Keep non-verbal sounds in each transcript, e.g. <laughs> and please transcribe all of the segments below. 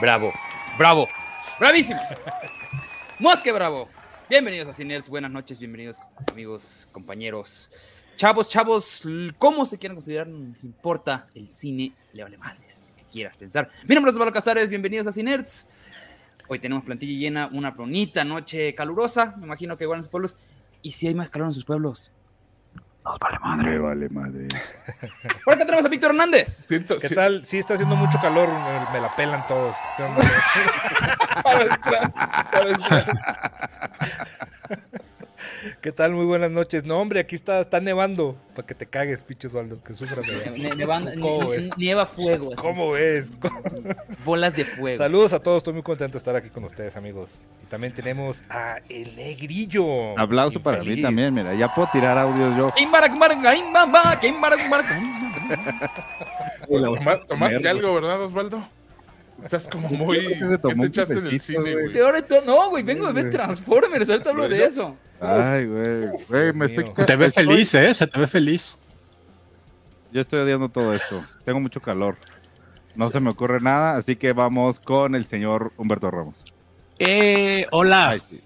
Bravo, bravo, bravísimo. <laughs> Más que bravo. Bienvenidos a Cinels, buenas noches, bienvenidos amigos, compañeros, chavos, chavos, ¿cómo se quieran considerar? No nos importa, el cine le vale madres, que quieras pensar. Mi nombre es Pablo Casares, bienvenidos a Cinerds. Hoy tenemos plantilla llena, una bonita noche calurosa, me imagino que igual en sus pueblos. Y si hay más calor en sus pueblos, nos vale madre. Me vale madre. Por acá tenemos a Víctor Hernández. Siento, ¿Qué si- tal? Sí, está haciendo mucho calor, me, me la pelan todos. ¿Qué onda? <laughs> para entrar, para entrar. <laughs> ¿Qué tal? Muy buenas noches. No, hombre, aquí está, está nevando. Para que te cagues, pinche Osvaldo, que sufras. Ne- güey. ne- nevando- ¿Cómo ne- ves? nieva fuego. así, ¿Cómo ves? ¿Cómo- Bolas de fuego. Saludos a todos, estoy muy contento de estar aquí con ustedes, amigos. Y también tenemos a El Negrillo. Aplauso para mí Infeliz. también, mira, ya puedo tirar audios yo. Imbaracumbaranga, imbamba, que imbaracumbaranga, imbamba. Toma- tomaste Merda. algo, ¿verdad, Osvaldo? Estás como muy. creo que se ¿Qué tomó te un echaste en el cafecito, cine, güey. güey? Peor de todo- no, güey, vengo de ver Transformers, ahorita hablo de eso. Ay, güey, güey, me Dios estoy mío. ca- Te ve estoy- feliz, ¿eh? Se te ve feliz. Yo estoy odiando todo esto. Tengo mucho calor. No se me ocurre nada, así que vamos con el señor Humberto Ramos. Eh, hola. Ay, sí.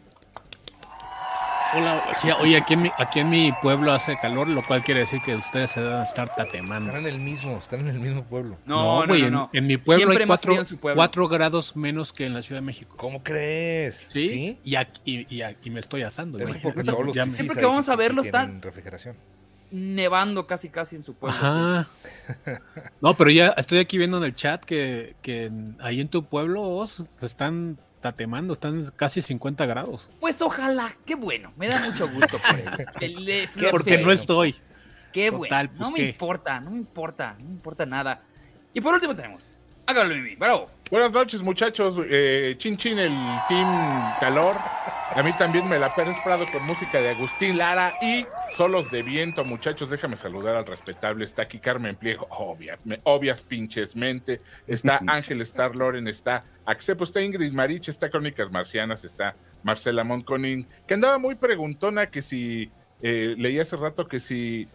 Hola. Sí, oye, aquí en, mi, aquí en mi pueblo hace calor, lo cual quiere decir que ustedes se deben estar tatemando. Están en el mismo, están en el mismo pueblo. No, no, güey, no, en- no. En, mi pueblo Siempre hay más cuatro, frío en su pueblo. cuatro grados menos que en la Ciudad de México. ¿Cómo crees? ¿Sí? Y, aquí, y, aquí- y me estoy asando. Es que güey. porque todos los Ya me- Siempre pizzas que vamos dicen a verlos sí tienen están- refrigeración. Nevando casi casi en su pueblo. Ajá. No, pero ya estoy aquí viendo en el chat que, que en- ahí en tu pueblo Oz, se están tatemando, están casi 50 grados. sí. Pues ojalá, qué bueno, me da mucho gusto por ellos. Que le- los Porque no felicito. estoy. Qué bueno. Total, pues, no me ¿qué? importa, no me importa, no me importa nada. Y por último tenemos. Hágalo, Mimi. Bravo. Buenas noches, muchachos. Eh, chin chin, el team calor. A mí también me la Pérez Prado con música de Agustín Lara y solos de viento, muchachos. Déjame saludar al respetable. Está aquí Carmen Pliego, obvia, me- obvias pinches mente. Está Ángel, Star Loren, está Axepo, está Ingrid Marich, está Crónicas Marcianas, está Marcela Monconin, que andaba muy preguntona que si eh, leí hace rato que si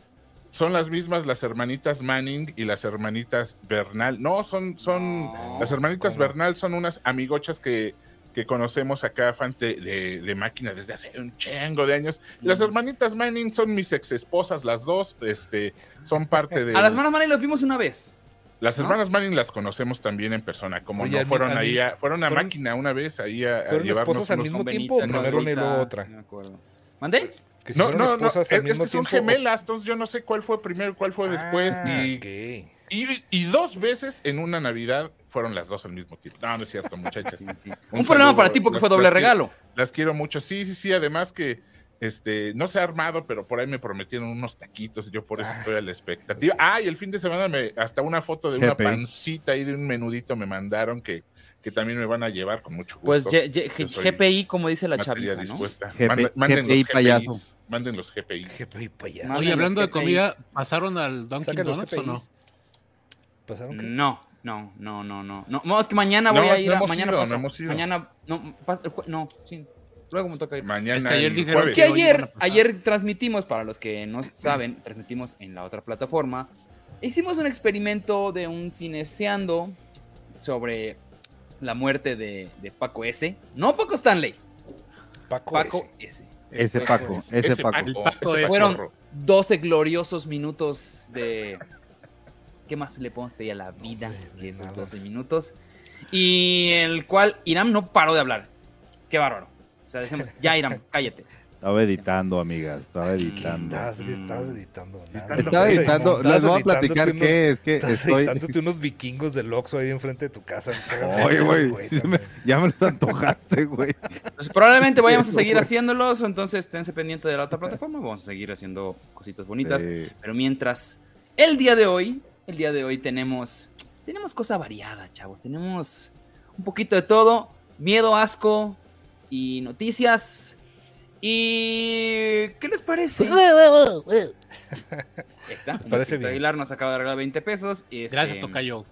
son las mismas las hermanitas Manning y las hermanitas Bernal. No, son, son No, pues, las hermanitas ¿cómo? Bernal son unas amigochas que, que conocemos acá, fans de, de, de máquina desde hace un chingo de años. Y Las Mm. hermanitas Manning son mis ex esposas, las dos, este, son parte de. A las manos malas los vimos una vez. las ¿no? hermanas Manning las conocemos también en persona, como Oye, no a mí- fueron a mí- ahí, a- fueron a fueron- máquina una vez ahí a, a ¿Fueron llevarnos esposas al unos- mismo Son tiempo? Benita, Primero una y luego Rita, otra. no me acuerdo. ¿Mandé? Que si No, fueron no, no, es, esposas al es que mismo son tiempo, gemelas, entonces yo no sé cuál fue primero y cuál fue después. Ah, y ok. Y, y dos veces en una Navidad fueron las dos al mismo tiempo. No, no es cierto, muchachas. Sí, sí. Un Un, problema saludo, para ti porque las- fue doble las que- regalo. Las quiero mucho. Sí, sí, sí. Además que este, no se ha armado, pero por ahí me prometieron unos taquitos. Yo por eso estoy a la expectativa. Ah, y el fin de semana me, hasta una foto de una Jepe. pancita ahí de un menudito me mandaron que, que también me van a llevar con mucho gusto. Pues ye- ye- Yo soy GPI, como dice la Materia chaviza, ¿no? dispuesta. Jepe- Manda- GPI manden, los GPIs, payaso. manden los GPI. Jefe y payaso. Más Oye, de hablando los de comida, GPIs. ¿pasaron al Dunkin' Sacan los Donuts o no? KPIs. ¿Pasaron qué? No, no, no, no, no. No, no, es que mañana No, voy a no ir. a- hemos mañana ido, no paso. hemos ido. Mañana, no, pas- el jue- no, sí. Luego me toca ir. Mañana. Es que ayer el dijeron jueves. Es que Pero hoy ayer, van a pasar. ayer transmitimos, para los que no saben, transmitimos en la otra plataforma. Hicimos un experimento de un cineceando sobre la muerte de, de Paco S. No Paco Stanley, Paco. Paco ese. S. Ese Pues, Paco, pues, ese Paco. El Paco ese es- Fueron 12 gloriosos minutos de... ¿Qué más le podemos pedir a la vida hombre, de que esos nada. 12 minutos? Y el cual Irán no paró de hablar. Qué bárbaro. O sea, decimos, ya <laughs> Irán, cállate. Estaba editando, amigas, estaba ¿Qué editando. estás, qué Mm. estás gritando? Nada, Estaba estás editando, editando- les voy a estás platicar editándote qué es que unos- Estás estoy. editándote unos vikingos del Oxxo ahí enfrente de tu <laughs> casa. Oye, güey, sí me- también. ya me los antojaste, güey. Pues probablemente vayamos a Eso, seguir güey. haciéndolos, entonces esténse pendiente de la otra plataforma, vamos a seguir haciendo cositas bonitas. Sí. Pero mientras, el día de hoy, el día de hoy tenemos, tenemos cosa variada, chavos. Tenemos un poquito de todo, miedo, asco y noticias. ¿Y qué les <laughs> <laughs> parece? Está, Parece bien. Aguilar nos acaba de regalar 20 pesos. y este, Gracias, Tocayo.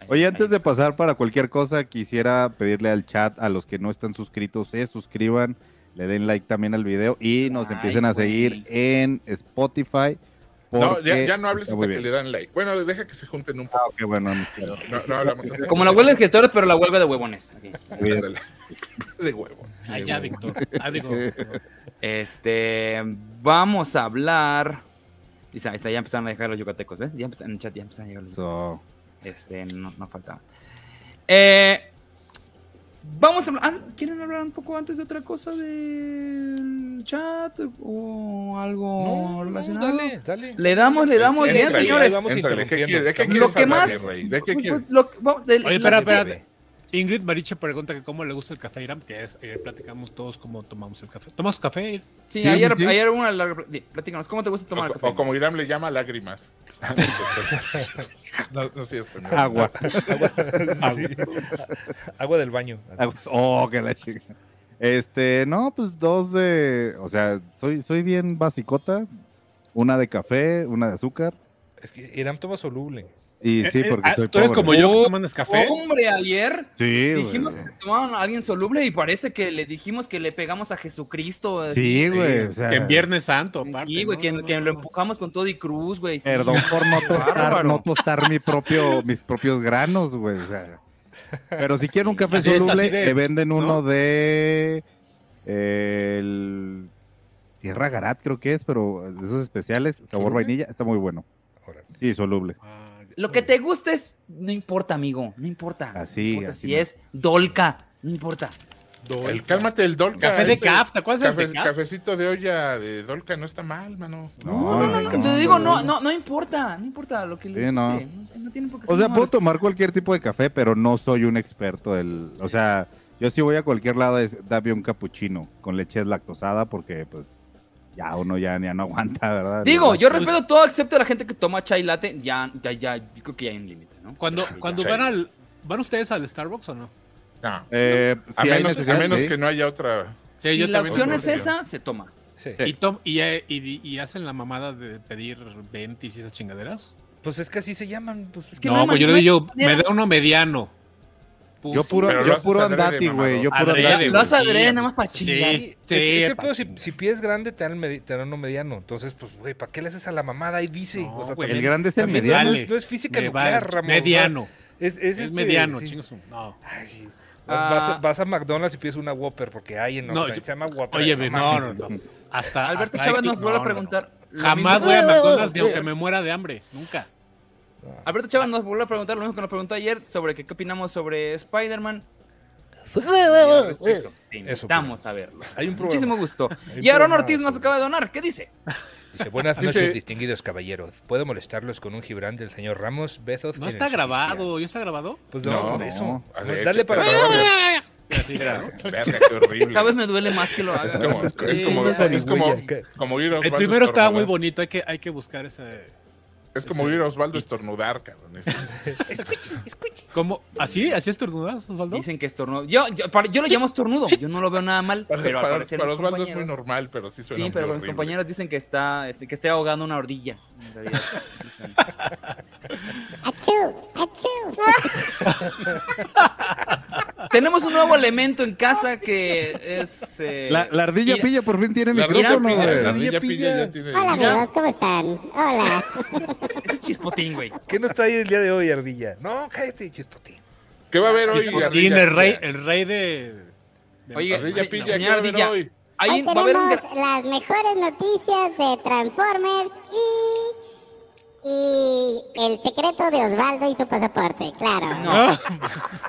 ahí- Oye, antes ahí de está. pasar para cualquier cosa, quisiera pedirle al chat, a los que no están suscritos, se suscriban, le den like también al video y nos Ay, empiecen a güey. seguir en Spotify No, porque- ya, ya no hables Está hasta muy que le bien. dan like. Bueno, deja que se junten un Ah, poco. ok, bueno, no, claro. No, no <laughs> hablamos. <laughs> Como la huelga de escritores, pero la huelga de huevones. Aquí. Bien. Ándale. De huevo. Allá, Víctor. <laughs> Ah, digo, Este, vamos a hablar. Dice, ahí está, ya empezaron a dejar los yucatecos, ¿ves? Ya empezaron, en el chat ya empezaron a llegar los So, yucatecos. Este, no, no faltaba. Eh, vamos a hablar. ah, ¿Quieren hablar un poco antes de otra cosa del chat o algo No, no, relacionado? dale, dale. Le damos, le damos bien, Entrale, señores. vamos Entrale, ¿qué interrumpiendo. quiere- ¿De qué Lo quieres que hablar, más- mi rey? ¿De qué Pues, quieres? pues, lo que- vamos- del- Oye, las- espera, espera. Ingrid Mariche pregunta que cómo le gusta el café Irán, que es, ayer platicamos todos cómo tomamos el café. ¿Tomas café? Sí, Sí, ayer, sí, sí. ayer hubo una larga. pl- di, Platícanos, ¿cómo te gusta tomar el O, café? o como Irán le llama lágrimas. no, no es cierto. mi rey. agua. <laughs> Sí. Agua del baño. Agua. Oh, que la chica. Este, no, pues dos de. O sea, soy, soy bien basicota. Una de café, una de azúcar. Es que Irán toma soluble. Y sí, Eh, eh, porque ah, soy Tú eres pobre. Oh, como yo que toman café. Hombre, ayer. Sí, güey. Dijimos que tomaban a alguien soluble y parece que le dijimos que le pegamos a Jesucristo. así. Sí, güey. o sea, En Viernes Santo, aparte. Sí, güey, ¿no? que, No, que no, lo no. empujamos con todo y cruz, güey. sí. Perdón por no <laughs> tostar, bárbaro. no tostar mi propio, mis propios granos, güey. o sea. Pero si quieren un café Así de- soluble, así de- le venden ¿no? uno de eh, el Tierra Garat, creo que es, pero de esos especiales, sabor ¿Soluble? vainilla, está muy bueno. Órale. Sí, soluble. Ah, ya. Lo que te gusta es, no importa, amigo, no importa. Así, no importa así si no. es Dolca, no importa. El cálmate el Dolca. Café de ese CAF, ¿te acuerdas del cafe- de CAF? cafecito de olla de Dolca no está mal, mano. No, no, no, no, te digo, no, no, no importa, no importa lo que le Sí, no. guste, no, no tiene por qué O ser sea, malo. puedo tomar cualquier tipo de café, pero no soy un experto del. O sea, yo si voy a cualquier lado es dame un capuchino con leche lactosada porque, pues, ya uno ya, ya no aguanta, ¿verdad? Digo, Los- yo respeto todo, excepto a la gente que toma chai latte, ya, ya, ya, yo creo que ya hay un límite, ¿no? Cuando, Ya. cuando Sí. van al. ¿Van ustedes al Starbucks o no? No. Eh, a sí hay menos, a necesidad, menos sí. que no haya otra. Sí, si yo la también opción voy es por ello. esa, se toma. Sí. Y, tom- y, eh, y- y hacen la mamada de pedir 20 y esas chingaderas. Pues es que así se llaman. Pues, Es que no, hay pues yo le manera- digo, me manera- da uno mediano. Yo puro, pero lo yo haces puro adrede, andati, güey. Yo puro Adrede, andati. güey. Lo hace adrede, Sí, nada más para chingar. Sí, es que- es sí. que, pero si, si pides grande, te dan, el medi- te dan uno mediano. Entonces, pues, güey, ¿para qué le haces a la mamada? Ahí dice. No, o sea, güey, El también- grande es el también mediano. vale. No, es, no es física me nuclear, vale. Ramón. mediano. Es, es, Es, este, mediano, sí. chingas. No. Ay, sí. Vas, Ah. vas a- vas a McDonald's y pides una Whopper porque hay en No, Oxnard, yo- se llama Whopper. Oye, no no, mames. no, no. Hasta. Alberto hasta Chávez aquí- nos vuelve no, a no, no. preguntar. lo Jamás mismo- voy <laughs> a McDonald's ni aunque me muera de hambre. Nunca. Alberto Chávez nos vuelve a preguntar lo mismo que nos preguntó ayer sobre qué, qué opinamos sobre Spider-Man. Eso, Estamos a <laughs> verlo. Hay un programa. Muchísimo gusto. Hay un Y Aaron programa Ortiz nos sobre- acaba de donar. ¿Qué dice? Dice, <laughs> buenas Dice- noches, distinguidos caballeros. ¿Puedo molestarlos con un Gibran del señor Ramos Bezos? No en está el grabado. ¿Ya está grabado? Cristian? Pues no, No. por eso. No. A No, ver, dale que para te- grabar. Así era, ¿no? <laughs> Verga, qué horrible. Cada <laughs> vez me duele más que lo haga. Es como, es como, Sí, es ya. como, como ir a El Osvaldo primero estaba muy estornudar. bonito. Hay que, hay que buscar ese. Es como ir a Osvaldo estornudar, cabrón. Es- ¿Cómo? ¿Así? ¿Así estornudas, Osvaldo? Dicen que estornudo. Yo, yo, para- yo lo llamo estornudo. Yo no lo veo nada mal. Para, Pero al para- parecer para mis Osvaldo es muy compañeros- normal, pero sí suena Sí, muy pero mis horrible. compañeros dicen que está este, que estoy ahogando una ardilla. En realidad. Tenemos un nuevo elemento en casa que es. eh, La, la ardilla Mira- pilla por fin tiene La ardilla micrófono, pilla, güey. la ardilla pilla ya tiene... Hola Mira. amigos, ¿cómo están? Hola. Ese chispotín, güey. ¿Qué nos trae el día de hoy, Ardilla? No, cállate, chispotín. ¿Qué va a haber hoy? Chispotín, Ardilla el rey, Pilla? el rey de. de- Oye, Ardilla Sí, Pilla, señor ¿qué va a haber Ardilla. hoy? <laughs> Ahí Hoy va a haber un tenemos gra- las mejores noticias de Transformers y... Y el secreto de Osvaldo y su pasaporte, claro. No.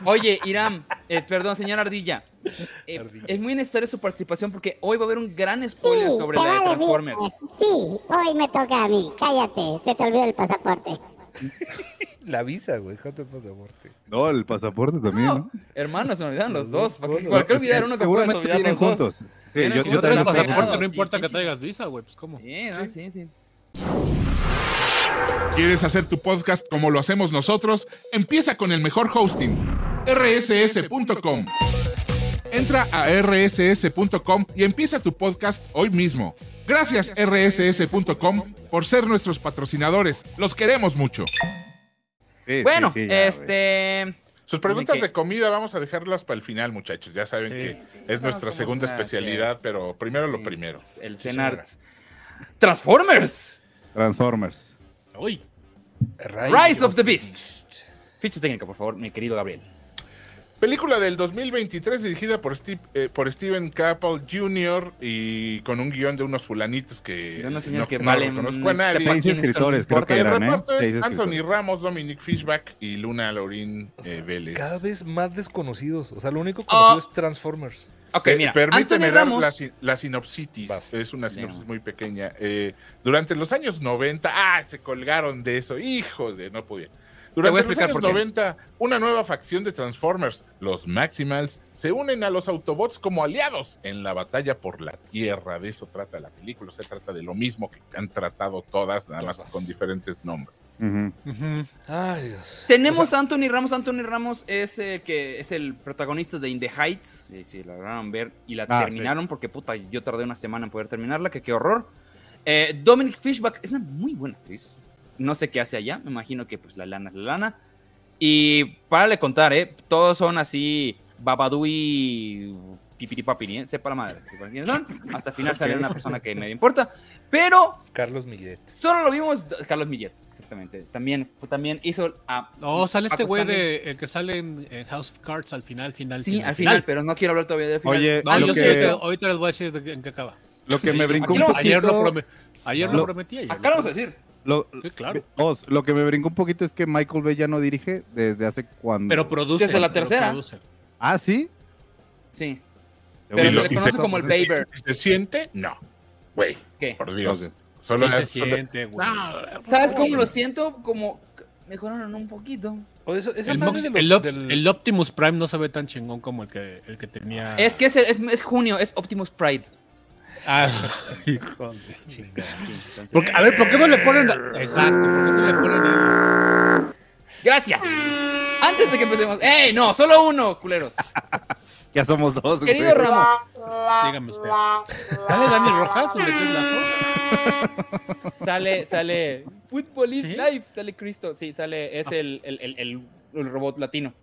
Oye, Iram, eh, perdón, señor Ardilla. eh, Ardilla. Es muy necesaria su participación porque hoy va a haber un gran Sí, spoiler sobre te la de vale, Transformers. Víctor. Sí, hoy me toca a mí. Cállate, se te olvidó el pasaporte. La visa, güey, déjate el pasaporte. No, el pasaporte también. No, ¿no? hermanos, se me olvidaron los dos. ¿Para qué- Los ¿Para qué olvidar uno que puedes Seguramente olvidar vienen los dos? juntos. Sí, Vienen yo, juntos. yo también traes Otro pasaporte. pasaporte, pasaporte, no sí, importa que chichi. traigas visa, güey, pues cómo. Sí, no, sí, sí. ¿Quieres hacer tu podcast como lo hacemos nosotros? Empieza con el mejor hosting, rss.com. Entra a rss.com y empieza tu podcast hoy mismo. Gracias rss.com por ser nuestros patrocinadores. Los queremos mucho. Sí, sí, Bueno, sí, ya, güey. este. Sus preguntas Dicen que- de comida vamos a dejarlas para el final, muchachos. Ya saben Sí. que Sí, es no, nuestra somos segunda una- especialidad, pero primero lo Sí, primero. El Sí, Cenart. Transformers. Transformers. Uy, Rise of the Beast. Ficha técnica, por favor, mi querido Gabriel. Película del 2023 dirigida por, Steve- eh, por Steven Caple Jr. y con un guión de unos fulanitos que De unos señores que no valen- reconozco a nadie. sepan Seis quiénes son, escritores, no creo importa. que El eran, ¿eh? reparto Seis es Anthony escritores. Ramos, Dominic Fishback y Luna Lorín O sea, eh, Vélez. Cada vez más desconocidos. O sea, lo único conocido Ah. es Transformers. Ok, Eh, mira, permíteme Anthony dar Ramos. la, si- la sinopsitis. Vas. Es una sinopsis Venga. muy pequeña. Eh, durante los años 90, ¡ah! Se colgaron de eso. ¡Hijo de! No podía. voy a Durante los explicar años por qué. 90, una nueva facción de Transformers, los Maximals, se unen a los Autobots como aliados en la batalla por la Tierra. De eso trata la película. Se trata de lo mismo que han tratado todas, nada más Todas. con diferentes nombres. Ujú. Ay, Dios. Tenemos a Anthony Ramos. Anthony Ramos es el que es el protagonista de In the Heights. Si, si la lograron ver y la Ah, terminaron, porque puta, yo tardé una semana en poder terminarla, que qué horror. Eh, Dominic Fishback es una muy buena actriz. No sé qué hace allá. Me imagino que pues la lana es la lana. Y para le contar, eh, todos son así babadui pipiripapiri, eh, sepa la madre. sepa quiénes son. Hasta el final sale una persona que me importa. Pero Carlos Millet. Solo lo vimos Carlos Millet, exactamente. También, fue- también hizo a. No, sale este güey acostarme- de el que sale en, en House of Cards al final, final. Sí, al final, pero no quiero hablar todavía del final. Oye, No, Ah, lo yo que- sí, ahorita- ahorita les voy a decir de- en qué acaba. Lo que me brincó Aquí un lo- poquito... Ayer lo, prome- ayer lo Lo- prometí. ayer lo acá lo vamos a prometí. decir. lo- Sí, claro. Oz, lo que me brincó un poquito es que Michael Bay ya no dirige desde hace cuando... Pero produce. Desde la pero tercera. produce. Ah, ¿sí? Sí. Según Pero yo. se lo- le y conoce como el Baber. ¿Se siente? No. Güey, ¿Qué? por Dios. Ok. Solo Sí la- se solo- siente, güey. No, ¿Sabes por cómo favor. lo siento? Como que mejoraron un poquito. O eso- esa El, madre Mox- de los- el Op- del- el Optimus Prime no se ve tan chingón como el que, el que tenía. Es que es, el- es, es junio, es Optimus Pride. Ah, <laughs> hijo de- Chinga. Entonces- Porque- a ver, ¿por qué no le ponen. la- Exacto, ¿por qué no le ponen el- Gracias. Antes de que empecemos. ¡Ey, no! Solo uno, culeros. Ya somos dos. güey. Querido Ramos, Dígame usted. ¿Dale Dani Rojas o le tienes la sombra? <laughs> sale, sale. Football is ¿Sí? life. Sale Cristo. Sí, sale. Es el, el, el- el- el robot latino.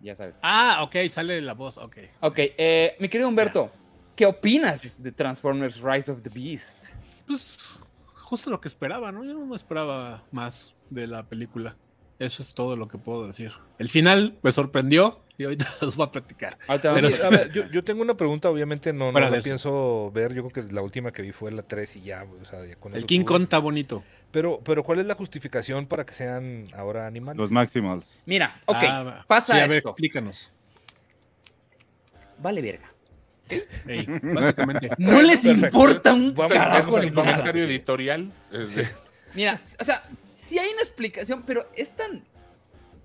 Ya sabes. Ah, ok, sale la voz, ok. Ok, eh, mi querido Humberto, ¿qué opinas de Transformers Rise of the Beast? Pues justo lo que esperaba, ¿no? Yo no me esperaba más de la película. Eso es todo lo que puedo decir. El final me sorprendió y ahorita <laughs> los voy a platicar. Ahorita vamos Pero a Sí, ir. a ver, yo, yo tengo una pregunta, obviamente no, no Fuera la de eso. pienso ver. Yo creo que la última que vi fue la 3 y ya, güey, o sea, ya con El eso King tuve. Kong está bonito. Pero, pero ¿cuál es la justificación para que sean ahora animales? Los Maximals. Mira, ok, Ah, pasa sí, a ver, esto. explícanos. vale verga. Ey, básicamente. No les Perfecto. importa un Vamos, carajo. ni vamos Ese es el al vamos nada. comentario Sí. editorial. eh, Sí. Mira, o sea, sí hay una explicación, pero es tan...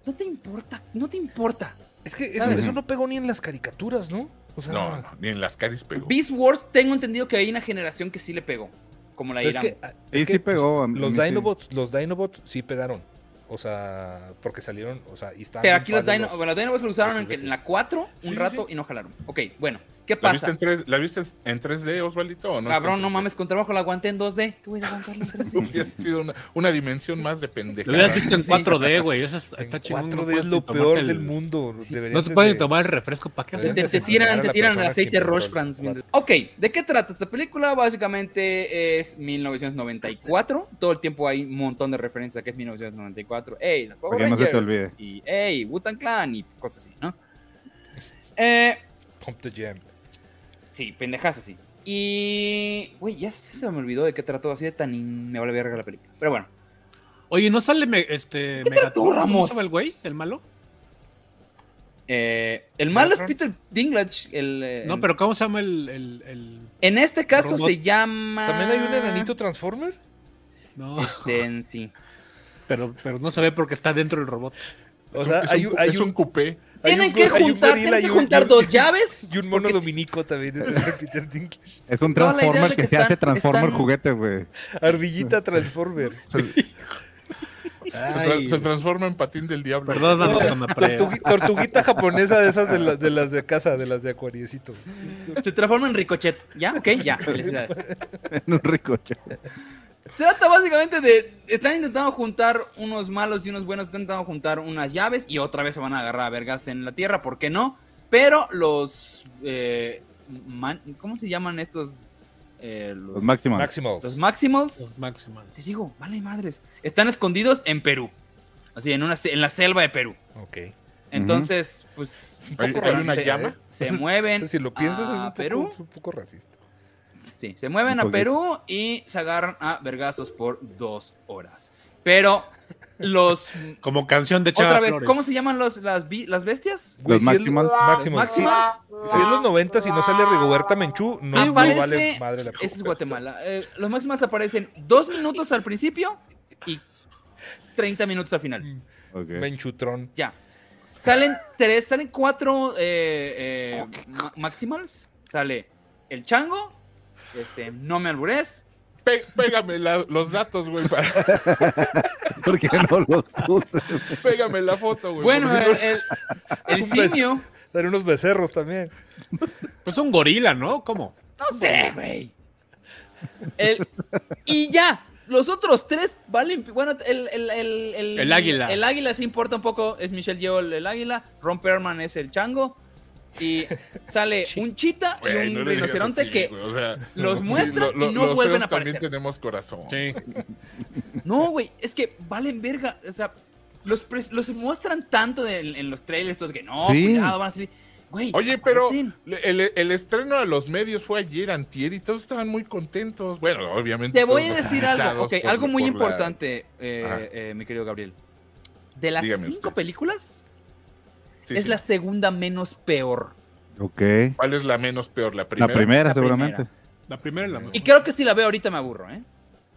No te importa, no te importa. Es que eso, ¿Sabes? eso no pegó ni en las caricaturas, ¿no? O sea, No, no, ni en las caries pegó. Beast Wars, tengo entendido que hay una generación que sí le pegó. Como la pero es Irán. que, ah, es Sí, que, sí pegó, pues, a mí Los sí. Dinobots, los Dinobots sí pegaron. O sea, porque salieron, o sea, y estaban Pero bien aquí los, padres Dino, bueno, los Dinobots lo usaron los en, que- en juguetes. la 4 un Sí, sí, rato sí. y no jalaron. Ok, bueno, ¿qué ¿La viste, pasa? en 3, ¿La viste en 3D, Osvalito? o no Cabrón, no Entonces, mames, con trabajo la aguanté en 2D. ¿Qué voy a aguantarla en 3D? <laughs> Hubiera sido una, una dimensión más de Lo hubieras pendejada. visto en Sí. 4D, güey. Eso es- está En chingón. no 4D puedes es ni lo tomarte peor el- del mundo. No te pueden tomar el refresco. ¿Para Te, qué haces te- eso? te Gracias, tiran, señora, te la tiran el persona que aceite inventó el Roche France. chocolate. Ok, ¿de qué trata esta película? Básicamente es 1994. Todo el tiempo hay un montón de referencias a que es 1994. ¡Ey! Los Power Para que no se te Rangers, olvide. Y ¡Ey! Wutan Clan y cosas así, ¿no? Eh, Pump the jam. sí, pendejas así. Y. Güey, ya se se me olvidó de qué trató así de tan. in- Me vale verga la película. Pero bueno. Oye, ¿no sale me- este. ¿Qué Megatron? trató, ¿Cómo se Ramos? llama el güey? ¿El malo? eh, el malo es Megatron. Peter Dinklage. El, eh, No, el- pero ¿cómo se llama el. el, el- En este caso Robot. se llama. ¿También hay un enanito Transformer? <laughs> No, Este, en sí. pero, pero no se ve porque está dentro del robot. O Es sea, un- es hay un, un- hay es un un coupé. Tienen un que gor- hay un juntar, gorila tienen que y un- juntar y un- dos llaves. Y un mono porque- dominico también. este de Peter <laughs> Dinklage. Es un No, la idea es de Transformer que que, se están- hace Transformer están- juguete, güey. <laughs> Ardillita Transformer. Se, se tra- Ay, se transforma en patín del diablo. Perdóname, cuando me aprea. Tortugui- tortuguita japonesa de esas de, la- de las de casa, de las de acuariecito. Se transforma en Ricochet. ¿Ya? Ok, ya. <laughs> Felicidades. En un ricoche. Trata básicamente de. Están intentando juntar unos malos y unos buenos. Están intentando juntar unas llaves. Y otra vez se van a agarrar a vergas en la tierra. ¿Por qué no? Pero los. eh, man- ¿Cómo se llaman estos eh, los, Los máximos. Maximals. los Maximals, Los Maximals. les digo, vale madres, están escondidos en Perú. Así, en, una, se- en la selva de Perú. Ok. Entonces, pues, un ¿Hay, poco hay una racista. ¿eh? llama? se <laughs> O mueven. sea, si lo piensas, a es un poco, Perú. un poco racista. Sí, se mueven Un a poquito. Perú y se agarran a vergazos por dos horas. Pero los. Como canción de Chava Otra vez, Flores. ¿cómo se llaman los, las, vi- las bestias? Los Maximals. Máximos. Máximas. Si es los 90 y no sale Rigoberta Menchú, no, no Ah, Aparece- vale madre la Ese es Guatemala. Eh, los máximas aparecen dos minutos al principio y 30 minutos al final. Ok. Menchutrón. Ya. Salen tres, salen cuatro eh, eh, ma- maximals. Sale el chango. Este, no me albures. Pe- pégame la- los datos, güey. para- <laughs> ¿Por qué no los puse? Pégame la foto, güey. Bueno, porque- el, el, el simio. Dar unos becerros también. Pues un gorila, ¿no? ¿Cómo? No sé, güey. El- y ya. Los otros tres valen. Bueno, el, el, el, El águila. El águila sí importa un poco. Es Michelle Yeoh el, el águila. Ron Perlman es el chango. Y <laughs> sale un chita y <laughs> Güey, un no le digas rinoceronte así, que. güey, o sea, los sí, muestran y no los vuelven a feos También aparecer. tenemos corazón. Sí. No, güey. Es que valen verga. O sea, los, pres- los muestran tanto en, en los trailers. Todo que no, Sí. cuidado, van a salir. <laughs> Güey, Oye, pero aparecen. le- el, el estreno a los medios fue ayer, antier, y todos estaban muy contentos. Bueno, obviamente. Te voy a todos los decir algo, invitados ok, por- algo muy por la- importante, eh, Ajá. eh, mi querido Gabriel. De las Dígame cinco usted. películas, Sí, es sí. la segunda menos peor. Ok. ¿Cuál es la menos peor? La La primera. primera, La seguramente. La primera y la mejor. Y creo que si la veo ahorita me aburro, ¿eh?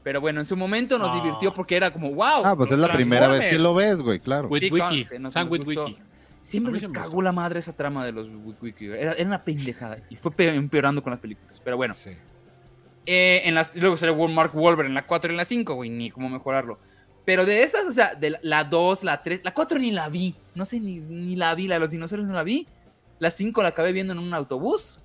Pero bueno, en su momento nos No. divirtió porque era como, wow. Ah, pues es los la primera vez que Transformers". lo ves, güey, claro. With Sí, Wiki. con- nos- San nos with gustó. Wiki. Siempre A mí me, sí me cagó gustó. la madre esa trama de los Wiki. Era, era una pendejada. Y fue pe- empeorando con las películas. Pero bueno. Sí. Eh, en las, y luego sale Mark Wolver en la 4 y en la 5, güey, ni cómo mejorarlo. Pero de esas, o sea, de la- la 2, la 3, la 4 ni la vi. No sé, ni, ni la vi, la de los dinosaurios no la vi. La 5 la acabé viendo en un autobús.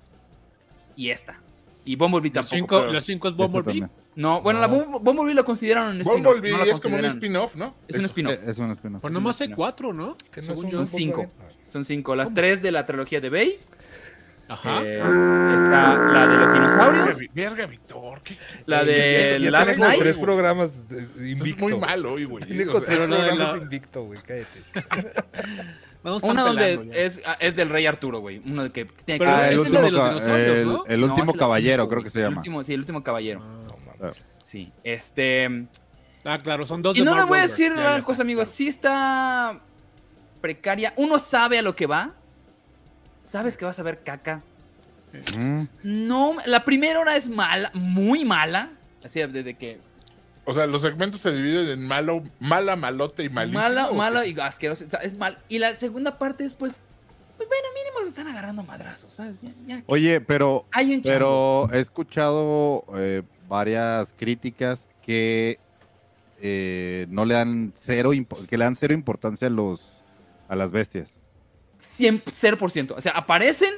Y esta. Y Bumblebee Los tampoco. cinco, pero- los cinco es Esta Bumblebee. Este también. No, bueno, la Bum- Bumblebee lo consideraron un spin-off. Bumblebee no la es como un consideran- spin-off, ¿no? Es un spin-off. Eh, Es un spin-off. Pues Es nomás un hay spin-off. cuatro, ¿no? Que no Según es yo. un son cinco. Volkswagen. Son 5. Las 3 de la trilogía de Bay. Ajá. Eh, está la de los dinosaurios. Verga, Verga, Víctor. ¿qué? La de Ya- ya Last tengo Night. tres programas de- Es invicto. muy mal hoy, güey. Tengo O <laughs> sea, tres la de programas la- invicto, güey. Cállate. Vamos Una donde es, ah, es del rey Arturo, güey. Uno de que tiene que Pero Ah, ver- el esa es la último, de los ca- dinosaurios, el- ¿no? el No, último es la caballero, cinco, creo güey. que se El llama. último, sí, el último caballero. No mames. Sí, este. Ah, claro, son dos Y de no les Mark voy a Wahlberg. decir Ya, una ya cosa, está, amigos. claro. Sí está precaria. Uno sabe a lo que va. Sabes que vas a ver caca. Mm. No, la primera hora es mala, muy mala. Así desde que O sea, los segmentos se dividen en malo, mala, malota y malísimo. mala, ¿o mala qué? y asquerosa. o sea, es mal. Y la segunda parte es pues, pues bueno, mínimo se están agarrando madrazos, ¿sabes? Ya- ya. Oye, pero Hay un chango. Pero he escuchado eh, varias críticas que eh, no le dan cero impo- que le dan cero importancia a los a las bestias. 100%, 0%. O sea, aparecen,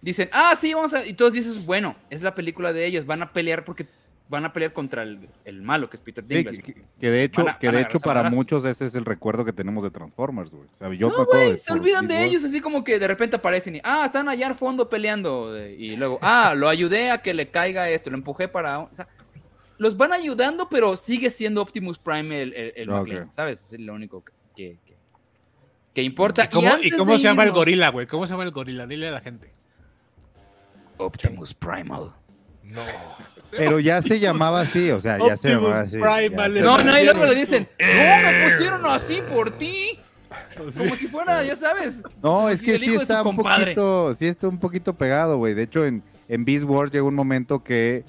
dicen, ah, sí, vamos a. Y todos dices, bueno, es la película de ellos, van a pelear porque van a pelear contra el, el malo, que es Peter Sí, Dinklage. que, que- que de hecho, Van a- que van a de hecho agarrarse a para madrazos. muchos ese es el recuerdo que tenemos de Transformers, güey. O sea, yo No, me acuerdo de se por olvidan de Steve ellos, así como que de repente aparecen y, ah, están allá al fondo peleando. de- Y luego, ah, lo ayudé a que le caiga esto, lo empujé para. o sea, los van ayudando, pero sigue siendo Optimus Prime el, el, el Ah, McLean, ok. ¿sabes? Es lo único que, que, que- que importa. ¿Y Ah, cómo, y antes cómo de se llama el irnos- gorila, güey? ¿Cómo se llama el gorila? Dile a la gente. Optimus Primal. No. Wolf. Pero ya se llamaba así, o sea, ya se Optimus llamaba así. Prime, ya vale. se- No, no, y luego pusieron. le dicen, no, me pusieron así por ti. Como si fuera, ya sabes. No, como es si que el sí hijo de su está un compadre. poquito, sí está un poquito pegado, güey. De hecho, en, en Beast Wars llega un momento que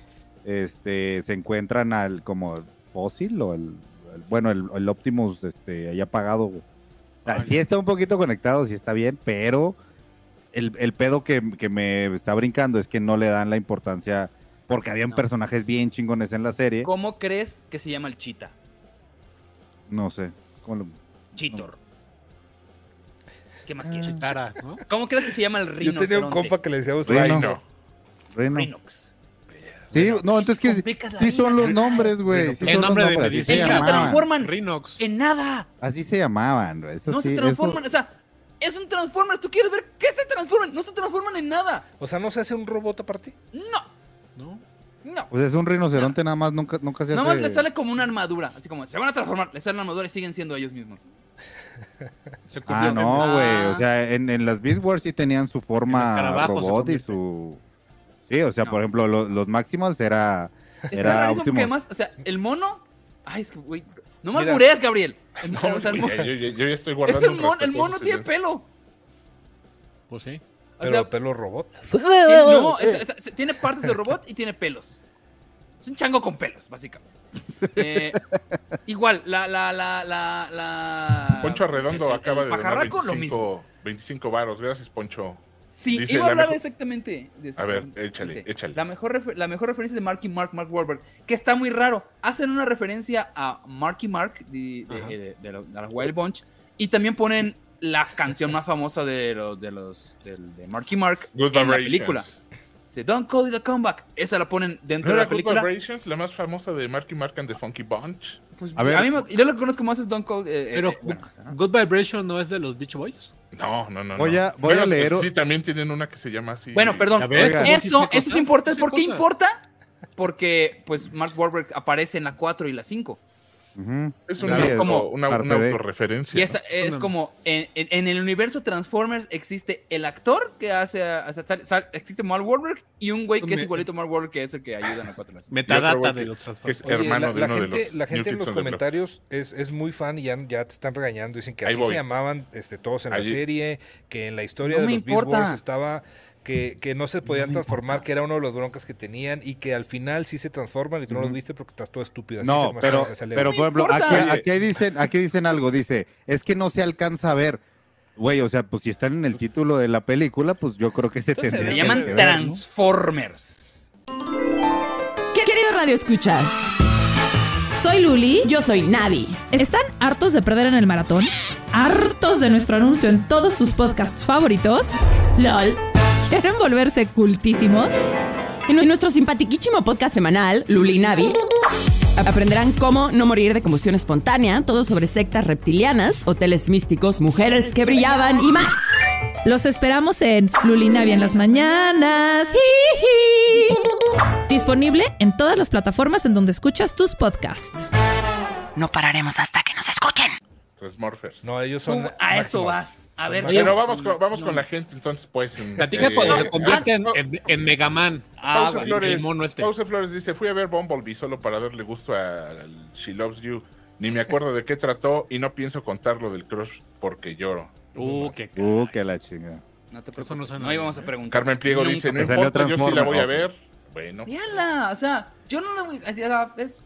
este, se encuentran al como fósil o el, el- bueno, el, el Optimus este, ahí apagado, güey. O sea, sí está un poquito conectado, sí está bien, pero el, el pedo que, que me está brincando es que no le dan la importancia porque habían No. personajes bien chingones en la serie. ¿Cómo crees que se llama el chita? No sé. ¿cómo lo- Chitor. ¿Qué más quieres? Chitara, ¿no? ¿Cómo crees que se llama el Yo rinoceronte? tenía un compa que le decíamos Rino. Rino. Reno. Rhinox. Sí, no, entonces que sí, Complicas la sí vida. son los nombres, güey. Sí El son los nombre de nombres, así se medicina. En qué llamaban. transforman Rinox. en nada. Así se llamaban, güey, eso No sí, se eso- transforman, o sea, es un transformer. Tú quieres ver qué se transforman. No se transforman en nada. O sea, ¿no se hace un robot aparte? No. ¿No? No. Pues es un rinoceronte nada más, nunca, nunca Pues se hace... Nada más le sale como una armadura. Así como, se van a transformar, les sale una armadura y siguen siendo ellos mismos. Se Ah, convierte no, en- güey. Ah. O sea, en, en las Beast Wars sí tenían su forma escarabajo robot se y convierte. su... Sí, o sea, No. por ejemplo, lo- los Maximals era... Está Era rarísimo porque Optimus. además, o sea, el mono. Ay, es que, güey. No me Mira. alburees, Gabriel. El mono, No, o sea, el güey, mono- ya- yo, yo- yo ya estoy es guardando. el mono, el respetuoso mono tiene silencio. pelo. en- Pues sí. O Pero sea, pelo robot. <laughs> tiene- no, es- es- es- tiene partes de robot y tiene pelos. Es un chango con pelos, básicamente. Eh, igual, la, la, la, la, la. Poncho Arredondo el- el acaba de donar Pajarraco, lo 25 mismo. 25 varos. Gracias, Poncho. Sí, Dice iba a la hablar mejor- exactamente de eso. A ver, échale, échale. La mejor, refer- la mejor referencia de Marky Mark, Mark Wahlberg, que está muy raro. Hacen una referencia a Marky Mark de, de- Ajá. de- de- de la, de la Wild Bunch y también ponen la canción más famosa de los de los del- de, Marky Mark Good en la Vibrations. película. Sí, Don't Call It a Comeback. Esa la ponen dentro ¿No de era la Good película. Vibrations, la más famosa de Marky Mark and the Funky Bunch? Pues, A ver. a mí me- yo lo que conozco más es Don't Call. eh, eh, Pero eh, bueno, esa, ¿no? Good Vibration no es de los Beach Boys. No, no, no. Voy no. a- voy a Bueno, leer- Sí, también tienen una que se llama así. Bueno, perdón. Ya ves, eso, como si eso, sé es cosas, importante. sé ¿Por qué cosas. importa? Porque pues Mark Wahlberg aparece en la 4 y la 5. Ujú. Es Sí, una, es como como una, parte una de- autorreferencia. Y esa es no. como en, en- en el universo Transformers existe el actor que hace a- a- sal- sal- existe Mark Wahlberg y un güey que es Me- igualito a Mark Wahlberg que es el que ayuda en la 4 otro Metadata güey que- de los que es Transformers. hermano la, de la uno gente, de los la gente New en Kids los on the Block. comentarios es, es muy fan y ya, ya te están regañando. Dicen que Ahí así voy. se llamaban este, todos en la Allí- serie, que en la historia No de me los Beast Boys importa. estaba que, que no se podían transformar, que era uno de los broncas que tenían y que al final sí se transforman y tú no los Ujú. viste porque estás todo estúpido. Así No, se me hace pero, que se le- pero No por ejemplo, importa. aquí, Oye. aquí dicen, aquí dicen algo, dice, es que no se alcanza a ver. Güey, o sea, pues si están en el título de la película, pues yo creo que se Entonces, Se se tendría llaman que ver, ¿no? Transformers. ¿Qué- Querido Radio Escuchas, soy Luli, yo soy Navi. ¿Están hartos de perder en el maratón? ¿Hartos de nuestro anuncio en todos sus podcasts favoritos? ¿Lol? ¿Quieren volverse cultísimos? En nuestro simpatiquísimo podcast semanal, Luli y Navi, aprenderán cómo no morir de combustión espontánea, todo sobre sectas reptilianas, hoteles místicos, mujeres que brillaban y más. Los esperamos en Lulinavia en las mañanas. Disponible en todas las plataformas en donde escuchas tus podcasts. No pararemos hasta que nos escuchen. Transmorphers. No, ellos son. Tú a eso Maximals. vas. A ver. Pero ¿qué más? vamos, con, vamos No. con la gente, entonces, pues. en- Platica eh, cuando ah, se convierte en, no, en, en Mega Man. Ah, güey. Pausa Flor. Flores, el mono este. Pausa Flores dice, fui a ver Bumblebee solo para darle gusto al She Loves You. Ni me acuerdo de qué trató y no pienso contar lo del crush porque lloro. Uh, qué ca- Uh, que la chinga. No te Eso no preocupes. suena No íbamos a bien, ¿eh? preguntar. Carmen Pliego Nunca. dice, no Me salió importa, yo sí la Transformer. voy a ver. Bueno, Véanla, o sea, yo no la voy o sea, es-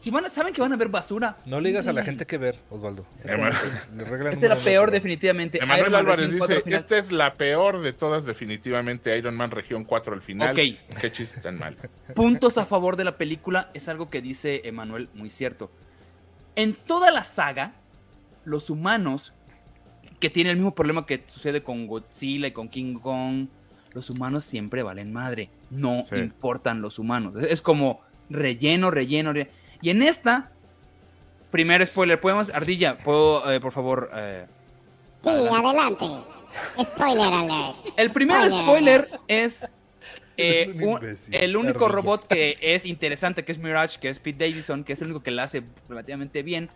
si van a- saben que van a ver basura. No le digas a la gente que ver, Osvaldo. Exactamente. Le regla Esta es la número peor uno. definitivamente. Este, Iron Emanuel Man Álvarez Resident 4 dice, "Este final. esta es la peor de todas definitivamente, Iron Man Región 4 al final. Ok. Qué chiste <laughs> tan mal. puntos a favor de la película es algo que dice Emanuel muy cierto. En toda la saga, los humanos, que tienen el mismo problema que sucede con Godzilla y con King Kong, los humanos siempre valen madre. No Sí. importan los humanos. Es como relleno, relleno. re- Y en esta, primer spoiler, podemos, Ardilla, puedo, eh, por favor... eh, Sí, adelante. Spoiler alert. el primer Hola. spoiler es eh, <laughs> Eres un un- imbécil, el único ardilla. robot que es interesante, que es Mirage, que es Pete Davidson, que es el único que la hace relativamente bien.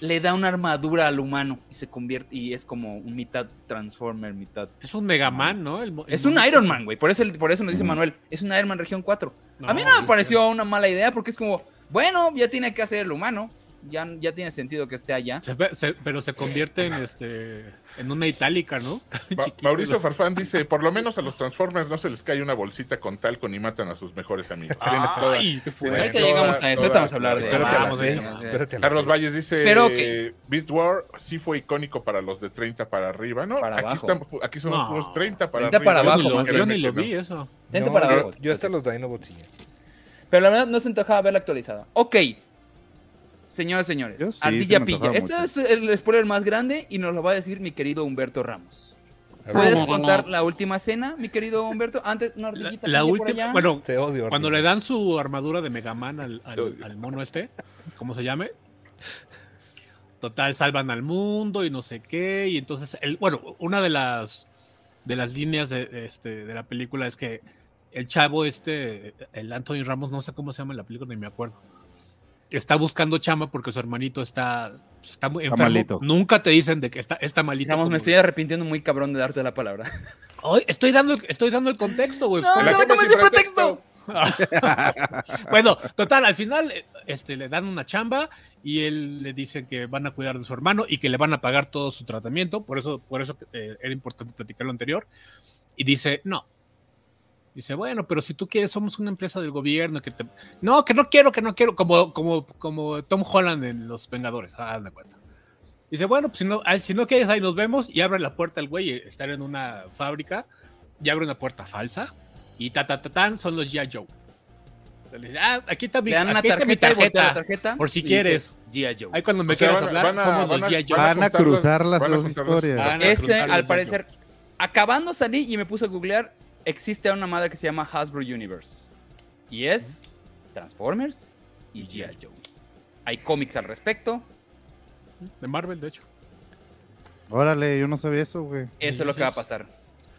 Le da una armadura al humano y se convierte y es como un mitad Transformer, mitad. Es un Mega Man, ¿no? El mo- el Es un mono. Iron Man, güey. Por eso, el- por eso nos dice Manuel, es un Iron Man región 4. a mí no ¿viste? me pareció una mala idea porque es como, bueno, ya tiene que hacer el humano. Ya, ya tiene sentido que esté allá. Se ve- se- pero se convierte en este en una itálica, ¿no? Ma- <laughs> Chiquito, Mauricio los- Farfán dice, por lo menos a los Transformers no se les cae una bolsita con talco ni matan a sus mejores amigos. Tienes toda- Ay, qué fuerte. tienes Ahorita toda- llegamos a eso, ahorita toda- vamos a hablar de- Espérate a las Vamos, seis, vamos. espérate a las Carlos seis. Valles dice, Pero que- eh, Beast War sí fue icónico para los de 30 para arriba, ¿no? Para aquí, abajo. estamos, aquí somos No. puros 30 para 30 arriba. para Yo abajo, ni lo- más Yo ni lo ¿no? vi eso. Tente No, para yo- abajo. Yo, hasta los Dinobots. sí. Pero la verdad no se antojaba verla actualizada. Ok. Señoras, señores. Yo sí, Ardilla se me Pilla. antojaba Este mucho. es el spoiler más grande y nos lo va a decir mi querido Humberto Ramos. A ver, ¿Puedes Ándale. contar la última escena, mi querido Humberto? Antes, una La, ardillita. Pilla la por última, allá. bueno, Te odio. cuando Arturo. le dan su armadura de Mega Man al, al- Te odio. al mono este, ¿cómo se llame? Total, salvan al mundo y no sé qué. Y entonces, el, bueno, una de las de las líneas de, de este, de la película es que el chavo este, el Anthony Ramos, no sé cómo se llama en la película, ni me acuerdo. Está buscando chamba porque su hermanito está, está muy enfermo. malito. Nunca te dicen de que está, está malito. Digamos, me como- estoy arrepintiendo muy cabrón de darte la palabra. Ay, estoy dando, el- estoy dando el contexto, güey. Pues, No, La no me copa tomes sin el pretexto. Bueno, total, al final eh, este, le dan una chamba y él le dice que van a cuidar de su hermano y que le van a pagar todo su tratamiento. Por eso, por eso eh, era importante platicar lo anterior. Y dice, no. Dice, bueno, pero si tú quieres, somos una empresa del gobierno que te... No, que no quiero, que no quiero. Como, como, como Tom Holland en Los Vengadores, ah, haz de cuenta. Dice, bueno, pues si no, ah, si no quieres, ahí nos vemos. Y abre la puerta el güey, eh, estar en una fábrica. Y abre una puerta falsa. Y ta, ta, ta, tan, son los G.I. Joe. Entonces, le dice, ah, aquí está mi, Le dan una aquí está mi tarjeta, voltea la tarjeta. tarjeta. por si y dice, quieres. G.I. Joe. Ahí cuando me O sea, quieras van a- hablar, van a- somos van a- los G.I. Joe. van a Van a juntar los- cruzar las van a dos juntar los- historias. Van a Ese, cruzar los al G.I. parecer, acabando salí y me puse a googlear, existe una madre que se llama Hasbro Universe. Y es Transformers y G.I. Joe. Hay cómics al respecto. Joe. De Marvel, de hecho. Órale, yo no sabía eso, güey. Eso es lo que va a pasar.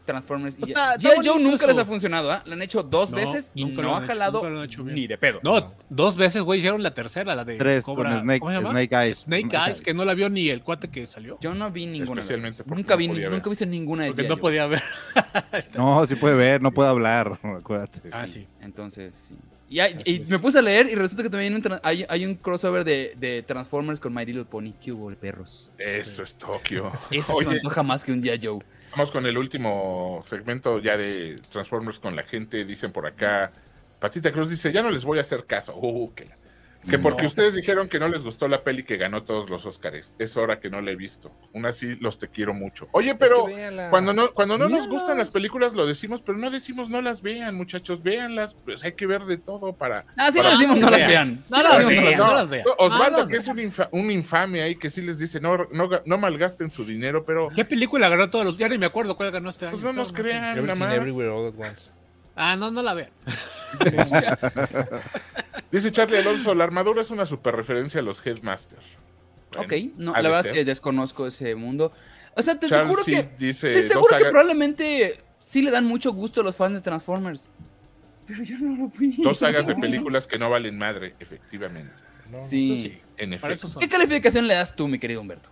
Transformers y pues G.I. Está- está Joe bonito nunca les eso. ha funcionado, ¿ah? La han hecho dos No, veces y nunca no lo ha han hecho, jalado nunca lo han hecho bien. ni de pedo. No, dos veces, güey, hicieron la tercera, la de Eh, Tres Cobra- con Snake, ¿cómo se llama? Snake Eyes. Snake Eyes, que no la vio ni el cuate que salió. Yo no vi ninguna. de las Especialmente tres. porque Nunca no vi, podía ver. nunca he visto ninguna de Porque G.I. no Joe. podía ver. No, sí puede ver, no puede hablar, <laughs> acuérdate. Ah, sí. Entonces, sí. Y, hay- Así y es. me puse a leer y resulta que también hay un tra- hay, hay un crossover de, de Transformers con My Little Pony. ¿Qué hubo, perros? Eso es Tokio. Eso se me Oye, antoja más que un G.I. Joe. vamos con el último segmento ya de Transformers con la gente. Dicen por acá, Patita Cruz dice, ya no les voy a hacer caso. Uh, que, la- que porque ustedes dijeron que no les gustó la peli que ganó todos los Óscares. Es hora que no la he visto. Aún así, los te quiero mucho. Oye, pero... Cuando no, cuando no nos gustan las películas lo decimos, pero no decimos no las vean, muchachos, véanlas, pues hay que ver de todo para... Ah, sí, para- lo decimos, no las Vean. vean. No las las vean, vean. no las vean. Osvaldo, No las que es un, infa- un infame ahí, que sí les dice, no, no, ga- no malgasten su dinero, pero ¿Qué película ganó todos los? Ya ni me acuerdo cuál ganó este año. pues no nos Claro, sé. crean nada Everything más. Everywhere All at Once. Ah, no, no la vean. Dice Charlie Alonso, la armadura es una super referencia a los Headmaster. Bueno, Ok, no, ha la de verdad es ser. que desconozco ese mundo. O sea, te, te Charles juro sí eh, que. dice, Estoy no seguro que haga- probablemente sí le dan mucho gusto a los fans de Transformers. Pero yo no lo vi. <laughs> dos sagas de películas que no valen madre, efectivamente. No, Sí. En Para eso efecto. son ¿Qué calificación le das tú, mi querido Humberto?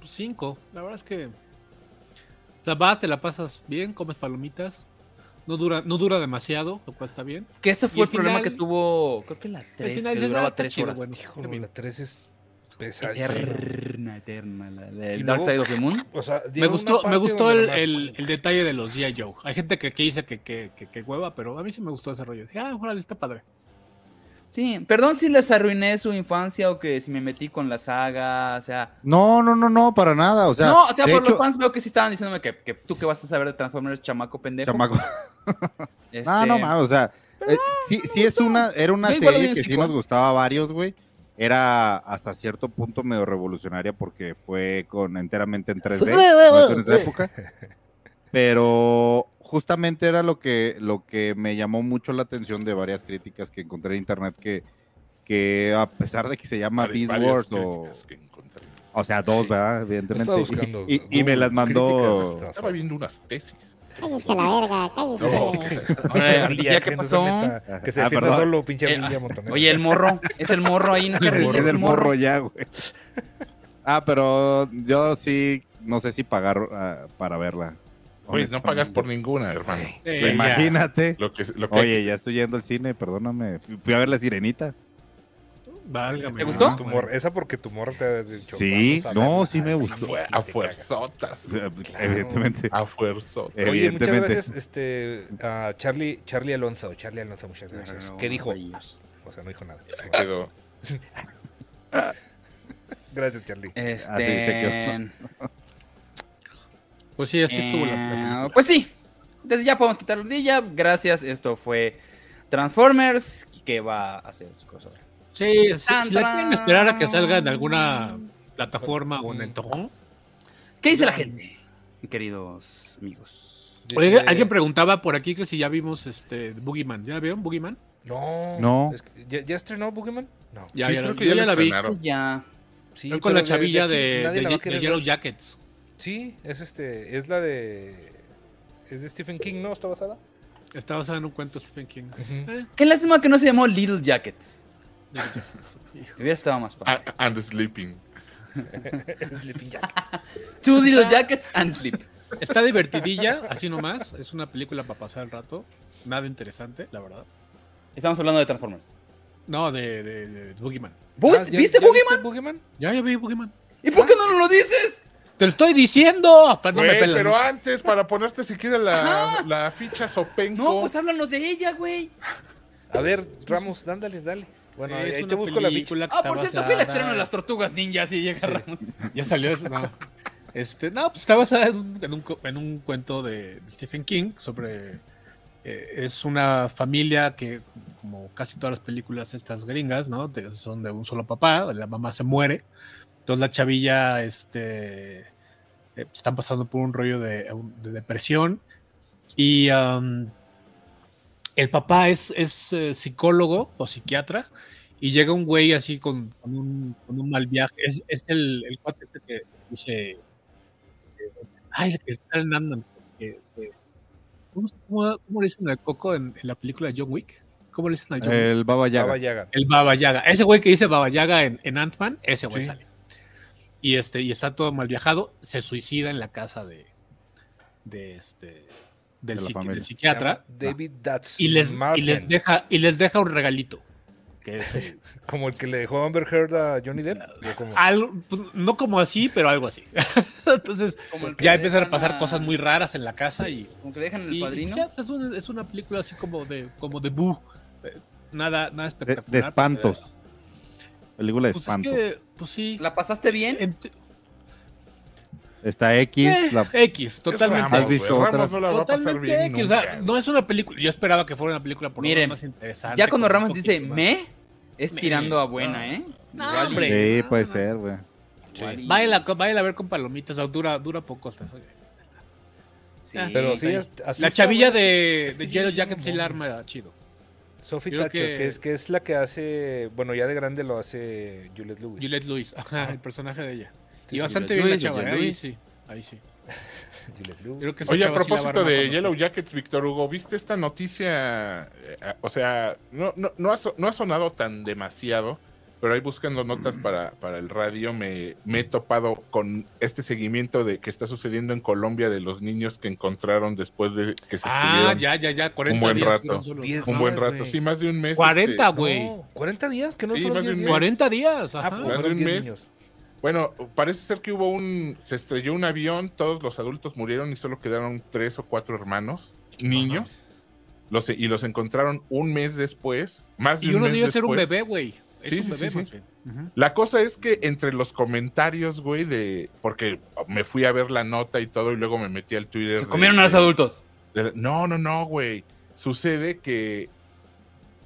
pues, cinco. La verdad es que. O sea, vas, te la pasas bien, comes palomitas. No dura, no dura demasiado, lo cual está bien. Que ese Y fue el el problema final- que tuvo, creo que la el 3, final que dices, ah, duraba está 3 chido, horas. bueno. Híjole, la 3 es pesadísima. Eterna, eterna. La, la- Y el Dark luego- Side of the Moon. O sea, Me llega una gustó, me parte gustó donde el, nomás- el- el detalle de los G.I. Joe. Hay gente que, que dice que, que, que, que hueva, pero a mí sí me gustó ese rollo. Dije, ah, órale, está padre. Sí, perdón si les arruiné su infancia o que si me metí con la saga, o sea... No, no, no, no, para nada. O sea, no, o sea, de por los hecho- fans veo que sí estaban diciéndome que, que tú que vas a saber de Transformers, chamaco pendejo. Chamaco. Ah, Este, No, no mames, o sea, eh, sí, sí es una, era una Yo igual serie vi que sí Musical. nos gustaba a varios, güey. Era hasta cierto punto medio revolucionaria porque fue con enteramente en 3D <laughs> no es en esa época. Pero justamente era lo que, lo que me llamó mucho la atención de varias críticas que encontré en internet que, que a pesar de que se llama Hay Beast varias Wars o, críticas que encontré. o sea, dos, Sí. ¿verdad? Estaba Evidentemente. buscando Y- Y, y me Google las mandó. críticas. Estaba viendo unas tesis. Cállense la verga, <laughs> cállense. Ahora, Pinche ¿ya Arlilla, qué que no se pasó? meta, Que se Ah, defienda perdón. solo, pinche Eh, Arlilla Montonero. Oye, el morro, es el morro ahí, no te rías, Es el <laughs> el morro <laughs> ya, güey. Ah, pero yo sí, no sé si pagar ah, para verla. Pues no honestamente. pagas por ninguna, hermano. Imagínate. Lo que, lo que Oye, ya estoy yendo al cine, perdóname. Fui a ver La Sirenita. Válgame. ¿Te gustó? Tu morra- esa porque tu morra te ha dicho. Sí, vamos a no, verla. sí me Ah, gustó. fue, <laughs> y fue a te fuerzotas. O sea, pues, Evidentemente. Ah, A fuerzotas. cagas. Oye, muchas Evidentemente. gracias, este, a Charlie, Charlie Alonso, Charlie Alonso, muchas gracias. Ah, ¿Qué dijo? O sea, no dijo nada. Se quedó. Gracias, Charlie. Así Este... se Pues sí, <laughs> así estuvo la Eh, película. Pues sí. Entonces ya podemos quitar la ardilla. Gracias. Esto fue Transformers. Que va a hacer su crossover. Sí, si, Tan, si la quieren tan. esperar a que salga en alguna plataforma o en el torrón. ¿Qué dice la gente? Queridos amigos. Dice- Oye, alguien preguntaba por aquí que si ya vimos este Boogeyman. ¿Ya la vieron Boogeyman? No. No. es que- ¿ya, ya estrenó Pokémon? No. Ya, Sí, ya, creo la- que yo ya ya la la vi. estrenaron. Ya. Sí, Estoy pero con la de- chavilla aquí de, nadie de la va a Ye- querer de Yellow ver. Jackets. Sí, es este, es la de, es de Stephen King, ¿no? ¿Está basada? Está basada en un cuento de Stephen King. Eh, Qué lástima que no se llamó Little Jackets. Hubiera estado más padre. A- Ah, And Sleeping. Two Little Jackets and Sleep. Está divertidilla, así nomás. Es una película para pasar el rato. Nada interesante, la verdad. Estamos hablando de Transformers. No, de, de, de Boogeyman. ¿Vos- Ah, ¿ya- ¿Viste ya Pokémon? Boogeyman? Ya, ya vi Boogeyman. ¿Y por qué no nos lo dices? Te lo estoy diciendo. pa- Ah, No me Güey, pelas. pero antes, para ponerte siquiera la, la ficha sopenco. No, pues háblanos de ella, güey. A ver, Ramos, ándale, dale. Bueno, ahí Es ahí una te busco la ficha. película que Ah, está por cierto, basada- fue el estreno de las tortugas ninjas y llega Ramos. Ya salió eso, no. Este, no, pues está basada en un, en un cu- en un cuento de, de Stephen King sobre. eh, es una familia que, como casi todas las películas estas gringas, ¿no? De- son de un solo papá, la mamá se muere. Entonces la chavilla, este. eh, están pasando por un rollo de, de depresión. Y. am, el papá es, es eh, psicólogo o psiquiatra y llega un güey así con, con un, con un mal viaje. Es, es el, el cuate este que dice. eh, Ay, el que está en Ant-Man, que- que- ¿Cómo, cómo, cómo le dicen al coco en, en la película de John Wick? ¿Cómo le dicen al John Wick? El Baba Yaga. Baba Yaga. El Baba Yaga. Ese güey que dice Baba Yaga en, en Ant-Man, ese güey Sí. sale. Y, este, y está todo mal viajado, se suicida en la casa de, de este, De del, la psiqui- familia. del psiquiatra. Se llama David Ah. Dats. Y les, y, les deja, y les deja un regalito. Que es el- Como el que le dejó Amber Heard a Johnny Ah, Depp. o como- Algo- pues, no como así, pero algo así. <laughs> Entonces, Como el que ya le empiezan a dejan pasar a- cosas muy raras en la casa y. Como que le dejan el y padrino. ya, es, una, es una película así como de, como de Boo. Eh, Nada, nada De, espectacular. de espantos. Película de Pues es espantos. que, pues sí. ¿La pasaste bien? Ent- Está X. eh, la- X, Es totalmente. Ramos, ¿Has visto güey. otra? Ramos no la va a pasar Totalmente bien X. O nunca, sea, no es una película. Yo esperaba que fuera una película por lo menos Miren, más interesante. Ya cuando con un Ramos dice poquito más. me, es Me. tirando a buena, ¿eh? No, Igual y- hombre. Sí, puede ser, güey. igual y- Váyala, co- váyala a ver con palomitas. o sea, dura, dura poco hasta eso. Sí. Pero sí, es- La asusta, chavilla güey, de, es que de sí, Yellow sí, Jacket sí mamón. la arma chido. Sophie creo Thatcher, que- que... es, que es la que hace. Bueno, ya de grande lo hace Juliette Lewis. Juliette Lewis, <laughs> ajá, el personaje de ella. Sí, y sí, bastante Juliette bien la Lewis, chava, Juliette ¿eh? ahí Lewis. sí, ahí sí. Juliette Lewis. Creo que esa Oye, a chava sí la va propósito armar de cuando Yellow crezca. Jackets, Víctor Hugo, ¿viste esta noticia? Eh, ah, o sea, no, no, no, ha, so- no ha sonado tan demasiado, pero ahí buscando notas para, para el radio me, me he topado con este seguimiento de que está sucediendo en Colombia de los niños que encontraron después de que se Ah, estuvieron ya, ya, ya, 40 buen días. rato. fueron solo. Diez- un buen Sabes, rato. güey. Sí, más de un mes. 40, este, güey. No, 40 días, que no Sí, fueron más de 10 un días. mes. 40 días, Ah, ajá. pues Más de fueron un 10 mes. niños. Bueno, parece ser que hubo un. Se estrelló un avión, todos los adultos murieron y solo quedaron tres o cuatro hermanos, niños. Los, e, y los encontraron un mes después. Más de y un uno mes de ellos era un después. bebé, güey. Es Sí, un sí, bebé sí, más sí. bien. Ujú. La cosa es que entre los comentarios, güey, de. Porque me fui a ver la nota y todo, y luego me metí al Twitter. Se de- comieron a los de- adultos. de- no, no, no, güey. Sucede que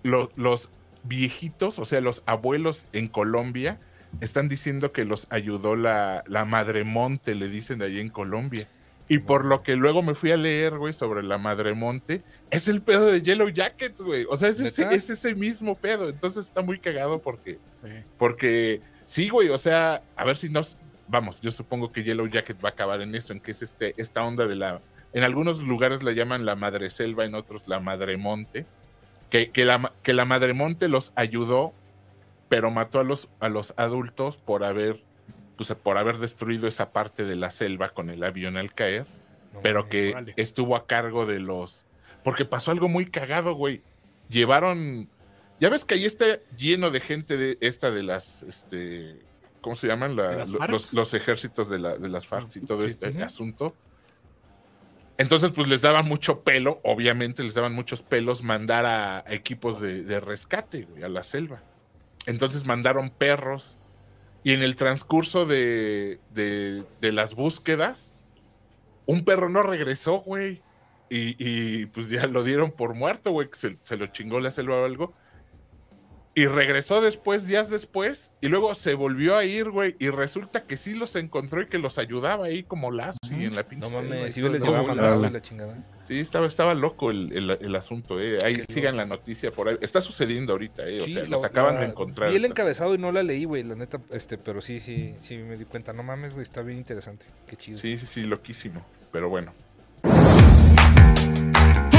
lo- los viejitos, o sea, los abuelos en Colombia, están diciendo que los ayudó la, la madremonte, le dicen allí en Colombia. Y por lo que luego me fui a leer, güey, sobre la madremonte, es el pedo de Yellow Jackets, güey. O sea, es ese, ¿Neta? es ese mismo pedo. Entonces está muy cagado porque, Sí. porque sí, güey, o sea, a ver si nos... Vamos, yo supongo que Yellow Jacket va a acabar en eso, en que es este, esta onda de la en algunos lugares la llaman la madre selva, en otros la madre monte. Que, que la, ma- que la madre monte los ayudó, pero mató a los, a los adultos por haber, pues, por haber destruido esa parte de la selva con el avión al caer, No, pero güey. que órale. estuvo a cargo de los. Porque pasó algo muy cagado, güey. Llevaron. Ya ves que ahí está lleno de gente de esta de las. Este, ¿Cómo se llaman? La- ¿De las lo- FARC? Ah, los, los ejércitos de, la, de las FARC y todo sí, este ujú. asunto. Entonces, pues les daban mucho pelo, obviamente les daban muchos pelos mandar a a equipos de, de rescate, güey, a la selva. Entonces mandaron perros y en el transcurso de, de- de las búsquedas, un perro no regresó, güey. Y, y, pues ya lo dieron por muerto, güey, que se, se lo chingó la selva o algo. Y regresó después, días después, y luego se volvió a ir, güey, y resulta que sí los encontró y que los ayudaba ahí como lazo y en la pinche No selva y mames, si todo yo les el llevaba rollo. mandazo y la chingada. Sí, estaba, estaba loco el, el- el asunto, eh. Ahí sigan la noticia por ahí. Está sucediendo ahorita, eh. O Sí, sea, la- los acaban la- de encontrar. Vi el encabezado y no la leí, güey, la neta, este, pero sí, sí, sí me di cuenta. No mames, güey, está bien interesante. Qué chido. Sí, sí, sí, loquísimo. Pero bueno. Hey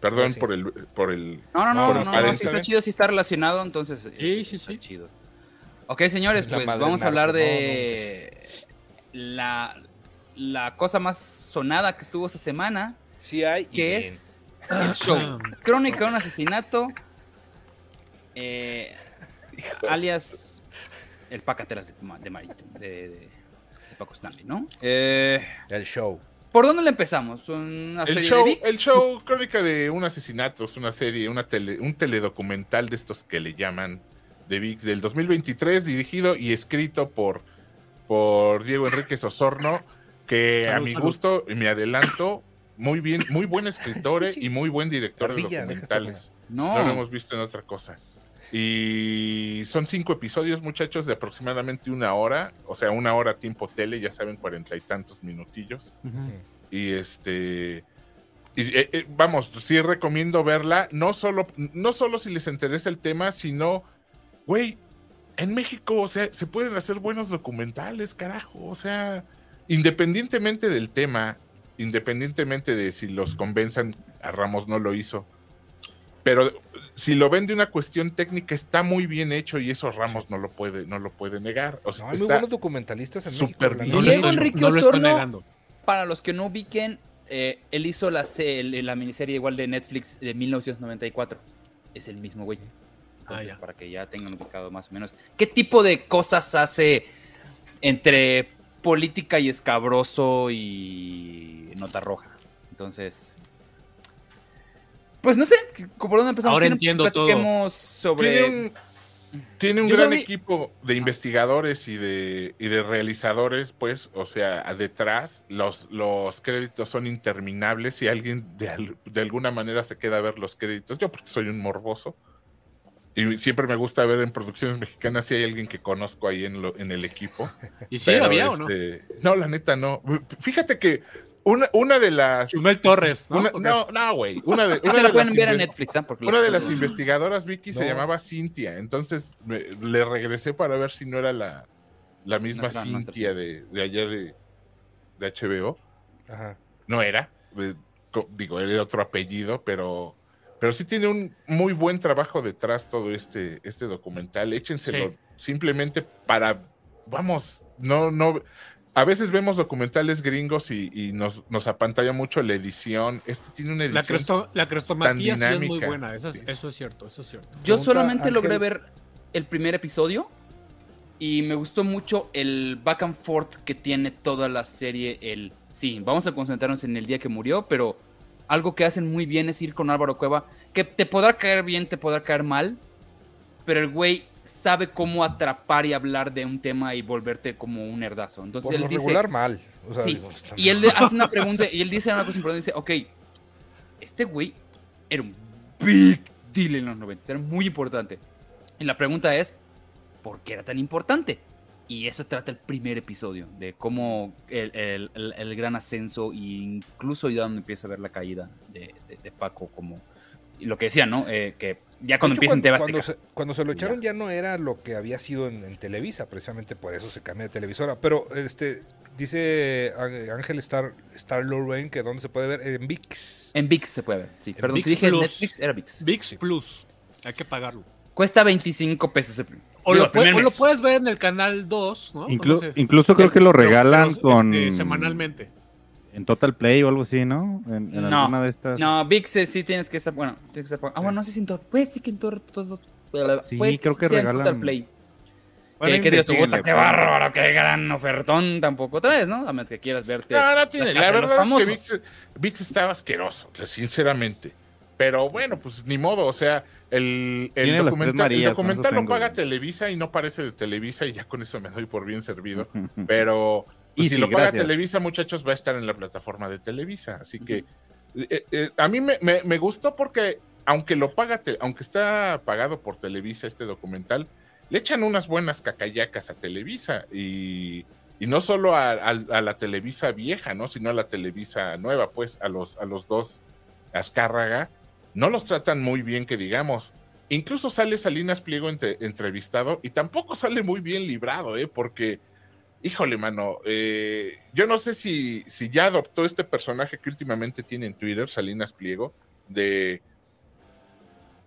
Perdón por el. Por el No, no, no, por no, el no, paréntesis. sí está chido, sí está relacionado, entonces. Sí, eh, sí, está sí. chido. Ok, señores, Es la pues madre vamos a narco, hablar de la, la cosa más sonada que estuvo esta semana, Sí hay. y que bien. es el show. Crónica de un asesinato, eh, alias el Pacatelas de, Ma- de, Marito- de, de- de Paco Stanley, ¿no? Eh, El show. ¿Por dónde le empezamos? ¿Una El serie show, de VIX? el show Crónica de un asesinato es una serie, una tele, un teledocumental de estos que le llaman de VIX del 2023, dirigido y escrito por, por Diego Enríquez Osorno, que a Salud, mi salud. gusto y me adelanto, muy bien, muy buen escritor eh, y muy buen director de Ardilla, deja esta documentales. No, No lo hemos visto en otra cosa. Y son cinco episodios, muchachos, de aproximadamente una hora, o sea, una hora tiempo tele, ya saben, cuarenta y tantos minutillos. Y este. y, eh, eh, vamos, sí recomiendo verla, no solo, no solo si les interesa el tema, sino, güey, en México, o sea, se pueden hacer buenos documentales, carajo, o sea, independientemente del tema, independientemente de si los convenzan, a Ramos no lo hizo, pero si lo ven de una cuestión técnica, está muy bien hecho y eso Ramos no lo puede, no lo puede negar. O sea, No, hay muy Pues está, buenos documentalistas en súper México. la bien. Diego neta. Enrique Osorno. negando. para los que no ubiquen, eh, él hizo la, se- el- la miniserie igual de Netflix de 1994. Es el mismo güey. Entonces, Ah, ya. para que ya tengan ubicado más o menos. ¿Qué tipo de cosas hace entre política y escabroso y nota roja? Entonces. Pues no sé, ¿por dónde empezamos? Ahora ¿Quieren entiendo todo. platiquemos sobre. Tiene un, tiene un Yo gran sabí- equipo de investigadores y de, y de realizadores, pues, o sea, a- detrás los, los créditos son interminables y alguien de, al- de alguna manera se queda a ver los créditos. Yo porque soy un morboso y siempre me gusta ver en producciones mexicanas si hay alguien que conozco ahí en, lo- en el equipo. ¿Y sí Pero, había o no? este, No, la neta no. Fíjate que una, una de las... Chumel Torres, ¿no? una- Porque- no, no, güey. una de, Esa una de Ah, la las pueden ver en inves- Netflix, ¿ah? Porque una la- de las investigadoras, Vicky, se No. llamaba Cintia. Entonces me- le regresé para ver si no era la, la misma No será Cintia de, de allá de, de HBO. Ajá. No era. eh, co- Digo, era otro apellido, pero, pero sí tiene un muy buen trabajo detrás todo este, este documental. Échenselo Sí. simplemente para. Vamos, no, no. A veces vemos documentales gringos y, y nos, nos apantalla mucho la edición. Este tiene una La, edición. cresto, la crestomatía sí es muy dinámica. buena, eso es, Sí. eso es cierto, eso es cierto. Yo Pregunta solamente Ángel. logré ver el primer episodio y me gustó mucho el back and forth que tiene toda la serie. El sí, vamos a concentrarnos en el día que murió, pero algo que hacen muy bien es ir con Álvaro Cueva, que te podrá caer bien, te podrá caer mal, pero el güey sabe cómo atrapar y hablar de un tema y volverte como un nerdazo. Entonces Por él lo dice, regular, mal. O sea, Sí, digo, pues, está y él mal. le hace una pregunta y él dice una cosa importante. Dice, ok, este güey era un big deal en los 90, era muy importante. Y la pregunta es, ¿por qué era tan importante? Y eso trata el primer episodio, de cómo el, el- el- el gran ascenso e incluso ya donde empieza a ver la caída de, de- de Paco, como y lo que decía, ¿no? Eh, que ya cuando De hecho, empieza en TV cuando Azteca. se, cuando se lo echaron ya no era lo que había sido en, en Televisa, precisamente por eso se cambia de televisora. Pero este dice Á- Ángel Star, Star Lorraine que dónde se puede ver en VIX. En VIX se puede ver, sí. En Perdón, ViX si dije Plus. Netflix, era VIX. VIX Plus, hay que pagarlo. Cuesta 25 pesos. el prim- O, digo, lo, el primer pue- o lo mes. puedes ver en el canal 2, pues ¿no? Inclu- No sé. incluso creo que lo Pero- regalan pero, con este, semanalmente. en Total Play o algo así, ¿no? En, en No, alguna de estas. No, VIX eh, sí tienes que estar. Bueno, tienes que estar. Ah, bueno, no sé si en todo. Puede sí que en todo. todo Sí, puede creo sí que sea en regalan- Total Play. Bueno, que que Dios te investiguenle, pues. bota, qué pero- bárbaro, qué gran ofertón tampoco traes, ¿no? A menos que quieras verte. No, no tiene. casa La de los verdad es que famosos. VIX, VIX estaba asqueroso, o sea, sinceramente. Pero bueno, pues ni modo. O sea, el, el Tiene las documental, tres Marías, el con documental eso no tengo, paga güey. Televisa y no parece de Televisa y ya con eso me doy por bien servido. Pero Y pues, si sí, lo paga gracias. Televisa, muchachos, eh, va a estar en la plataforma de Televisa. Así que eh, eh, a mí me, me- me gustó porque aunque lo paga, te- aunque está pagado por Televisa este documental, le echan unas buenas cacayacas a Televisa y, y no solo a, a- a la Televisa vieja, ¿no? Sino a la Televisa nueva, pues a los, a los dos Azcárraga, no los tratan muy bien, que digamos. Incluso sale Salinas Pliego entre- entrevistado y tampoco sale muy bien librado, ¿eh? Porque, híjole, mano, eh, yo no sé si, si ya adoptó este personaje que últimamente tiene en Twitter, Salinas Pliego, de... <laughs>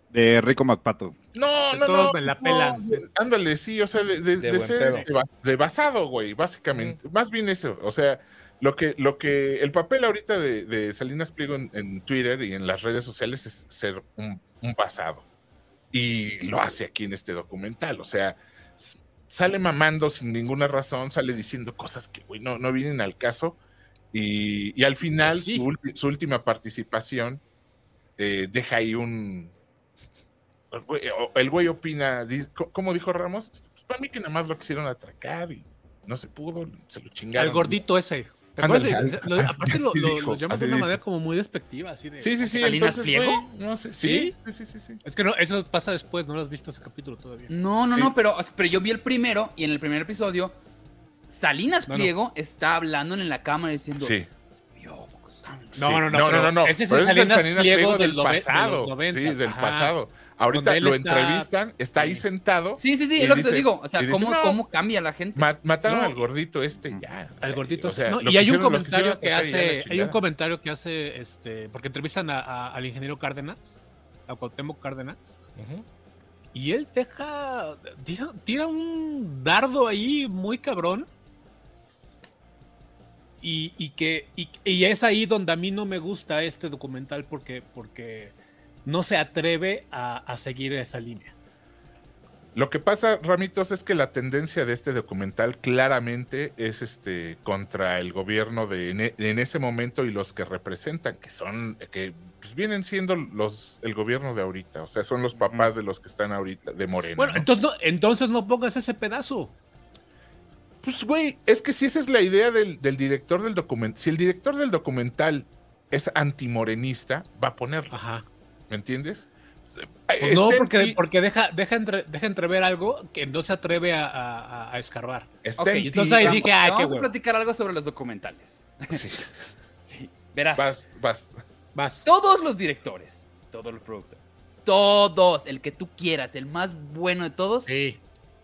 De Rico McPato. No, De no, todos no. me la no, pelan. de- ándale, sí, o sea, de, de- De de buen ser pedo. este, bas- de basado, güey, básicamente. Más bien eso, o sea, lo que, lo que, el papel ahorita de, de Salinas Pliego en, en Twitter y en las redes sociales es ser un, un basado. Y lo hace aquí en este documental, o sea, s- sale mamando sin ninguna razón, sale diciendo cosas que, güey, no, no vienen al caso. Y, y al final, Pues Sí. su, ulti- su última participación eh, deja ahí un. el güey- o- El güey opina, di- co- ¿cómo dijo Ramos? Pues para mí que nada más lo quisieron atracar y no se pudo, se lo chingaron. Al gordito ese. ¿Te Ándale, acuerdas? al- <laughs> Lo- aparte lo, así lo- dijo, lo llamas de así una dice. manera como muy despectiva, así de. Sí, sí, sí, ¿Salinas entonces, Pliego? güey, no sé, ¿sí? sí, sí, sí, sí. Es que no, eso pasa después, no lo has visto ese capítulo todavía. No, no, Sí. no, pero, pero yo vi el primero y en el primer episodio, Salinas No, no. Pliego está hablando en la cámara diciendo: Sí. Yo, poco sangre". No, no, no, no, pero no, no. ese es pero el Salinas Pliego del nove- del de los pasado. sí, noventas, del ajá. pasado. Ahorita Donde él lo está- entrevistan, está ahí Sí. sentado. Sí, sí, sí, Y es lo que dice- te digo. O sea, y dice, cómo, "No". cómo cambia la gente. ma- mataron No. al gordito este ya. o Al sea, gordito. o sea, no, lo y hay un quisieron- lo comentario quisieron que sacar y ya la hace, hay un chingada. comentario que hace, este, porque entrevistan a- a- al ingeniero Cárdenas, a Cuauhtémoc Cárdenas, Ujú. y él deja, tira, tira un dardo ahí muy cabrón. Y, y que y, y es ahí donde a mí no me gusta este documental porque, porque no se atreve a, a seguir esa línea. Lo que pasa, Ramitos, es que la tendencia de este documental claramente es este contra el gobierno de en, e- en ese momento y los que representan, que son, que pues, vienen siendo los el gobierno de ahorita, o sea, son los papás de los que están ahorita, de Morena. Bueno, ¿no? entonces no, entonces no pongas ese pedazo. Pues, güey, es que si esa es la idea del, del director del documental, si el director del documental es antimorenista, va a ponerlo, Ajá. ¿me entiendes? Ah. Pues no, Este, Está en porque, ti- porque deja, deja, entre- deja entrever algo que no se atreve a, a- a- a escarbar. está Ok, en ti, entonces Pues ahí vamos, dije, ay, qué Vamos a bueno. platicar algo sobre los documentales. sí, <laughs> Sí, verás. vas, vas. Vas. Todos los directores, todos los productores, todos, el que tú quieras, el más bueno de todos, Sí.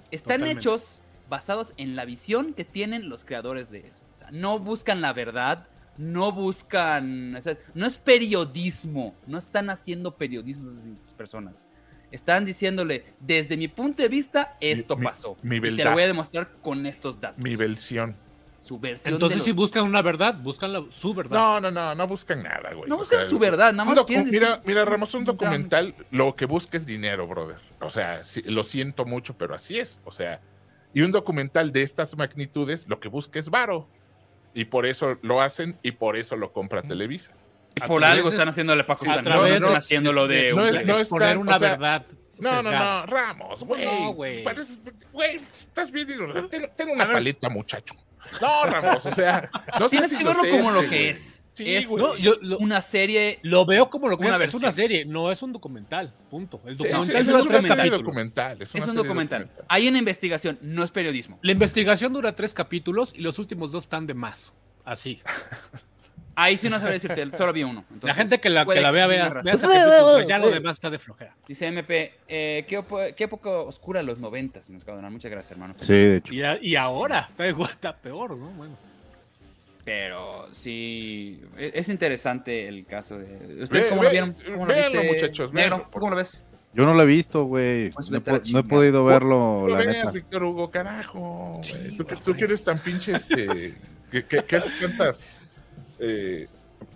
están totalmente. hechos basados en la visión que tienen los creadores de eso. O sea, no buscan la verdad, no buscan, o sea, no es periodismo, no están haciendo periodismo esas personas. Están diciéndole, desde mi punto de vista, esto mi- pasó. mi y te lo verdad. voy a demostrar con estos datos. Mi versión. su versión Entonces, si de los- buscan una verdad, buscan la- su verdad. No, no, no, no buscan nada, güey. No O buscan sea, su verdad, nada un más docu- quieren decir- mira, mira, Ramos, un documental lo que busca es dinero, brother. O sea, sí, lo siento mucho, pero así es. O sea, y un documental de estas magnitudes lo que busca es varo. Y por eso lo hacen y por eso lo Mm. compra Televisa. Y a por través algo de- están haciééndole Paco a Stanley, través no están de- haciéndolo de, de- un no es- de pretexto. exponer están, una o sea, verdad. No, no, sesgada. no, Ramos, güey. No, güey. pareces- Güey, estás bien. ignorante. Ten, ten una paleta, muchacho. No, Ramos, o sea, no seas Tienes que verlo como lo inocente, güey. que es. Sí, es güey. No, yo lo, una serie lo veo como lo que Una es, es versión. una serie, no es un documental. Punto. El Sí, es, documental es dura una tres serie capítulos. documental. Es una un serie documental. Hay una investigación, no es periodismo. La investigación dura tres capítulos y los últimos dos están de más. Así. Ahí sí no sabría decirte, solo vi uno. la Entonces, gente que la, puede que la vea, sí vea, tenga vea razón. ese capítulo, pero ya lo demás está de flojera. Dice MP, eh, ¿qué, opo- qué época oscura los noventas nos cabrón. Muchas gracias, hermano. Sí, de hecho. Y, a- y ahora está, igual, está peor, ¿no? Bueno. Pero sí, e- es interesante el caso de... ¿Ustedes Ve- cómo ve- lo vieron? ¿Cómo lo véanlo, viste, muchachos, Negro? véanlo, por ¿Cómo lo ves? Yo no lo he visto, güey. Pues No, he vete a la po- no he chingada. podido verlo, Lo la veas, neta. Víctor Hugo, carajo. güey. tú, que- tú que eres tan pinche este. que, que- que haces tantas eh,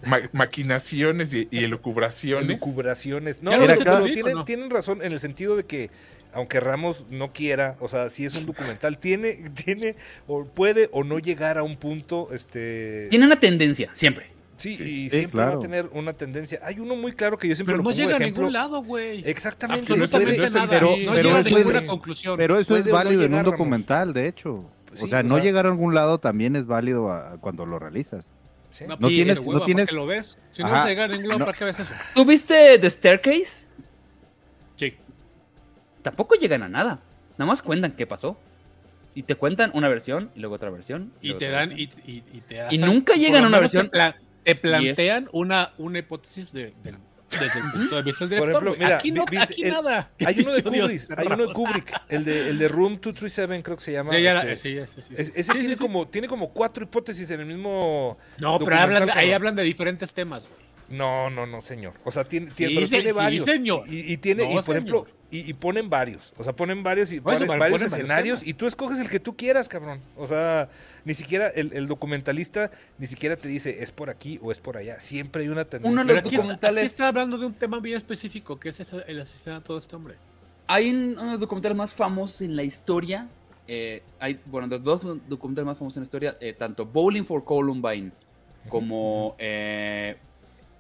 ma- maquinaciones y, y elucubraciones. Lucubraciones. No, ¿Ya lo no, viste, pero Luis, o tienen, no? tienen razón en el sentido de que, aunque Ramos no quiera, o sea, si es un documental, tiene, tiene, o puede o no llegar a un punto, este. Tiene una tendencia, siempre. Sí, Sí, y siempre va claro. a tener una tendencia. Hay uno muy claro que yo siempre Pero lo no pongo de llega a ejemplo. ningún lado, güey. Absolutamente no Absolutamente puede- es el- nada. pero- no pero llega a eso es- ninguna conclusión. Pero eso es Puede o no válido en un llegar, Ramos. documental, de hecho. Sí, o sea, o no sea- llegar a algún lado también es válido a- a cuando lo realizas. ¿Sí? <laughs> No sí, tienes- de no hueva, ¿para tienes- qué lo ves? Si no Ajá. vas a llegar en globo, No. ¿para qué ves eso? ¿Tuviste The Staircase? Sí. Tampoco llegan a nada. Nada más cuentan qué pasó. Y te cuentan una versión y luego otra versión. Y luego te otra dan. Y, versión. y- y te Y hacen- nunca por llegan lo a una menos versión. Te, pla- te plantean una, una hipótesis de, del- desde el punto de vista del Por director. ejemplo, güey. mira, aquí no, vi- vi- aquí el- nada. Hay uno de Dios, Kubrick, hay uno de Kubrick, el de, el de Room 237 creo que se llama. Sí, ya la- este, sí, sí, sí, sí. es- ese Sí, sí, tiene, sí. Como, tiene como cuatro hipótesis en el mismo... No, pero documental, hablan de- ahí cabrón. hablan de diferentes temas, güey. No, no, no, señor. O sea, tiene, Sí, tiene, pero se- tiene sí, varios. señor. Y, y tiene, No, y por señor. ejemplo, y, y ponen varios. O sea, ponen varios y Por eso, ponen pero varios ponen varios escenarios temas. y tú escoges el que tú quieras, cabrón. O sea, ni siquiera el, el documentalista ni siquiera te dice es por aquí o es por allá. Siempre hay una tendencia. Uno de Pero los aquí, está- aquí documentales- está hablando de un tema bien específico, que es ese- el asesinato de este hombre. Hay un- uno de los documentales más famosos en la historia. eh, hay, bueno, de los dos documentales más famosos en la historia, eh, tanto Bowling for Columbine como eh,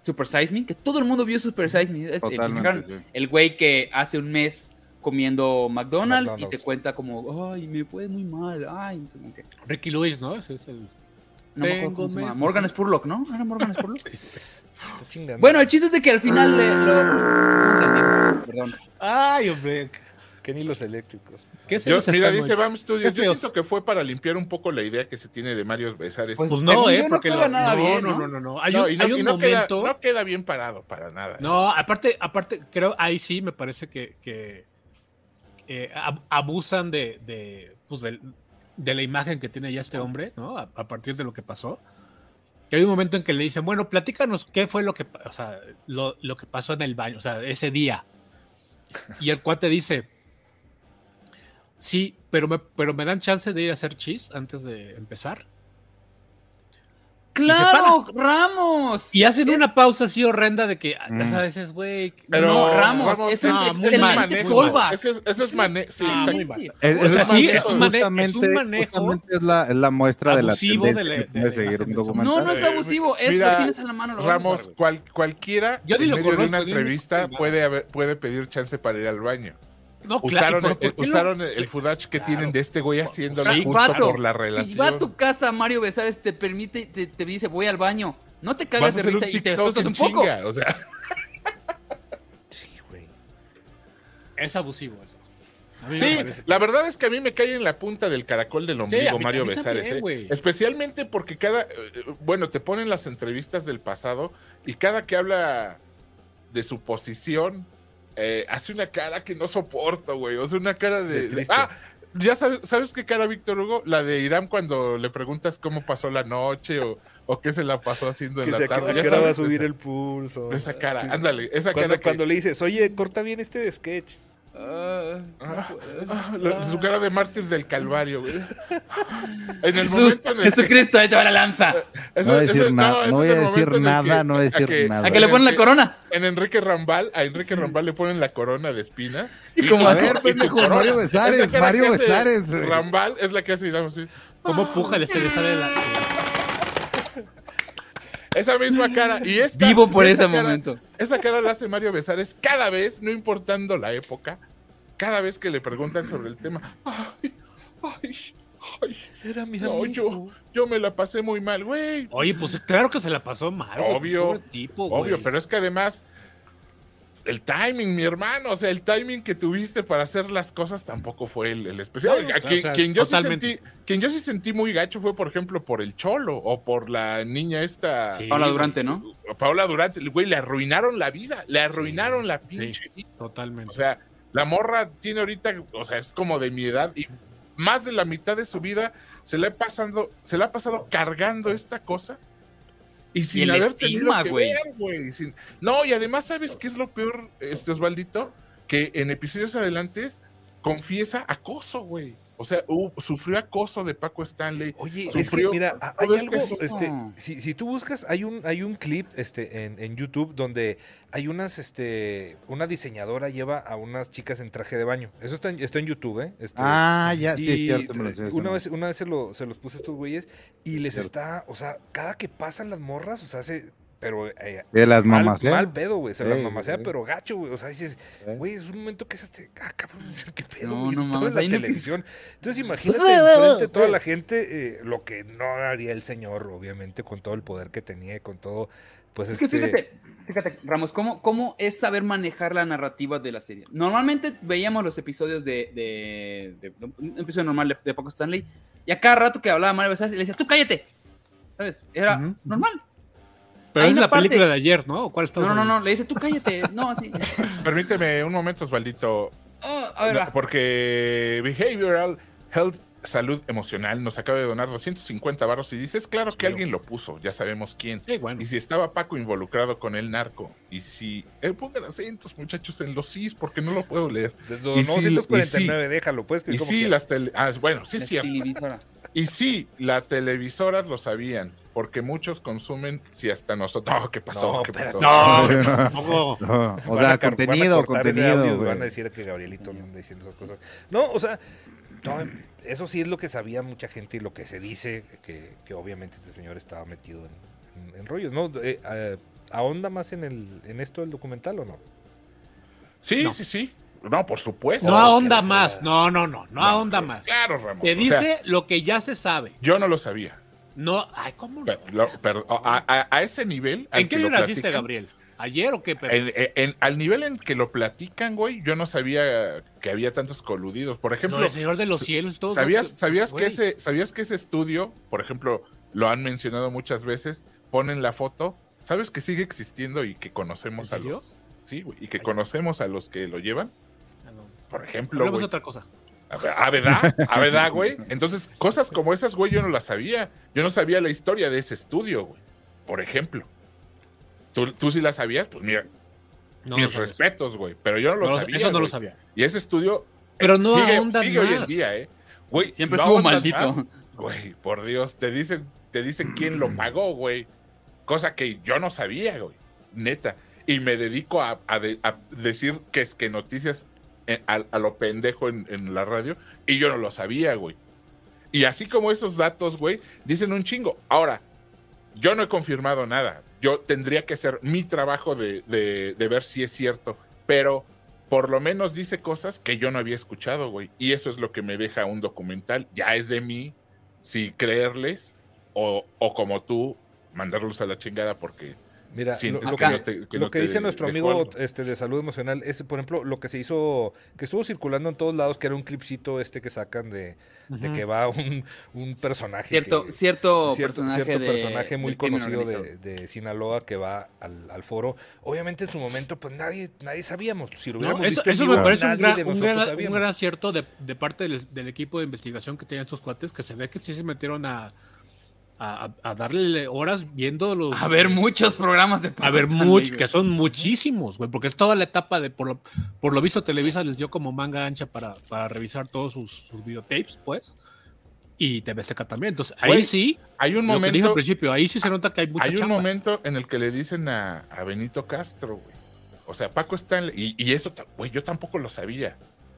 Super Size Me, que todo el mundo vio Super Size Me. Es- eh, Totalmente, sí. El güey que hace un mes comiendo McDonald's, y te McDonald's. cuenta como, ay, me fue muy mal, ay, no sé, como que- Ricky Lewis, ¿no? Ese es el. no me acuerdo Tengo cómo se llama. mes, Morgan no sé. Spurlock, ¿no? ¿Era Morgan Spurlock? Está chingando. bueno, el chiste es de que al final de lo- Perdón. Ay, hombre. que ni los eléctricos. ¿Qué es Yo- eso? mira, Está dice muy- Bam Studios, Qué yo feos. siento que fue para limpiar un poco la idea que se tiene de Mario Besares. Pues, Pues según no, yo ¿eh? no Porque queda lo- nada no, bien, no, ¿no? no, no, no. Hay no, un, y no, hay un y no queda, momento. no queda bien parado para nada. No, aparte, aparte, creo ahí sí me parece que, que, eh, ab- abusan de, de, pues, del- de la imagen que tiene ya este hombre, ¿no? A, a partir de lo que pasó. Que hay un momento en que le dicen, bueno, platícanos qué fue lo que, pa- o sea, lo, lo que pasó en el baño, o sea, ese día. Y el cuate dice, sí, pero me, pero me dan chance de ir a hacer chis antes de empezar. ¡Claro, Ramos! Y hacen Es- una pausa así horrenda de que, Mm. o sea, dices, güey, Pero, no, Ramos, Ramos, eso no, es muy excelente mal, muy mal. callback. Ese es, ese es mane- sí, Ah, exacto. muy mal. Es, O sea, es- sí, es es un mane- es un justamente- manejo justamente es la, es la muestra de la abusivo tendencia de la- que puede de la seguir imagen un de su- No, documental. no es Eh, abusivo, es mira, lo tienes a la mano. Lo vas a Ramos, usar, güey. cual- cualquiera Yo ni en lo medio de conozco, una ni- ni- entrevista ni- puede, haber- puede pedir chance para ir al baño. No, Oh, claro. usaron pero el, ¿por qué lo- usaron el- el footage que Claro. tienen de este güey haciéndolo Sí, justo vato. por la Si va a relación. tu casa, Mario Besares te permite, te, te dice, voy al baño. No te cagas Vas a de hacer un risa y te TikTok asustas en un poco. chinga, o sea, Sí, güey. Es abusivo eso. A mí me sí, parece. la verdad es que a mí me cae en la punta del caracol del ombligo a mí- Mario a mí Besares. también, ¿eh? güey. Especialmente porque cada, eh, eh, bueno, te ponen las entrevistas del pasado y cada que habla de su posición, eh, hace una cara que no soporto, güey. O sea, una cara De de... de- triste. ah, ya sabes, ¿sabes qué cara Víctor Hugo? La de Irán cuando le preguntas cómo pasó la noche o, o qué se la pasó haciendo en Que la se tarde. que Ya ahora va a sabes, subir esa- el pulso. Esa cara, ándale, esa Cuando, cara que- cuando le dices, oye, corta bien este sketch. Ah, ah, la- su cara de mártir del Calvario, güey. En el Jesús, momento en el que- Jesucristo, ahí te va la lanza. eso- No voy a eso- decir nada, no eso es voy el a momento decir en el nada, que- no voy a decir nada. A que le ponen la que- corona. En Enrique Rambal, a Enrique Rambal le ponen la corona de espinas. Y como A así, ver, tu pendejo, corona. Mario Esa Besares, cara que Mario hace Besares, güey. Rambal es la que hace, digamos, así. ¿Cómo puja le se le sale la. Esa misma cara. Y esta, Vivo por y ese esta cara- momento. Esa cara la hace Mario Besares cada vez, no importando la época, cada vez que le preguntan sobre el tema. Ay, ay, ay. Era mi No, amigo. yo, yo me la pasé muy mal, güey. Oye, pues claro que se la pasó mal. güey, Obvio, pobre tipo, Oh, güey. Obvio, pero es que además, el timing, mi hermano, o sea, el timing que tuviste para hacer las cosas tampoco fue el, el especial. No, A no, quien, o sea, quien yo sí totalmente. sentí, quien yo sí sentí muy gacho fue, por ejemplo, por el Cholo o por la niña esta. Sí, Paula güey, Durante, ¿no? Paola Durante, el güey, le arruinaron la vida, le arruinaron la pinche vida. O Totalmente. sea, la morra tiene ahorita, o sea, es como de mi edad y más de la mitad de su vida se la ha pasando, se la ha pasado cargando esta cosa. Y sin el haber estigma, tenido que güey. ver, güey. sin- No, y además, ¿sabes qué es lo peor, este Osvaldito? Que en episodios adelantes confiesa acoso, güey. O sea, hu- sufrió acoso de Paco Stanley. Oye, es que Sufrió mira, a- hay todo algo, este susto. este, si, si tú buscas, hay un, hay un clip este, en, en YouTube donde hay unas, este, una diseñadora lleva a unas chicas en traje de baño. Eso está en, está en YouTube, ¿eh? Este, Ah, ya, sí, es y cierto. me lo eh, sé, una sí, vez, una vez se, lo- se los puse a estos güeyes y les Cierto. está, o sea, cada que pasan las morras, o sea, se pero eh, De Pues las mal, mamás. mal pedo, güey. Se las Sí, mamasea, sí. pero gacho, güey. O sea, dices, Sí. güey, es un momento que es este. Ah, cabrón, qué pedo, No, güey. no Esto mames, en la ahí no- televisión. <laughs> Entonces, imagínate enfrente de toda la gente eh, lo que no haría el señor, obviamente, con todo el poder que tenía y con todo. Pues Es que este, fíjate, fíjate, Ramos, ¿cómo, cómo es saber manejar la narrativa de la serie? Normalmente veíamos los episodios de, de- de- de un episodio normal de, de Paco Stanley, y a cada rato que hablaba Mario Besas, le decía, tú cállate. ¿Sabes? Era Ujú, ujú. normal. Pero Hay es una la parte- película de ayer, ¿no? ¿O cuál está? No, no, no, le dice, tú cállate. No, así. Permíteme un momento, Osvaldito. Ah, a ver, No, va. Porque Behavioral Health Salud Emocional nos acaba de donar 250 barros y dices, claro que alguien lo puso, ya sabemos quién. Sí, bueno. Y si estaba Paco involucrado con el narco, y si... eh, pongan acentos, muchachos, en los sis, porque no lo puedo leer. de- y no, sí, 949, déjalo, pues. Y sí, las tele... Ah, bueno, sí es Las cierto. televisoras. Y sí, las televisoras lo sabían, porque muchos consumen, si hasta nosotros... No, ¿qué pasó? No, ¿Qué espérate. pasó? No, tampoco. No, <laughs> o sea, contenido, contenido. güey. Van a decir que Gabrielito no anda diciendo esas cosas. No, o sea, no, eso sí es lo que sabía mucha gente y lo que se dice, que, que obviamente este señor estaba metido en, en- en rollos, ¿no? Eh, eh, ¿Ahonda más en, el, en esto del documental o no? Sí, No. sí, sí. No, por supuesto. No ahonda sí, más. sí. No, no, no. No ahonda más. Claro, Ramón. Te o sea, dice lo que ya se sabe. yo no lo sabía. No, ay, ¿cómo no? Pe- lo- pero a, a- a ese nivel. al ¿En qué que año lo naciste, platican- Gabriel? ¿Ayer o qué? Pero- en- en- en- al nivel en que lo platican, güey, yo no sabía que había tantos coludidos. Por ejemplo, No, el Señor de los sa- Cielos, todo. ¿sabías, ¿no? sabías, Güey. que ese, ¿sabías que ese estudio, por ejemplo, lo han mencionado muchas veces, ponen la foto? ¿Sabes que sigue existiendo y que conocemos ¿En a serio? los... Sí, güey, y que conocemos a los que lo llevan? Ah, no. Por ejemplo, Hablemos de güey, otra cosa. A ver, ¿A Ah, verdad? ¿A verdad, güey? Entonces, cosas como esas, güey, yo no las sabía. Yo no sabía la historia de ese estudio, güey. Por ejemplo. ¿Tú, tú sí la sabías? Pues mira, No mis lo sabía. respetos, güey. Pero yo no lo No lo- sabía. Eso no lo güey. sabía. Y ese estudio Pero no sigue, ahondan sigue hoy en más. día, ¿eh? Güey, Siempre no estuvo ahondan maldito. más. Güey, por Dios, te dicen, te dicen <clears throat> quién lo pagó, güey. Cosa que yo no sabía, güey. Neta. Y me dedico a, a de- a decir que es que noticias en- a, a lo pendejo en, en la radio. Y yo no lo sabía, güey. Y así como esos datos, güey, dicen un chingo. Ahora, yo no he confirmado nada. Yo tendría que hacer mi trabajo de, de- de ver si es cierto. Pero por lo menos dice cosas que yo no había escuchado, güey. Y eso es lo que me deja un documental. Ya es de mí si creerles o, o como tú, mandarlos a la chingada porque... Mira, lo, sientes lo que que, no te- que lo no que te dice nuestro dejó amigo algo. este, de salud emocional es, por ejemplo, lo que se hizo, que estuvo circulando en todos lados, que era un clipcito este que sacan de, de que va un, un <laughs> personaje. Cierto, que- cierto, cierto, personaje, cierto de- personaje muy del crimen conocido de, organizado. de Sinaloa que va al, al foro. Obviamente en su momento, pues nadie, nadie sabíamos. Si lo hubiéramos No, eso, visto en eso vivo, me parece un nadie gran, de un nosotros gran- sabíamos. un gran acierto de, de parte del, del equipo de investigación que tenían estos cuates, que se ve que sí se metieron a, a- a darle horas viendo los... A ver, muchos programas de A ver, Pakistán, much- güey. que son muchísimos, güey, porque es toda la etapa de, por lo, por lo visto, Televisa les dio como manga ancha para, para revisar todos sus, sus videotapes, pues, y TV Azteca también. Entonces, ahí Güey, sí, Hay un lo que dije al momento, principio, ahí sí se nota que hay mucha hay un chamba. momento en el que le dicen a, a Benito Castro, güey. O sea, Paco Stanley. Y, y eso, ta- güey, yo tampoco lo sabía.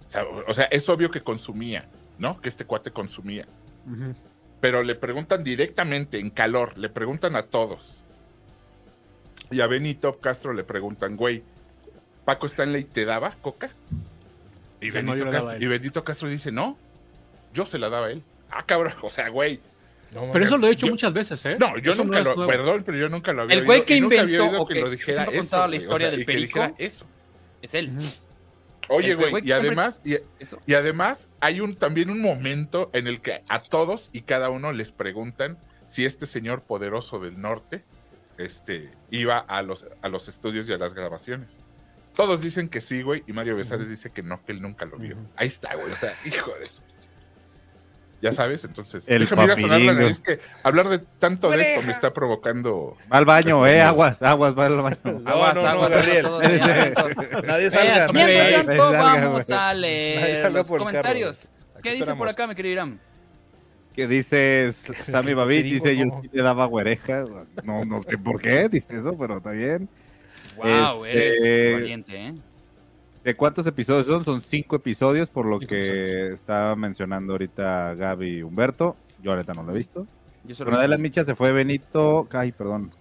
O sea, o sea, es obvio que consumía, ¿no? Que este cuate consumía. Ujú. pero le preguntan directamente, en calor, le preguntan a todos. Y a Benito Castro le preguntan, güey, ¿Paco Stanley te daba coca? Y, O sea, no, yo Benito, la daba Castro, a él. y Benito Castro dice, no, yo se la daba a él. Ah, cabrón, <laughs> o sea, güey. No, Pero eso lo he hecho Yo- muchas veces, ¿eh? No, yo Eso nunca es lo, nuevo. perdón, pero yo nunca lo había El güey oído, que y nunca había inventó oído o que que lo dijera siempre ha eso, contado la güey, o historia sea, del y que perico. dijera eso. Es él. Oye, El güey güey, que y siempre- además, y- Eso. Y además hay un también un momento en el que a todos y cada uno les preguntan si este señor poderoso del norte este, iba a los, a los estudios y a las grabaciones. Todos dicen que sí, güey, y Mario Besares dice que no, que él nunca lo vio. Ahí está, güey, o sea, hijo de eso. Ya sabes, entonces. El déjame ir a sonar la papiringo. nariz que hablar de tanto de esto me está provocando. Va al baño, eh, aguas, aguas, va al baño. No, no, no, Gabriel. todos atentos. Nadie salga. Mientras nadie- Ahí tanto, salga, vamos güey. a Ahí leer salga los por el comentarios. carro. ¿Qué Aquí dice por esperamos. acá, mi querido Irán? Que <laughs> dice Sammy Babit, digo, dice yo no. sí le daba güerejas. No, no sé por qué, dice eso, pero está bien. Wow, eres Este, valiente, ¿eh? ¿De cuántos episodios son? Son cinco episodios, por lo Cinco que estaba mencionando ahorita Gaby y Humberto. Yo ahorita no lo he visto. Yo solo Con de las vi- Micha se fue Benito. Ay, perdón.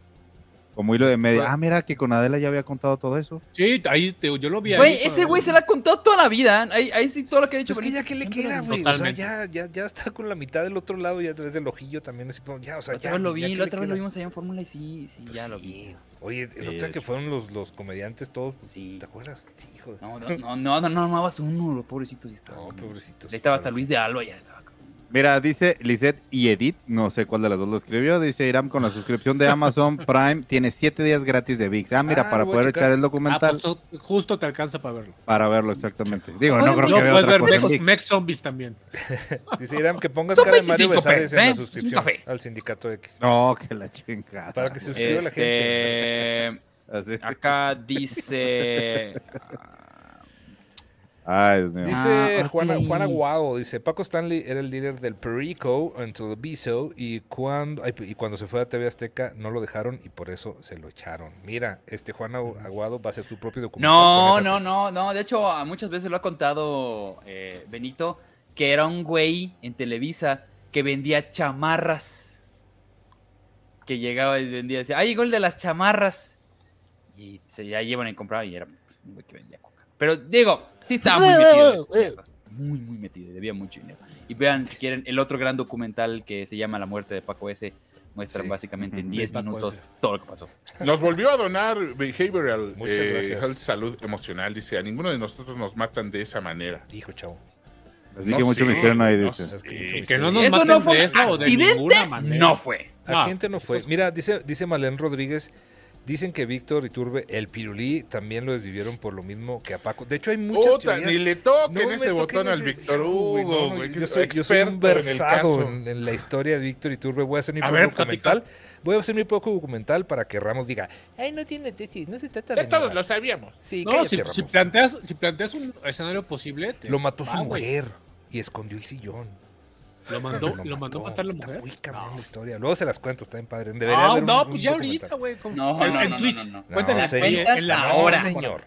Como hilo de media. Ah, mira que con Adela ya había contado todo eso. Sí, ahí te- yo lo vi. ahí Güey, con- ese güey se la ha contado toda la vida. Ahí, ahí sí todo lo que ha dicho. Pues que ya Benito. que le Siempre queda, lo- güey. O sea, Totalmente. ya, ya, ya está con la mitad del otro lado, ya ves el ojillo también así como, ya, o sea, La otra ya. vez lo güey, ya vi, que la le otra vez lo queda. vimos allá en Fórmula y sí, sí, Pues ya lo sí. vi. Oye, el Sí, otro de día que fueron los, los comediantes todos, Sí. ¿te acuerdas? Sí, hijo de- No, no, no, no, no, no amabas uno, los pobrecitos. Sí estaba, No, cabrón. pobrecitos. Ahí estaba hasta Luis de Alba, ya estaba. cabrón. Mira, dice Lisette y Edith, no sé cuál de las dos lo escribió, dice Iram con la suscripción de Amazon Prime tiene siete días gratis de VIX. Ah, mira, Ah, para lo voy a poder checar. echar el Ah, documental pues, tú- justo te alcanza para verlo. para verlo exactamente. Digo, no Oye, creo no, que No, vea puedes otra ver cosa. Mex, Mex Zombies también. Dice Iram que pongas Son cara de Mario 25 Besares en pesos, la ¿eh? suscripción Un café. al sindicato X. No, que la chingada. Para que se suscriba la gente. Este. Así. Acá <laughs> dice. ah, Ay, Dios mío. Dice Ah, Juana, ok. Juana Guau, dice Paco Stanley era el líder del Perico en Televiso y cuando, ay, y cuando se fue a TV Azteca no lo dejaron y por eso se lo echaron. Mira, este Juan Agu- Aguado va a hacer su propio documental. No, con esa no, tesis. no, no. De hecho, a muchas veces lo ha contado eh, Benito, que era un güey en Televisa que vendía chamarras. Que llegaba y vendía, decía, ¡ay, gol de las chamarras! Y se ya llevan y compraban y era un güey que vendía coca. Pero digo, sí estaba muy metido. en estas cosas, Muy, muy metido, y debía mucho dinero. Y vean, si quieren, el otro gran documental que se llama La muerte de Paco S. Muestran Sí. básicamente en Ujú. 10 De Paco minutos S. todo lo que pasó. Nos volvió a donar Behavioral Muchas eh, gracias. Health Salud Emocional. Dice, a ninguno de nosotros nos matan de esa manera. Hijo, chavo. Así No que mucho sé, misterio no hay, no dice. sé. Es que Sí, mucho que misterio. no Si nos eso maten no de fue esa o de accidente, ninguna manera. no fue. No, Accidente no fue. Mira, dice, dice Malén Rodríguez, dicen que Víctor Iturbe, el pirulí, también lo desvivieron por lo mismo que a Paco. De hecho, hay muchas Puta, teorías. ni le toquen No me ese toquen botón al ese- Víctor Uy, Hugo, no, no, güey. que Yo es soy, yo soy un experto en el versado caso. en, en la historia de Víctor Iturbe. Voy a hacer mi A propio ver, documental. Voy a hacer mi propio documental para que Ramos diga, ay, no tiene tesis, no se trata de Ya todos nada". lo sabíamos. Sí, No, cállate, si, Ramos. si planteas, si planteas un escenario posible, te- Lo mató su va, Ah, güey. mujer y escondió el sillón. Lo mandó, lo mandó a matar la Está mujer. muy cabrón No. la historia. Luego se las cuento, está bien padre. Debería No, haber un- no, un pues ya documental. ahorita, güey. con- No, en, no, en no, Twitch. no, no, no. Cuéntale, No, señor. cuéntale en la No, hora. señor.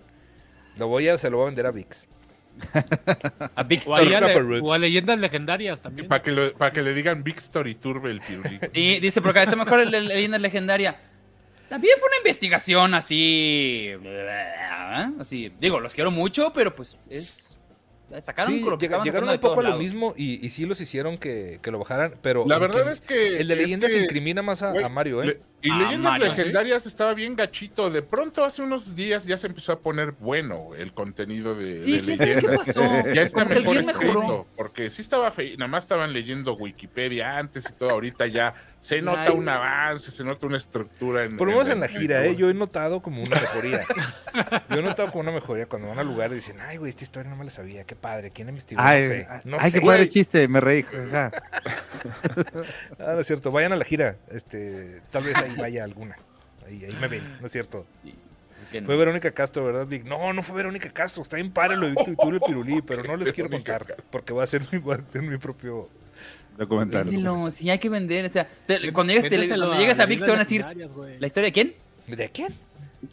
Lo voy a, se lo voy a vender a A VIX. O, ahí a Víctor. le- Pepper Roots. o a leyendas legendarias también. Para que, lo- pa' que le digan Víctor Iturbe el pirulí. Sí, dice, porque está mejor el- el- la leyenda legendaria. También fue una investigación así. ¿eh? Así. Digo, los quiero mucho, pero pues es. Sacaron Sí, con lo que llega- estaban llegaron sacando un de todos poco a lo lados. mismo y, y sí los hicieron que, que lo bajaran, pero... La el verdad que- es que... El de es leyendas que- incrimina más a, Güey, a Mario, ¿eh? Le- y Ah, leyendas Mario, legendarias estaba bien gachito. De pronto hace unos días ya se empezó a poner bueno el contenido de, Sí, de ¿quién sabe qué leyendas. <laughs> pasó? Ya está Como que el mejor guión mejoró. escrito, porque sí estaba feo, nada más estaban leyendo Wikipedia antes y todo, ahorita ya se Ya nota hay- un avance, se nota una estructura. En, Por lo menos en la escritura. gira, ¿eh? Yo he notado como una mejoría. <laughs> Yo he notado como una mejoría cuando van a lugares dicen, ay, güey, esta historia no me la sabía, qué padre, ¿quién investigó? No Ay, sé, no ay, sé. qué padre chiste, me reí. jaja. Ah, no es cierto, vayan a la gira, este, tal vez ahí vaya alguna. Ahí, ahí me ven, no es cierto. Sí, que no. Fue Verónica Castro, ¿verdad, Vic? No, no fue Verónica Castro, está bien padre lo de Víctor Iturbe Pirulí, pero no les quiero <laughs> Verónica contar, porque voy a hacer mi, voy a hacer mi propio... Documental. Véndelo, sí, hay que vender. O sea, te- cuando llegues, este te- Méteselo cuando llegues a Vix, te van a leyendas decir: legendarias, güey. ¿La historia de quién? ¿De quién?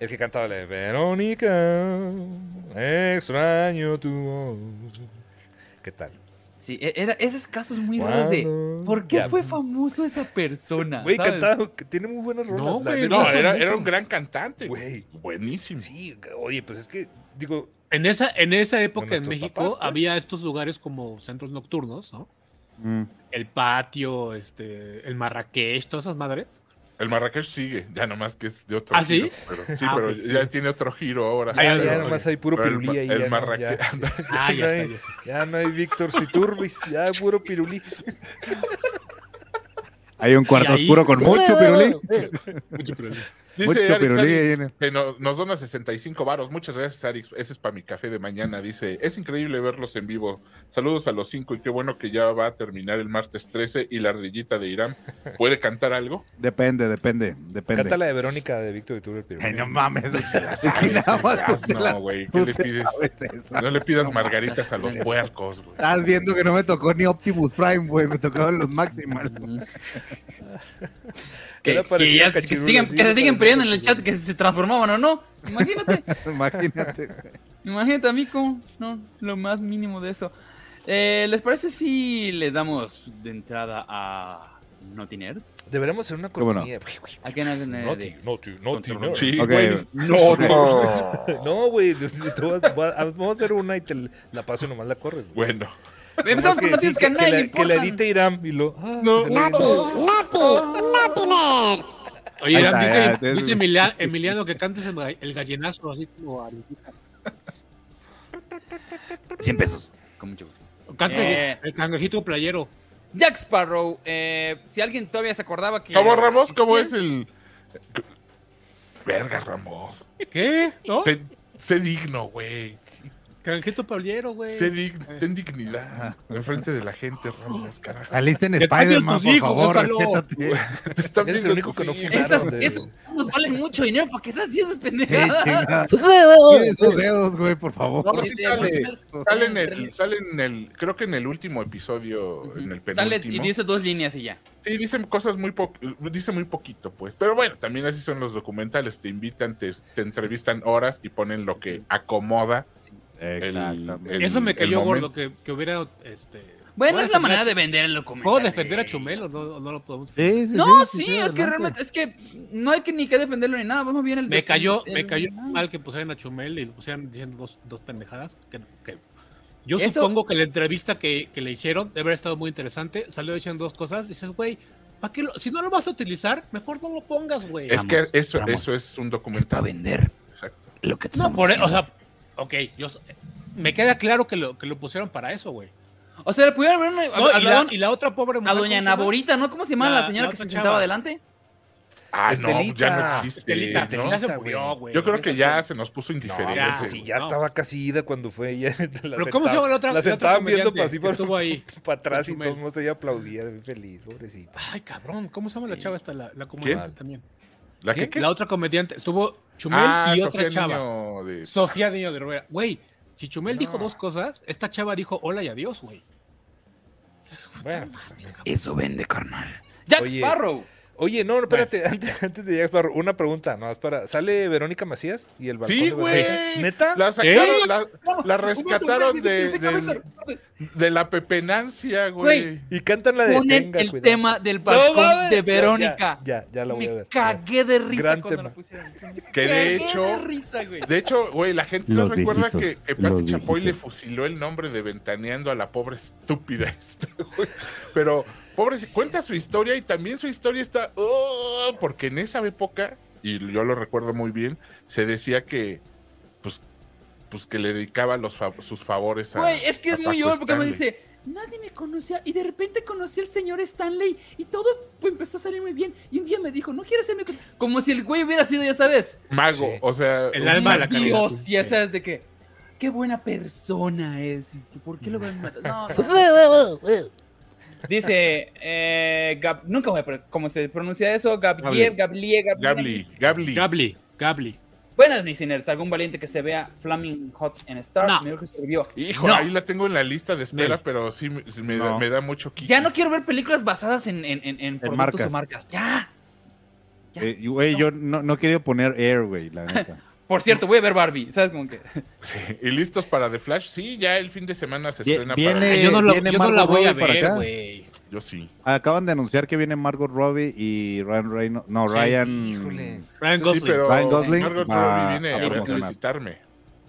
El que cantaba la de Verónica, extraño tu voz. ¿Qué tal? Sí, e- era, esos casos muy raros de. Cuando- ¿Por qué Ya. fue famoso esa persona? Güey, ¿Sabes? cantaba, que tiene muy buenas rolas. No, la güey, neta. <laughs> No, era, era un gran cantante. Güey. Buenísimo. Sí, oye, pues es que, digo, En esa, en esa época Bueno, en estos México papás, pues. había estos lugares como centros nocturnos, ¿no? Mm. El patio, este, el Marrakech, todas esas madres. El Marrakech sigue, ya nomás que es de otro ¿Ah, giro, sí? Pero, sí, Ah, pero ok, sí. ya tiene otro giro ahora. ya, Ah, ya Pero- no, nomás hay puro pero el pirulí ma- ahí. el ya no- <laughs> Marrakech- ya- Ah, ya está, hay- ya no hay Víctor Siturbis, ya puro pirulí. Hay un cuarto Y ahí- oscuro con mucho pirulí. <laughs> Mucho problema. Dice Mucho Arix pirulí Arix, ahí en el- que no- nos dona 65 varos. Muchas gracias, Arix. Ese es para mi café de mañana. Dice, es increíble verlos en vivo. Saludos a los cinco y qué bueno que ya va a terminar el martes 13 y la ardillita de Irán. ¿Puede cantar algo? Depende, depende, depende. Canta la de Verónica de Víctor Iturbe Pirulí. Ay, no mames. <laughs> Es que nada más tú te la Ah, No, güey. ¿Qué le tú te pides? sabes eso. No le pidas margaritas a los puercos, güey. Estás viendo que no me tocó ni Optimus Prime, güey. Me tocaron los Maximals. Que, Era que parecido ya a se- que Cachirulo, siguen- sí, que se era siguen parecido peleando a en el chat que si se transformaban o no. Imagínate. Imagínate. Imagínate a mí como, no, lo más mínimo de eso. Eh, ¿Les parece si le damos de entrada a no tiene Deberemos hacer una ¿Cómo no? cortinilla. ¿A quién hacen eh, Naughty, de- naughty, naughty, Control. naughty. Sí, Ok. güey. No, No, güey, <laughs> tú vas- va- vamos a hacer una y te la paso y nomás la corres, güey. Bueno, Empezamos Nomás con noticias sí, que a nadie la- le Que la importan. edite Irán y lo... ah, No. se la- Naughty, naughty, naughty nerd. Oye, Ahí Irán, está, dice, ya, es- dice Emilia- Emiliano que cantes el, ga- el gallinazo así como a- 100 pesos. Con mucho gusto. Canta Eh. el cangrejito playero. Jack Sparrow. eh, si alguien todavía se acordaba que. este, ¿cómo Ramos? ¿Cómo es existía, el...? Verga, Ramos. ¿Qué? ¿No? Sé, sé digno, güey. Cangrejito playero, güey. Sé dig- ten dignidad. Enfrente de la gente, Ramos, carajo. Saliste en Te cambio Spider-Man, tus por hijos, favor, Gonzalo. respétate. Te están Eres el viendo único tus que no hijos. firmaron. Esas, de- esos nos valen mucho dinero. ¿Para qué estás haciendo esas Sí, pendejadas? Este, chingada. Cuiden esos dedos, güey, por favor. No, pues sí sale. <laughs> Sale en el, Sale- sale en el, creo que en el último episodio, en el penúltimo. Sale y dice dos líneas y ya. Sí, dicen cosas muy po- dice muy poquito, pues. Pero bueno, también así son los documentales, te invitan, te, te entrevistan horas y ponen lo que acomoda. Exactamente. Eso me el cayó momento. gordo, que, que hubiera... Este, Bueno, ¿puedo es la defender- manera de vender el documento. ¿Puedo defender a Chumel o no, o no lo podemos? Sí, sí, No, sí, es que adelante. realmente, es que no hay que ni que defenderlo ni nada. Vamos bien el. Me cayó, el- me cayó mal que pusieran a Chumel y lo pusieran diciendo dos, dos pendejadas. Que, que- Yo Eso- supongo que la entrevista que, que le hicieron debe haber estado muy interesante. Salió diciendo dos cosas. Dices, güey, ¿para qué lo- si no lo vas a utilizar, mejor no lo pongas, güey. Es Ramos, que eso, Ramos. eso es un Es documental. para vender Exacto. lo que te No, estamos por e- o diciendo. sea, ok, yo, s- me queda claro que lo, que lo pusieron para eso, güey. O sea, le pudieron haber una- No, a, y, la, don- y la otra pobre mujer. a doña ¿cómo se llama? Naborita, ¿no? ¿Cómo se llama la, La- señora la que se otra sentaba chava. adelante? Ah, no, ya Estelita. no existe. Estelita, ¿no? Estelita se murió, güey. Yo creo que ya Eso- se nos puso indiferente. ya, ese- Sí, güey, ya no. estaba casi ida cuando fue ella. <laughs> La Pero ¿cómo se llama la otra? La la otra sentaban viendo comediante para así que para, <laughs> estuvo ahí. para atrás y Chumel. todo el mundo se aplaudía, bien feliz, pobrecito. Ay, cabrón, ¿cómo se llama la Sí. chava esta? La, la comediante ¿Quién? también. ¿La que qué? La otra comediante. Estuvo Chumel Ah, y otra Sofía chava. Niño de- Sofía Niño de Rivera. Güey, si Chumel dijo No. dos cosas, esta chava dijo hola y adiós, güey. Dices, puta Bueno. madre, cabrón. Eso vende, carnal. Jack Oye. Sparrow. Oye, no, no, espérate, <laughs> antes, antes de llegar, Barro, una pregunta, no, es para. ¿Sale Verónica Macías y el balcón Sí, de Verónica? güey. ¿Neta? La sacaron, la, <laughs> No, la un momento, rescataron espérate, de, espérate, del- espérate, espérate. de la pepenancia, güey. Y cantan la de Ponen Tenga el cuidado. tema del No balcón mames, de ya, Verónica. Ya, ya, ya la voy a ver. Me cagué de risa Gran cuando tema. la pusieron. Me Que de cagué hecho- risa, güey. De hecho, güey, la gente no Los recuerda viejitos, que, que Pati los Chapoy le viejitos. fusiló el nombre de Ventaneando a la pobre estúpida <laughs> esta, güey. Pero, pobre, si cuenta su historia y también su historia está... oh, porque en esa época, y yo lo recuerdo muy bien, se decía que, pues, pues que le dedicaba los fa- sus favores a... Güey, es que a es muy Paco obvio porque me Stanley. dice, nadie me conocía y de repente conocí al señor Stanley y todo pues, empezó a salir muy bien y un día me dijo, no quieres ser mi... co-". Como si el güey hubiera sido, ya sabes, Mago, Sí. o sea... El alma de la Dios, caridad. ya sabes de qué. Qué buena persona es. y ¿Por qué lo van a matar? No, no, no. Dice, eh, Gab- nunca voy a pro- cómo se pronuncia eso, Gablie, Gablie, Gabli, Gabli. Gabli, Gabli. Buenas, mis inners, algún valiente que se vea Flaming Hot en Star, No. me dijo que sobrevivió. Hijo, No. ahí la tengo en la lista de espera, Nel. pero sí me, sí me da- No. me da mucho quito. Ya no quiero ver películas basadas en, en, en, en productos marcas. o marcas. Ya. Ya. Eh, y, Güey, yo no, no he querido poner air, <laughs> güey, la neta. Por cierto, voy a ver Barbie. ¿Sabes cómo que? <laughs> Sí, y listos para The Flash. Sí, ya el fin de semana se Vie- estrena viene- para. yo no, la- viene yo no la Margot voy a Robbie para ver, acá. güey. Yo sí. Acaban de anunciar que viene Margot Robbie y Ryan Reynolds. No, Sí, Ryan. Híjole. Ryan Sí, Gosling. pero Ryan Gosling Margot va Robbie viene a a, ver- a promocionar. visitarme.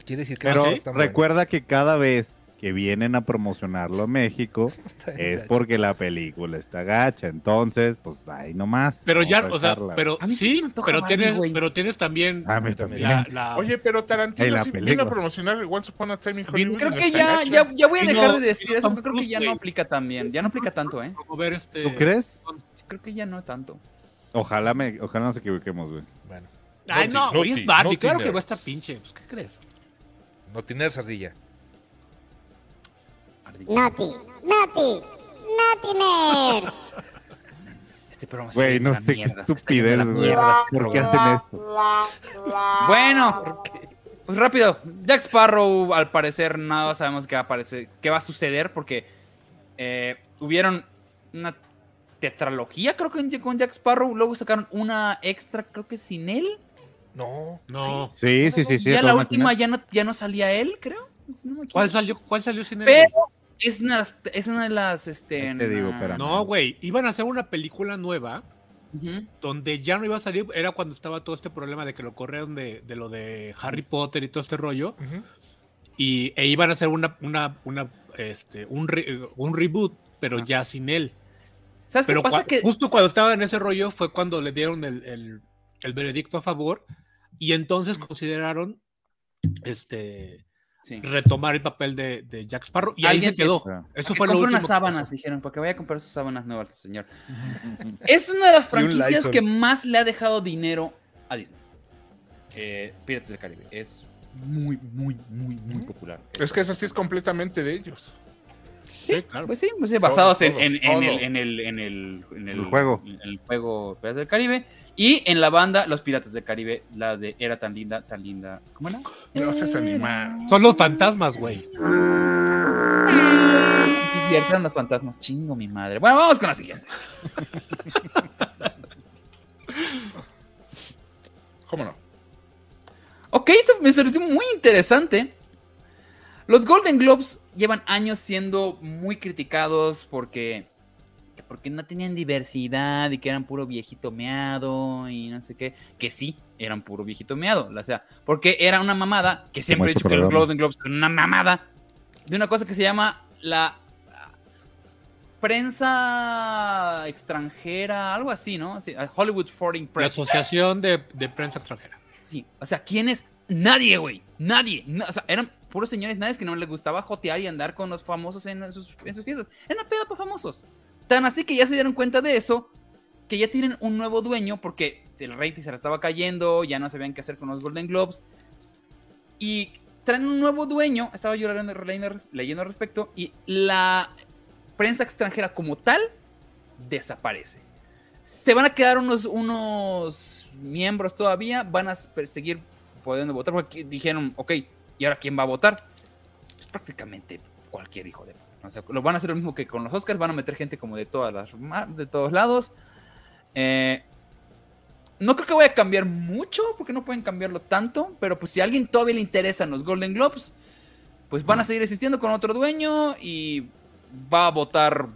Quiere decir que Pero no está buena. recuerda que cada vez que vienen a promocionarlo a México Está bien es gacho. porque la película está gacha. Entonces, pues ahí nomás. Pero vamos ya, a o sea, dejarla. pero A mí sí se sí, me antoja pero, Barbie, tienes, güey. pero tienes también A mí también. la, Ah. la- Ah, Oye, pero Ey, Tarantino la sí vino película. a promocionar Once Upon a Time in Vino- Hollywood. <laughs> Creo que y no ya, está ya, gacho. ya voy a Y dejar no- de y decir no eso. Tom porque Creo que Cruise, ya no güey. aplica también. Ya no aplica tanto, ¿eh? promover este. ¿Tú crees? Creo que ya no tanto. Ojalá, me, ojalá nos equivoquemos, güey. Bueno, Ay, no, Naughty, güey, es Barbie. naughty, claro naughty que va a nerds. estar pinche. Pues, ¿Qué crees? no tiene ardilla. Naughty, naughty, naughty nerd. Este programa se Güey, está no yendo a la sé qué mierda, se está yendo a la estupidez, güey. mierda. ¿Por qué hacen "Ah, esto? Bueno, pues rápido. Jack Sparrow, al parecer, nada sabemos qué va a, aparecer- qué va a suceder porque eh, hubieron una tetralogía, creo que en- con Jack Sparrow. Luego sacaron una extra, creo que sin él. No. No. Sí, sí, sí, sí. pues, ya todo la matinal. última ya no, ya no salía él, creo. No me equivoco. ¿Cuál salió, cuál salió sin él? Pero güey? Es una, es una de las. Este, Ahí te digo, na- espérame. No, güey. Iban a hacer una película nueva Ujú. donde ya no iba a salir. Era cuando estaba todo este problema de que lo corrieron de, de lo de Harry Potter y todo este rollo. Ujú. Y, e iban a hacer una, una, una, este, un, re- un reboot, pero ya sin él. ¿Sabes Pero qué pasa? cua- Que justo cuando estaba en ese rollo fue cuando le dieron el, el- el veredicto a favor y entonces consideraron este Sí. retomar el papel de, de Jack Sparrow y ahí Alguien se quedó. que- Eso Para que fue lo compre último. unas que sábanas, dijeron, para que vaya a comprar sus sábanas nuevas, señor. es una de <laughs> las franquicias Lysol. que más le ha dejado dinero a Disney. Eh, Pirates del Caribe. Es muy, muy, muy, muy popular. Es que eso sí es completamente de ellos. Sí, claro. Pues sí, pues sí, basados Todo, en, todo, en- en todo. el, en, el, en, el, en El juego. En el juego Piratas del Caribe. Y en la banda Los Piratas del Caribe, la de Era tan linda, tan linda. ¿Cómo era? No seas animal. Son los fantasmas, güey. Sí, sí, eran los fantasmas. Chingo mi madre. Bueno, vamos con la siguiente. ¿Cómo no? Ok, esto me resultó muy interesante. Los Golden Globes llevan años siendo muy criticados porque, que porque no tenían diversidad y que eran puro viejito meado y no sé qué. Que sí, eran puro viejito meado. O sea, porque era una mamada, que siempre he este dicho que los programa. Golden Globes eran una mamada, de una cosa que se llama la ah, prensa extranjera, algo así, ¿no? Sí, ah, Hollywood Foreign La Press. Asociación de, de Prensa Extranjera. Sí, o sea, ¿quién es? Nadie, güey. Nadie. Na- o sea, eran puros señores nadie que no les gustaba jotear y andar con los famosos en sus, en sus fiestas. Era una peda para famosos. Tan así que ya se dieron cuenta de eso, que ya tienen un nuevo dueño porque el rating se le estaba cayendo, ya no sabían qué hacer con los Golden Globes. Y traen un nuevo dueño, estaba yo leyendo, leyendo- leyendo al respecto, y la prensa extranjera como tal desaparece se van a quedar unos, unos miembros todavía, van a per- seguir pudiendo votar, porque aquí dijeron, ok, ¿y ahora quién va a votar? Pues prácticamente cualquier hijo de... puta. O sea, lo van a hacer lo mismo que con los Oscars, van a meter gente como de, todas las, ma- de todos lados. Eh, no creo que vaya a cambiar mucho, porque no pueden cambiarlo tanto, pero pues si a alguien todavía le interesan los Golden Globes, pues van a seguir existiendo con otro dueño y va a votar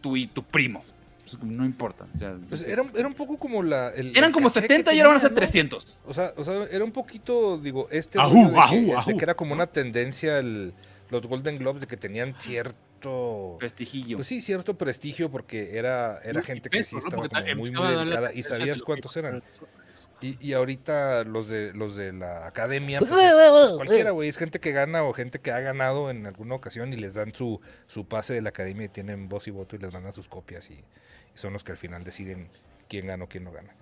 tú y tu primo. Pues, no importa. o sea, Pues sí. era, era un poco como la. el- el Eran como caché que 70 y ahora van a ser tenía, ¿no? 300. O sea, o sea, era un poquito, digo, este. Ajú, rollo de que- ajú, de ajú. que era como una tendencia el- los Golden Globes de que tenían cierto. Prestigillo. Pues sí, cierto prestigio porque era, era Y gente que peso, sí ¿no? estaba Porque como ta- muy, empezaba muy a darle dedicada y tendencia de sabías lo cuántos que- eran. Y, y ahorita los de los de la academia, pues, es- pues, cualquiera, güey, es gente que gana o gente que ha ganado en alguna ocasión y les dan su, su pase de la academia y tienen voz y voto y les mandan sus copias y, y son los que al final deciden quién gana o quién no gana.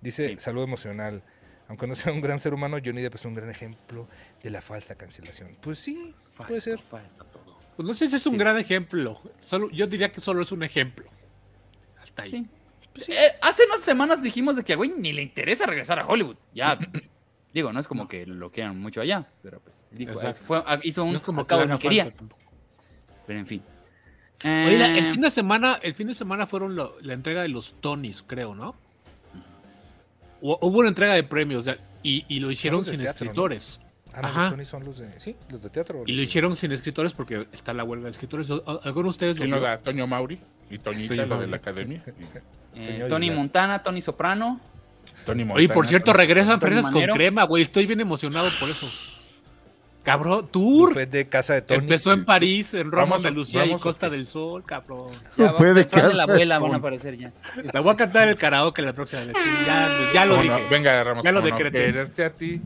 Dice Sí. salud emocional. Aunque no sea un gran ser humano, Johnny Depp es un gran ejemplo de la falsa cancelación. Pues sí, puede ser. Pues no sé si es un Sí. gran ejemplo. Solo, yo diría que solo es un ejemplo. Hasta ahí. Sí. Pues, eh, hace unas semanas dijimos de que al güey ni le interesa regresar a Hollywood. Ya. digo, no es como que lo quieran mucho allá, pero pues dijo, Exacto. fue- hizo un No es como que acabo le haga que quería, falta tampoco. pero en fin. Oye, la- Eh, el fin de semana, el fin de semana fueron lo- la entrega de los Tonys, creo, ¿no? Hu- Hubo una entrega de premios ya, y, y lo hicieron los de sin teatro, ¿no? escritores. Ah, no, Ajá. los Tony son los de. Sí, los de teatro. Y lo los de- hicieron sin escritores porque está la huelga de escritores. ¿Al- ¿Alguno de ustedes lo ¿Quién lo vio? da? Toño Mauri y Toñita, Toño la de Mauri. la academia. y eh, Tony Montana, Tony Soprano. Tony Oye, por Montana, cierto, Toño- regresan Antonio fresas con Manero. crema, güey. Estoy bien emocionado por eso. Cabrón, tour. Buffet de casa de Tony. Empezó en París, en Roma, Vamos a- Andalucía y vamos a- Costa del Sol, cabrón. <laughs> Ya Fue va- de el fan casa la de abuela van a Tony. aparecer ya. La voy a cantar en el karaoke la próxima noche. Ya, ya lo ¿Cómo dije. no? Venga, Ramos. Ya lo ¿cómo no decreté. quererte a ti.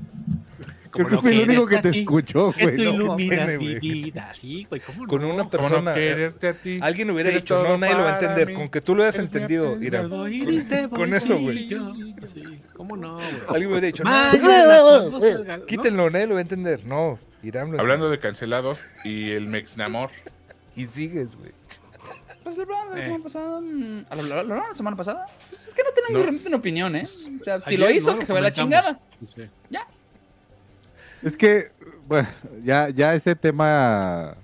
Creo Como que no fui el único quieres que a te ti, escuchó, que güey. tú no iluminas mames, mi güey. vida, sí, güey, ¿cómo no? Con una ¿Cómo no persona. eh, quererte a ti? Alguien hubiera Si eres dicho, no, todo nadie lo va a para entender. mí. Con que tú lo hayas Eres mi entendido, mira. Al oír este con eso, güey. bolsillo, Sí, ¿cómo no, güey? Alguien hubiera dicho, no, Mañana las dos salgan, ¿no? quítenlo, nadie lo va a entender. No, Irán lo Hablando de cancelados y el Mexnamor. Y sigues, güey. Pues el programa de la Eh. semana pasada. mm, ¿Lo lo- lo hablaron la semana pasada? Pues es que no tenemos No. realmente una opinión, ¿eh? O sea, si Ayer lo hizo, no que se vaya a la comentamos. chingada. Sí. Es que, bueno, ya, ya ese tema.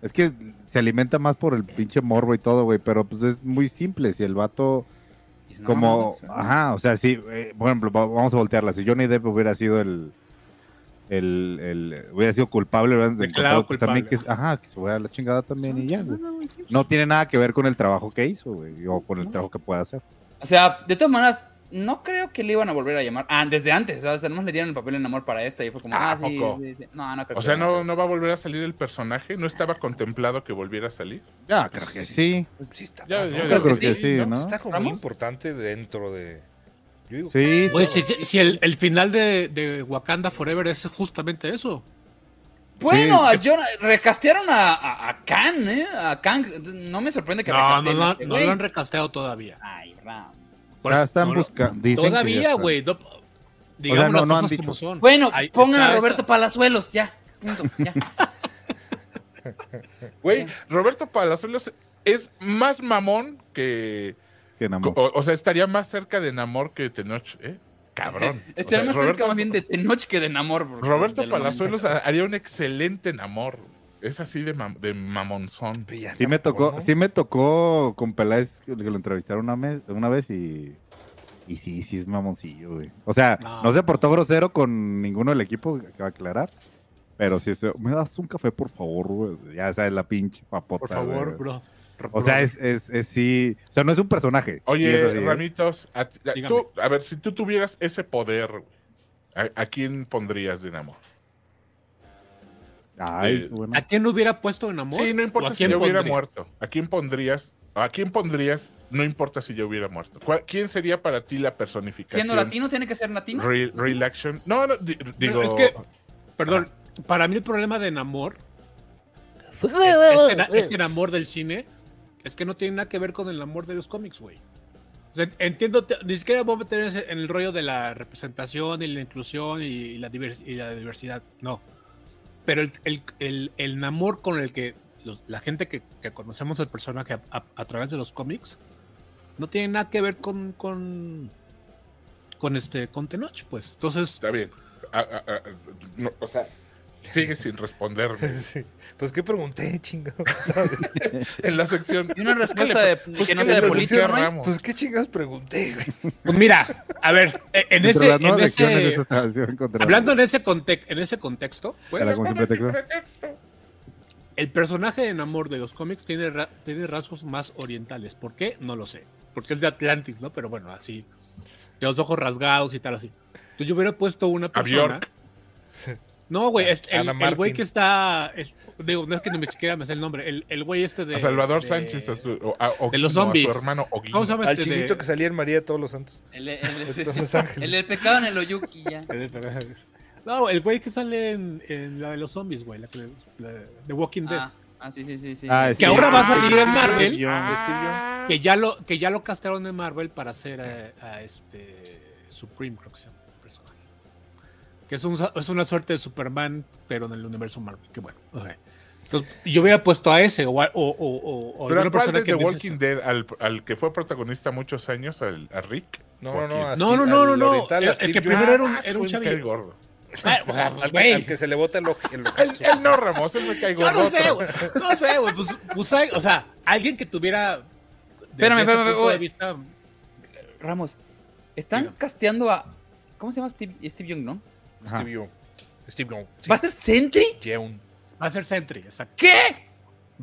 Es que se alimenta más por el pinche morbo y todo, güey. Pero pues es muy simple. Si el vato, Y si no, como. no, no, ajá, o sea, sí. eh, por ejemplo, va- vamos a voltearla. Si Johnny Depp hubiera sido el. el, el- hubiera sido culpable, hubieran Declarado encontrado que también que, culpable. ajá, que se fuera a la chingada también y ya, güey. No tiene nada que ver con el trabajo que hizo, güey, o con el trabajo que pueda hacer. O sea, de todas maneras, no creo que le iban a volver a llamar. Ah, desde antes, o sea, nomás le dieron el papel en amor para esta y fue como, Ah, ah, ¿a sí, poco? sí, sí. No, no creo O que sea, lo vayan a ¿no, hacer. ¿no va a volver a salir el personaje? ¿No estaba contemplado que volviera a salir? Ya, creo que sí. Sí está, Yo- mal, ¿no? yo Yo creo creo que que sí, sí, ¿no? ¿no? Está como muy importante dentro de. Yo digo, Sí, Pues si, si- si el, el final de, de Wakanda Forever es justamente eso. Bueno, a Jonah- recastearon a, a, a Kang, ¿eh? A Kang. No me sorprende que No, no, recasteen a no, este no güey. lo han recasteado todavía. Ay, Ram. Por ya eso, están no lo- buscando. dicen que ya Todavía, están. güey. no- digamos no, las no han cosas dicho. como son. Bueno, Ahí pongan está a Roberto esa- Palazuelos, ya. Punto, <laughs> ya. Güey, Roberto Palazuelos es más mamón que... Que co- enamoró. O, o sea, estaría más cerca de Namor que de Tenoch, ¿eh? <laughs> Cabrón. Estará O sea, más cerca Roberto- Este, más bien de Tenoch que de Namor. porque- Roberto del momento. Palazuelos ha- haría un excelente Namor. Es así de, mam- de mamonzón. pero ya Sí está me tocó, mejor, ¿no? sí me tocó con Peláez que lo entrevistaron una vez, una vez y, y sí, sí es mamoncillo, güey. O sea, no. No. se portó grosero con ninguno del equipo, que va a aclarar. Pero sí, se- me das un café, por favor, güey. Ya sabes, la pinche papota. Por güey. favor, bro. O sea, es, es, es sí. O sea, no es un personaje. Sí, es Oye, así, ¿eh? Ramitos, a, ti- a- Dígame. tú, a ver, si tú tuvieras ese poder, güey, ¿a, a quién pondrías de Namor? Ay, eh, bueno. ¿A quién hubiera puesto en amor? Sí, no ¿O importa a si quién yo hubiera pondría? muerto. ¿A quién pondrías? ¿A quién pondrías? No importa si yo hubiera muerto. ¿Cuál- ¿Quién sería para ti la personificación? Siendo latino, tiene que ser latino. Real, real action. No, no, di- digo. es que- Perdón, para mí el problema de Namor, este, <laughs> na- este Namor del cine, es que no tiene nada que ver con el amor de los cómics, güey. O sea, entiendo, te- ni siquiera voy a meter ese- en el rollo de la representación y la inclusión y, la, divers- y la diversidad, no. Pero el, el, el- el Namor con el que los- la gente que, que conocemos el personaje a, a- a través de los cómics, no tiene nada que ver con, con, con este, con Tenoch, pues. Entonces, Está bien. A- a- a- no, o sea, sigue sin <laughs> <laughs> responderme. Sí. Pues qué pregunté, chingados. en la sección. Y una respuesta de, que no sea ¿qué le de pasó, política, ¿no? Ramos? Pues qué chingados pregunté, güey. Pues mira, a ver, eh, en Entre ese, las nuevas en ese- lecciones de esta estación encontré- hablando en ese, context, en ese contexto, Era pues, como siempre te quedo. el personaje de Namor de los cómics tiene, ra- tiene rasgos más orientales. ¿Por qué? No lo sé. Porque es de Atlantis, ¿no? Pero bueno, así, de los ojos rasgados y tal, así. Entonces yo hubiera puesto una persona. Bjork. No, güey, es el, Ana el güey Martín. que está. es- digo, no es que ni siquiera me sé el nombre. El, el güey este de. A Salvador de- Sánchez, a su, o- a- o de los Guino, a zombies. su hermano Oguino. ¿Cómo se llama Al este? de- chinguito que salía en María de todos los santos. El, el- De todos los ángeles. el del pecado en el Oyuki, ya. No, el güey que sale en, en la de los zombies, güey. La, que- la de Walking Dead. Ah, ah, sí, sí, sí. sí. Ah, Que ahora va a salir en Marvel. Ah, Que ya lo, que ya lo castraron en Marvel para hacer a, a este Supreme, creo que se llama el personaje. Que es, un, es una suerte de Superman, pero en el universo Marvel. Que bueno. ok. Entonces, yo hubiera puesto a ese o a, o, o, o- o alguna Pero ¿a cuál persona de que The dices- Walking Dead, al, al que fue protagonista muchos años, al, a Rick. No, no, no. Joaquín. a No, no, Steve- no, no, al no, oriental, el- a el Steve que Jr. primero era un- es chavillo. cae gordo. Ah, o sea, Al, que, güey. al que se le bota el ojo. el Él, ojazo. él no, Ramos, él me cae Yo gordo. no sé, güey. No sé, güey. Pues, pues hay- o sea, alguien que tuviera. desde Espérame, ese espérame, punto güey. de vista- Ramos, están Diga. casteando a. ¿Cómo se llama Steve, Steve Young, no? Ajá. Steve Young. Steve Young. Sí. ¿Va a ser Sentry? Yeun. Va a ser Sentry, exacto. ¿Qué?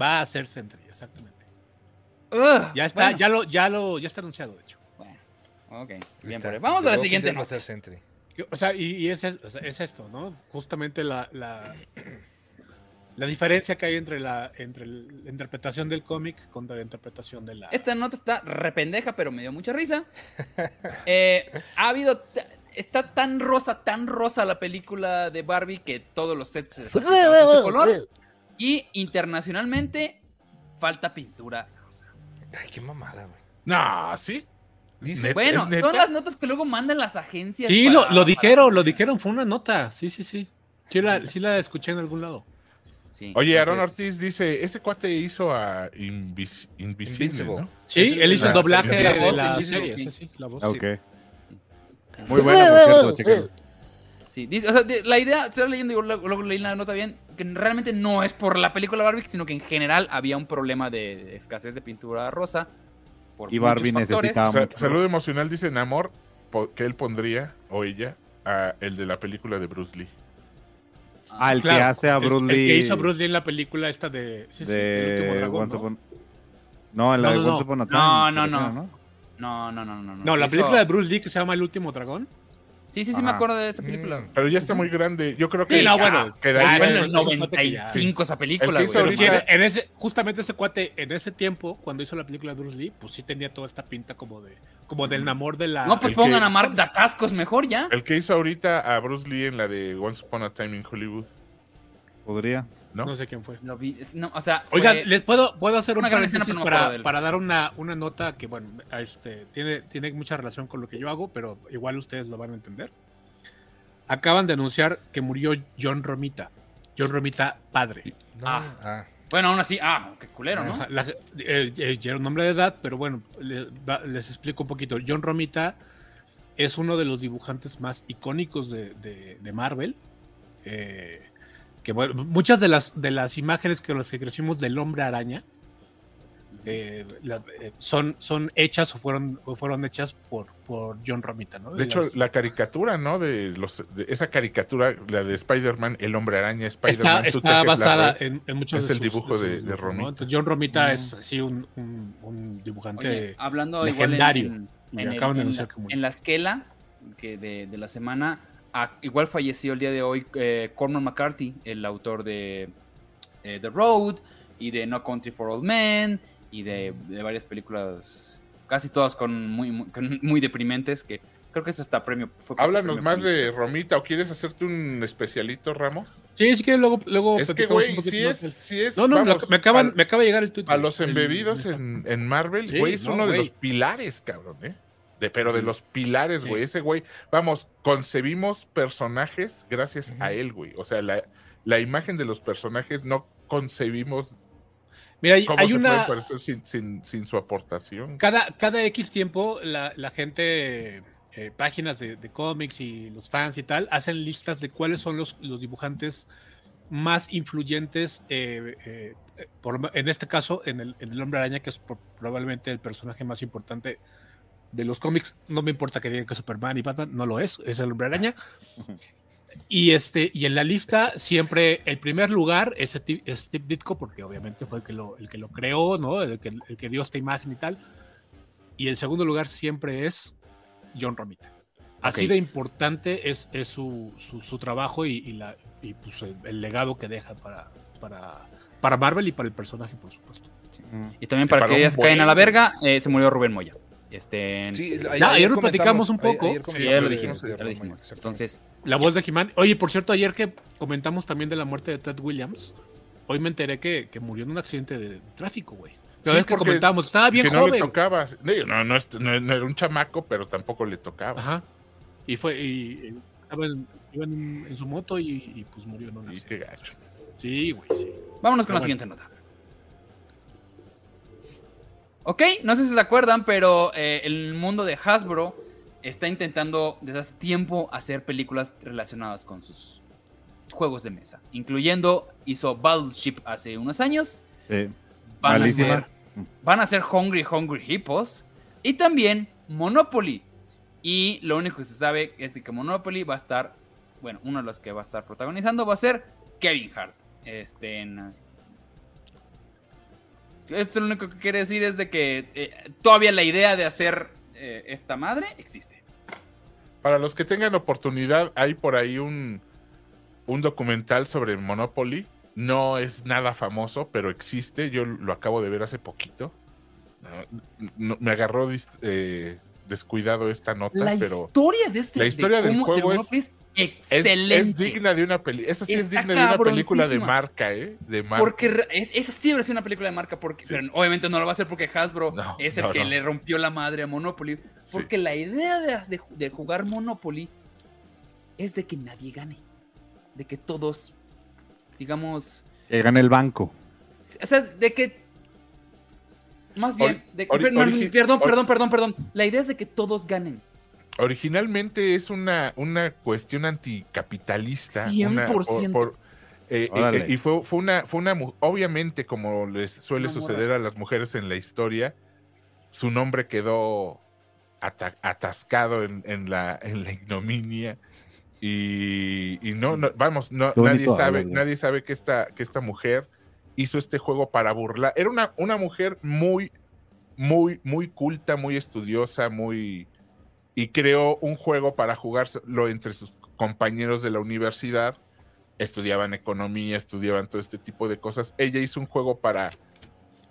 Va a ser Sentry, exactamente. Ugh, Ya está, Ah, bueno, ya lo, ya lo, ya está anunciado, de hecho. bueno, ok, bien, Está. por ahí. Vamos The a la Walking siguiente Dead va a nota. ser Sentry. Que- O sea, y, y es, es- o sea, es esto, ¿no? Justamente la, la, la diferencia que hay entre la, entre el- la interpretación del cómic contra la interpretación de la. Esta nota está rependeja, pero me dio mucha <laughs> risa. Eh, ha habido. ta- Está tan rosa, tan rosa la película de Barbie que todos los sets se están pintados de ese color. Y internacionalmente falta pintura rosa. Ay, qué mamada, güey. No, ¿sí? Dice, ¿Es Bueno, neta? son las notas que luego mandan las agencias. Sí, lo, para- lo para- dijeron, lo dijeron, fue una nota. Sí, sí, sí. Sí la, sí la escuché en algún lado. Sí, Oye, Aaron entonces- Ortiz dice, ese cuate hizo a Invis- Invisible, Invincible. ¿no? Sí, él hizo el Ah, doblaje sí, la de voz la de Invisible, serie. sí. Sí, sí, la voz. Ah, sí. ok. Muy bueno, por cierto, chéquenlo. Sí, dice, o sea, de- la idea, estoy leyendo y luego, luego leí la nota bien, que realmente no es por la película Barbie, sino que en general había un problema de escasez de pintura rosa. Por Y muchos Barbie factores. necesitaba- Sa- mucho. salud emocional dice Namor po- que él pondría, o ella, a el de la película de Bruce Lee. Al Ah, que Claro, hace a el- Bruce El, Lee. que hizo a Bruce Lee en la película esta de. Sí, sí, el último de dragón. Once ¿no? Upon- No, en la No, de no, Once no. Upon a Time. No, no, me refiero, no. No, no, no, no. No, No, la Eso- película de Bruce Lee que se llama El último dragón. Sí, sí, sí, me Ajá. acuerdo de esa película. Mm. Pero ya está muy grande. Yo creo que. Sí, no, ya bueno. quedaría- Ah, Bueno, bueno, el no, fíjate que ya. 95 esa película, El que güey. hizo Pero sí, ahorita- en- en ese, justamente ese cuate, en ese tiempo, cuando hizo la película de Bruce Lee, pues sí tenía toda esta pinta como de, como del namor de la. No, pues el pongan que- a Mark Dacascos mejor ya. El que hizo ahorita a Bruce Lee en la de Once Upon a Time in Hollywood. ¿no? Podría. ¿no? No sé quién fue. Lo vi, es- no, o sea, fue- Oigan, les puedo, puedo hacer una una gran escena, paréntesis pero no me acuerdo de para, él. para dar una, una nota que, bueno, a este, tiene, tiene mucha relación con lo que yo hago, pero igual ustedes lo van a entender. Acaban de anunciar que murió John Romita. John Romita, padre. No, Ah. ah. bueno, aún así, ah, qué culero, ¿no? Ajá, la- eh, eh, ya era un hombre de edad, pero bueno, le- va- les explico un poquito. John Romita es uno de los dibujantes más icónicos de, de- de Marvel. eh, que bueno, muchas de las, de las imágenes con las que crecimos del hombre araña eh, la- eh, son, son hechas o fueron, o fueron hechas por, por John Romita, ¿no? De hecho, Las- la caricatura, ¿no? De los de esa caricatura, la de Spider-Man, el hombre araña, está, Spider-Man. tú está te haces la basada red. en, en muchos es de el sus- dibujo de- sus de dibujos, ¿no? Romita. Entonces, John Romita Mm. es sí, un, un- un dibujante. Oye, hablando igual legendario. en, en, Y en el- acaban en de anunciar la, que murió. en la esquela que de, de la semana, a- igual falleció el día de hoy eh, Cormac McCarthy, el autor de eh, The Road y de No Country for Old Men y de, de varias películas, casi todas con muy, muy, con <laughs> muy deprimentes, que creo que eso está premio. fue parte del Háblanos premio más Pulitzer. de Romita o quieres hacerte un especialito, Ramos. Sí, sí que luego, luego es que, platicamos un güey, poquito si es, más del- si es. No, no, vamos, lo- me, acaban, a- me acaba de llegar el tuit. A los el- embebidos el- en, en Marvel, Sí, güey, es no, uno de güey. los pilares, cabrón, ¿eh? De, pero de los pilares, güey. Ese güey, vamos, concebimos personajes gracias a él, güey. O sea, la, la imagen de los personajes no concebimos Mira, hay, cómo hay se una. puede parecer sin, sin, sin su aportación. Cada, cada X tiempo, la, la gente, eh, páginas de, de cómics y los fans y tal, hacen listas de cuáles son los, los dibujantes más influyentes, eh, eh, eh, por lo me- en este caso, en el, en el Hombre Araña, que es por- probablemente el personaje más importante de los cómics. No me importa que digan que Superman y Batman, no lo es, es el Hombre Araña. Y, este, y en la lista siempre el primer lugar es Steve, es Steve Ditko, porque obviamente fue el que lo, el que lo creó, ¿no? el, que, el que dio esta imagen y tal. Y el segundo lugar siempre es John Romita. Así Ok. de importante es, es su, su- su trabajo y, y la, y pues el, el legado que deja para, para, para Marvel y para el personaje, por supuesto. Y también para, Y para que un ellas caen a la buen- verga, eh, se murió Rubén Moya. Este, Sí, Ya, ayer lo comentamos- platicamos un poco. ayer Sí, ya lo comentamos dijimos, de- ya de lo Roma, dijimos. exactamente. Entonces, La voz de He-Man. Oye, por cierto, ayer que comentamos también de la muerte de Ted Williams, hoy me enteré que, que murió en un accidente de tráfico, güey. La Sí, vez que porque- comentamos, estaba bien que no le joven. tocaba. Digo, No, no, es- no- no era un chamaco, pero tampoco le tocaba. Ajá. Y fue, y, y estaba en, iba en, en su moto y, y, pues murió en un Y qué accidente. gacho. Sí, güey, sí. Vámonos con la Pero bueno. siguiente nota. Ok, no sé si se acuerdan, pero eh, el mundo de Hasbro está intentando desde hace tiempo hacer películas relacionadas con sus juegos de mesa, incluyendo hizo Battleship hace unos años, Sí. van a Malísima. hacer van a ser Hungry Hungry Hippos y también Monopoly. Y lo único que se sabe es de que Monopoly va a estar, bueno, uno de los que va a estar protagonizando va a ser Kevin Hart. Este, en- esto lo único que quiere decir es de que eh, todavía la idea de hacer eh, esta madre existe. Para los que tengan oportunidad, hay por ahí un, un documental sobre Monopoly. No es nada famoso, pero existe. Yo lo acabo de ver hace poquito. No, no, me agarró dis- eh, descuidado esta nota, La Ah, pero historia de este la de historia del cómo- de juego es- Monopoly es es, excelente. es digna de una película. Eso sí es Está digna de una película de cabroncísima. marca, ¿eh? De marca. Porque re- es, esa sí debería ser una película de marca, porque, Sí. pero obviamente no lo va a hacer porque Hasbro No, es el no, que no. le rompió la madre a Monopoly. Porque la idea de, de- de jugar Monopoly es de que nadie gane. De que todos, digamos, Que gane el banco. o sea, de que... Más bien, de que- ori- per- más origi- bien, perdón, or- perdón, perdón, perdón. La idea es de que todos ganen. Originalmente es una, una cuestión anticapitalista. una- 100%. por- por- eh, eh, Órale. eh, y fue, fue una, fue una, mu- obviamente, como les suele Una morra. suceder a las mujeres en la historia, su nombre quedó ata- atascado en, en la, en la ignominia. Y, y no, no, vamos, no, Qué nadie bonito sabe, hablas, ¿no? nadie sabe que esta, que esta mujer hizo este juego para burlar. Era una, una mujer muy, muy, muy culta, muy estudiosa, muy. Y creó un juego para jugarlo entre sus compañeros de la universidad. Estudiaban economía, estudiaban todo este tipo de cosas. Ella hizo un juego para.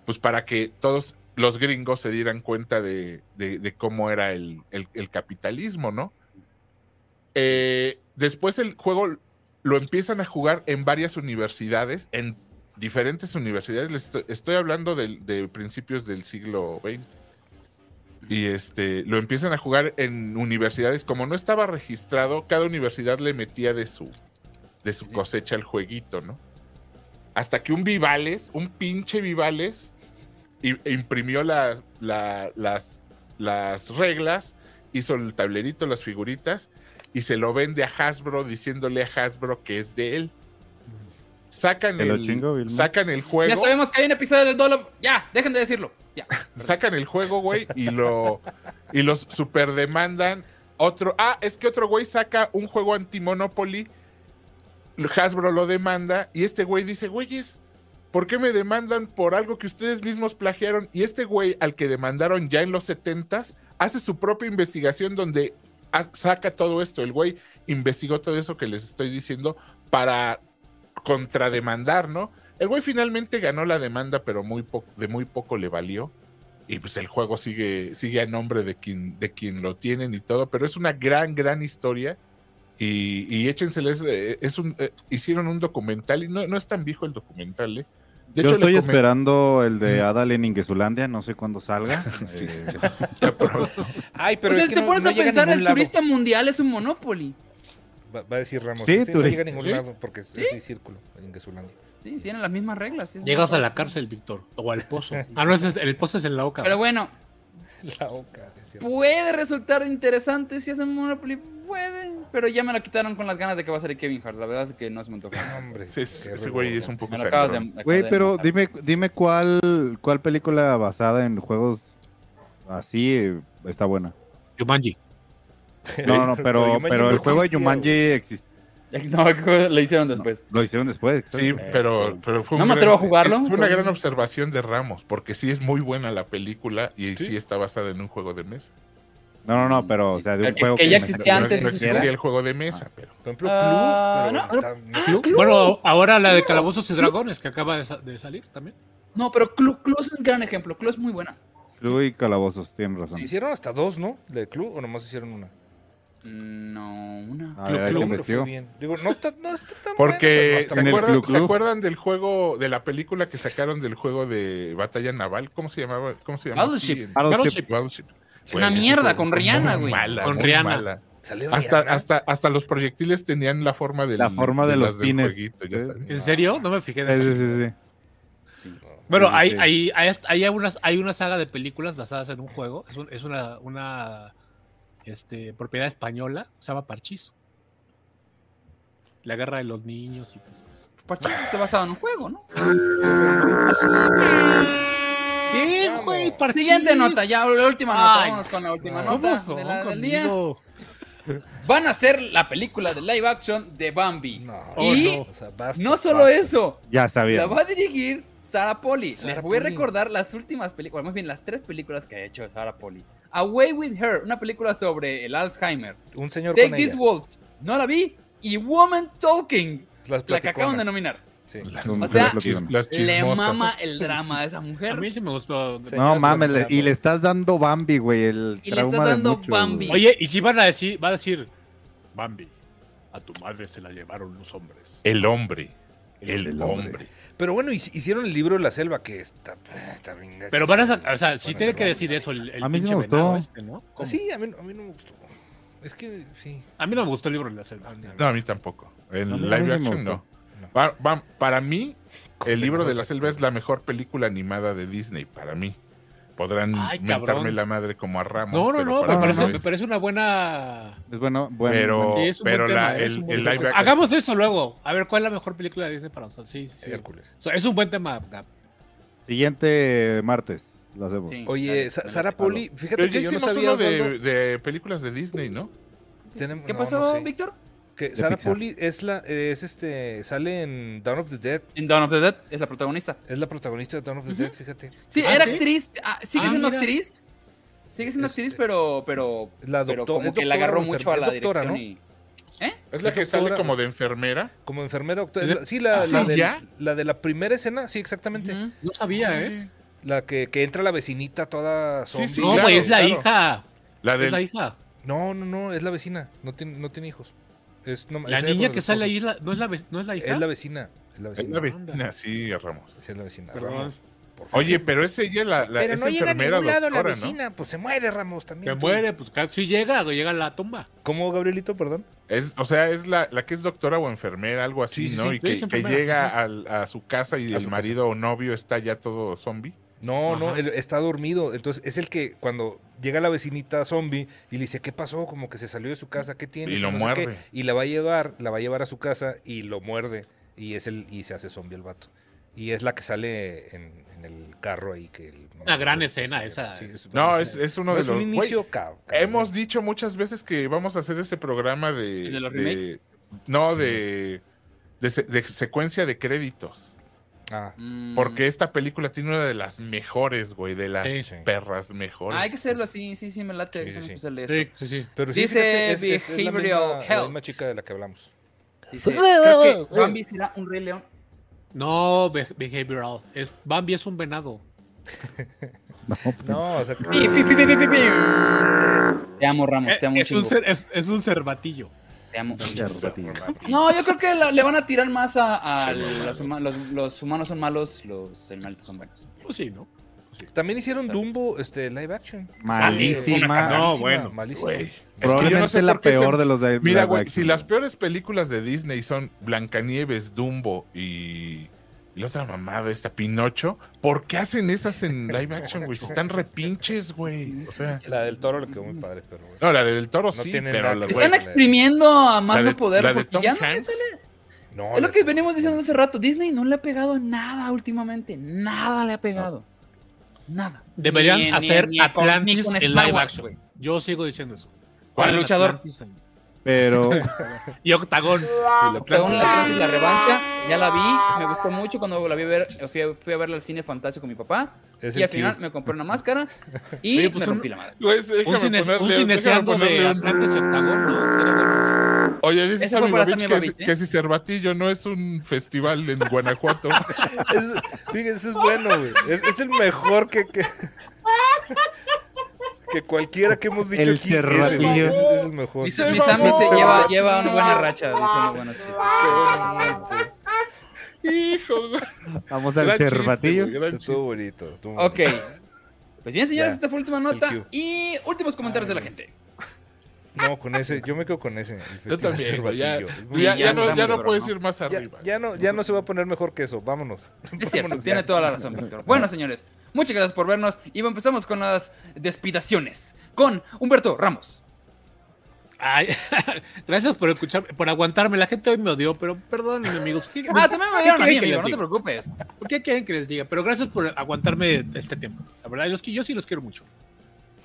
Pues para que todos los gringos se dieran cuenta de, de- de cómo era el, el- el capitalismo, ¿no? Eh, después el juego lo empiezan a jugar en varias universidades, en diferentes universidades. Les estoy, estoy hablando del- de, principios del siglo XX. Y este, lo empiezan a jugar en universidades. Como no estaba registrado, cada universidad le metía de su, de su cosecha el jueguito, ¿no? Hasta que un Vivales, un pinche Vivales, i- imprimió la- la- las, las reglas, hizo el tablerito, las figuritas, y se lo vende a Hasbro diciéndole a Hasbro que es de él. Sacan Te lo el, chingo, Vilma. sacan el Ya juego. sabemos que hay un episodio del Dolo. Ya, dejen de decirlo. Ya. <laughs> sacan el juego, güey, y lo y los superdemandan. Otro, ah, es que otro güey saca un juego anti-Monopoly. Hasbro lo demanda y este güey dice, "Güeyes, ¿por qué me demandan por algo que ustedes mismos plagiaron?" Y este güey al que demandaron ya en los 70s hace su propia investigación donde ha- saca todo esto. El güey investigó todo eso que les estoy diciendo para contrademandar, ¿no? El güey finalmente ganó la demanda, pero muy po- de muy poco le valió. Y pues el juego sigue, sigue a nombre de quien, de quien lo tienen y todo, pero es una gran, gran historia. Y, y échenseles, eh, es un, eh, hicieron un documental y no, no es tan viejo el documental, ¿eh? De Yo hecho, le estoy comen- esperando el de Adal en Inguesulandia, no sé cuándo <laughs> salga. Sí. Eh, <laughs> Ay, pero o sea, es que te no- pones no a llega a pensar, ningún el lado. turista mundial es un Monopoly. Va, va a decir Ramos. Sí, Sí, no turista. llega a ningún Sí. lado porque es, es el círculo en Guesulandi. Sí, tienen las mismas reglas. sí. Llegas a la cárcel, Víctor, o al pozo. <laughs> Ah, no, ese es- el pozo es en la boca. Pero bueno, La boca. es cierto. puede resultar interesante si hacen Monopoly. Puede, pero ya me la quitaron con las ganas de que va a ser Kevin Hart. La verdad es que no se me antoja. <laughs> No, hombre. Sí, es- qué ese güey es revolver. un poco Me lo acabas de. sangrón. acabas Güey, de pero matar. dime, dime cuál, cuál película basada en juegos así eh, está <laughs> buena. Jumanji. No, no, no, Pero pero, Jumanji pero no el juego de existía, Jumanji exist- <laughs> No, <laughs> le hicieron después. lo hicieron después. Sí, exacto. pero, pero fue No un me gran- atrevo a jugarlo, Fue fue una un- gran observación de Ramos, porque sí es muy buena la película y sí, está basada en un juego de mesa. No, no, no, pero, o sea, de un Que- juego que ya me- existía No- antes, no eso sí. existía el juego de mesa, pero Por ejemplo, Ah, Clue. no, pero está- no, Bueno, ahora la de Calabozos y Dragones, que acaba de, sa- de salir también. No, pero Clue, Clue es un gran ejemplo. Clue es muy buena. Clue y calabozos, tienen razón. Hicieron hasta dos, ¿no? ¿La de Clue o nomás hicieron una? No, una. A ver, hay que Clue, Pero fue investigar. bien. Digo, no está, no está tan bueno, Porque pero ¿se, no está en el mal. acuerdan, Club se Club. acuerdan del juego, de la película que sacaron del juego de batalla naval? ¿Cómo se llamaba? ¿Cómo se llamaba? Battleship. Sí, Battleship. Battleship. Una Güey, ese mierda, juego con fue Rihanna, muy güey. mala, Con muy Rihanna. mala. Sale Hasta, Rihanna. hasta, hasta los proyectiles tenían la forma del, La forma de los las del pines. jueguito, ya Sí. sabes. ¿En serio? No me fijé en Sí, sí, eso. sí, sí. Bueno, Sí, sí, hay, sí. hay, hay, hasta- hay, unas, hay una saga de películas basadas en un juego. Es, un- es una, una este, propiedad española. Se llama Parchís. La guerra de los niños y esas cosas. Parchís está basado en un juego, ¿no? Bien, güey, Parchís. Siguiente nota, ya la última nota. Ay. Vámonos con la última ¿Cómo nota son de la- del día. conmigo? Van a hacer la película de live action de Bambi. No, Y no, o sea, basta, No solo basta. eso, Ya La sabía. va a dirigir Sarah Poli. Sarah Les voy a Polley. recordar las últimas películas, más bien las tres películas que ha hecho Sarah Poli. Away with Her, una película sobre el Alzheimer. Un señor Take con This ella. Waltz, no la vi. Y Woman Talking, Las la que acaban de platiconas. nominar. Sí. Son- o sea, son- Chis- las Le chismosas. mama el drama de esa mujer. A mí sí me gustó. Sí. No Señoras mames, le- platicando. y le estás dando Bambi, güey, el Y le trauma estás de dando muchos, güey. Bambi. Oye, y si van a decir, va a decir, Bambi, a tu madre se la llevaron los hombres. El hombre. El, El hombre. hombre. Pero bueno, hic- hicieron el libro de la selva que está, está bien gacho. Pero van a sacar, o sea, sí Bueno, tiene sí, que sí. decir eso el, el A mí sí pinche me gustó. venado este, ¿no? ¿Cómo? Ah, Sí, a mí, a mí no me gustó. Es que sí. A mí no me gustó el libro de la selva. a mí- a mí- No, a mí tampoco. El A mí- a mí sí live me action gustó. no. Va- va- para mí, el Joder, libro no de la sé selva tú. es la mejor película animada de Disney, para mí. Podrán Ay, cabrón. mentarme la madre como a Ramos. No, no, pero no, para me no, mí parece, no. es- me parece una buena. Es bueno, bueno. Pero, Sí, es un buen pero tema, la- es un el, buen el tema. live action. Hagamos eso luego. A ver cuál es la mejor película de Disney para nosotros. Sí, sí, sí. Hércules. O sea, es un buen tema, Gab. Siguiente martes lo hacemos. Sí, Oye, dale, Sa- dale. Sara Poli, Pero fíjate ya que yo no hicimos sabía uno Osvaldo, de, de películas de Disney, ¿no? tenemos- ¿Qué no, pasó, no sé. Víctor? Que De Sarah Pixar. Polley es la, es este, sale en Dawn of the Dead, En Dawn of the Dead es la protagonista. es la protagonista de Dawn of the Dead, fíjate. Sí, ¿Ah, era sí? actriz. ah, sigue Ah, siendo mira. actriz. Sigue siendo Es- actriz, pero, pero, La pero docto- como es que le doctora agarró o mucho a enfermera- la es doctora, dirección ¿no? y. Es la que sale Doctora. como de enfermera. Como enfermera doctora, ¿Es la- sí, la, ah, la, sí, del- ya? la de la primera escena, sí, exactamente. Ujú. No sabía, ¿eh? La que, que entra la vecinita toda zombie. Sí, no, claro, pues, güey, es la claro. hija. La Es la del. hija. No, no, no, es la vecina, no tiene, no tiene hijos. Es, no, La es ella niña con que el sale esposo. ahí es la- ¿no, es la, ve- no es la hija. Es la vecina, es la Es vecina. la vecina, sí, Ramos. Sí, es la vecina. Perdón. Ramos, por favor. Oye, pero es ella la, la pero es no llega a enfermera ningún lado doctora, la vecina, pues se muere Ramos también. Se tú. muere, pues si llega, güey, llega a la tumba. ¿Cómo, Gabrielito? Perdón. ¿no? Es, o sea, es la, la que es doctora o enfermera, algo Sí, así, sí, ¿no? sí, y sí, que, es que enfermera, llega al- a su casa y A el su marido o novio está ya todo zombie. No, no, Ajá. él está dormido. Entonces es el que cuando llega la vecinita zombie y le dice, ¿qué pasó? Como que se salió de su casa, ¿qué tiene? Y lo muerde. y la va a llevar, la va a llevar a su casa y lo muerde. Y es el, y se hace zombie el vato. Y es la que sale en, en el carro ahí que el- Una gran escena esa. No, es, es uno no, de es los. un güey, inicio ca- cabrón. hemos dicho muchas veces que vamos a hacer ese programa de. ¿El de los remakes? No, de, de, se- de secuencia de créditos. Ah, Mm. Porque esta película tiene una de las mejores, güey, de las Sí. Sí. perras mejores. Ah, hay que hacerlo así, sí, sí, me late. Sí, déjame sí, sí. empezarle eso. Sí, sí, sí. pero sí, Dice fíjate, es, es- es la, Behavioral misma, la Health. misma chica de la que hablamos. Dice, <laughs> creo que Bambi será un rey león. No, be- behavioral. Es, Bambi es un venado. <laughs> No, pues, No, o sea, Pi, pi, pi, pi, pi, pi, pi. Te amo, Ramos, te amo un Eh, es, un chingo. cer- es, es un cervatillo. Te amo un ya, chingo. ratito. No, yo creo que la- le van a tirar más a, a los, huma- los- los humanos son malos, los animalitos son buenos. Pues sí, ¿no? también hicieron Dumbo este, live action. pues, Ah, Ah, Malísima. No, Malísima, bueno. malísima. Ah, Güey. Es que yo no sé Probablemente la por qué se- peor de los de Mira, live güey, action. si las peores películas de Disney son Blancanieves, Dumbo y, y la otra mamada, esta Pinocho, ¿por qué hacen esas en live <laughs> action, güey? Si Están repinches, güey. O sea, La del toro le quedó muy padre, pero <laughs> bueno. no, la del toro No sí, tienen pero nada la, que güey, Están exprimiendo a más la de- no poder la de porque Tom ya no le Hanks. sale. No, Es lo la- que venimos diciendo hace rato. Disney no le ha pegado nada últimamente. Nada le ha pegado. Nada. Deberían Ni- ni- ni hacer con- ni Atlantis con en Star live Wars, action. güey. Yo sigo diciendo eso. ¿Cuál Hagan luchador? Atlantis en- <laughs> Pero Y Octagón. Octagón Atlantis, la revancha. Ya la vi. Me gustó mucho cuando la vi ver. Fui a, fui a verla al cine fantástico con mi papá. Es y el al final cute. me compré una máscara y Oye, pues me un- rompí la madre. Güey, Un, déjame cine, un ponerle- cineseando déjame de ponerle un- Atlantis y Octagón, ¿no? Sería bueno. Oye, dice Ese fue para Sammy Sammy Babich que, Babich, si- ¿eh? que si Cervatillo no es un festival en <laughs> Guanajuato. <laughs> Es, fíjense, ese es bueno, güey. Es, es el mejor que, que, que cualquiera que hemos dicho El aquí. ese, güey, cerratillo. es, es el mejor. Mi Sammy se lleva, lleva una buena racha diciendo buenos chistes. Exactamente. Hijo, güey. vamos Gran al chiste, cervatillo. güey, gran Estuvo chiste. bonito. estuvo Ok. bonito. Pues bien, señores, Ya. esta fue la última nota El cue. y últimos comentarios de la gente. No, con ese. Yo me quedo con ese. el Yo también, güey, ya, Cervatillo. Es muy- ya- ya ya no, empezamos, ya no pero puedes no. ir más ya- arriba. ya no, ya no se va a poner mejor que eso. Vámonos. <laughs> Es cierto, Vámonos tiene ya. toda la razón, Víctor. Bueno, señores, muchas gracias por vernos y empezamos con las despidaciones con Humberto Ramos. Ay, <laughs> gracias por escuchar, por aguantarme. La gente hoy me odió, pero perdónenme, amigos. ¿Qué- Ah, también me dieron a mí, ¿qué quieren que amigo, les no te diga? preocupes. ¿Qué quieren que les diga? Pero gracias por aguantarme este tiempo. La verdad, yo, yo sí los quiero mucho.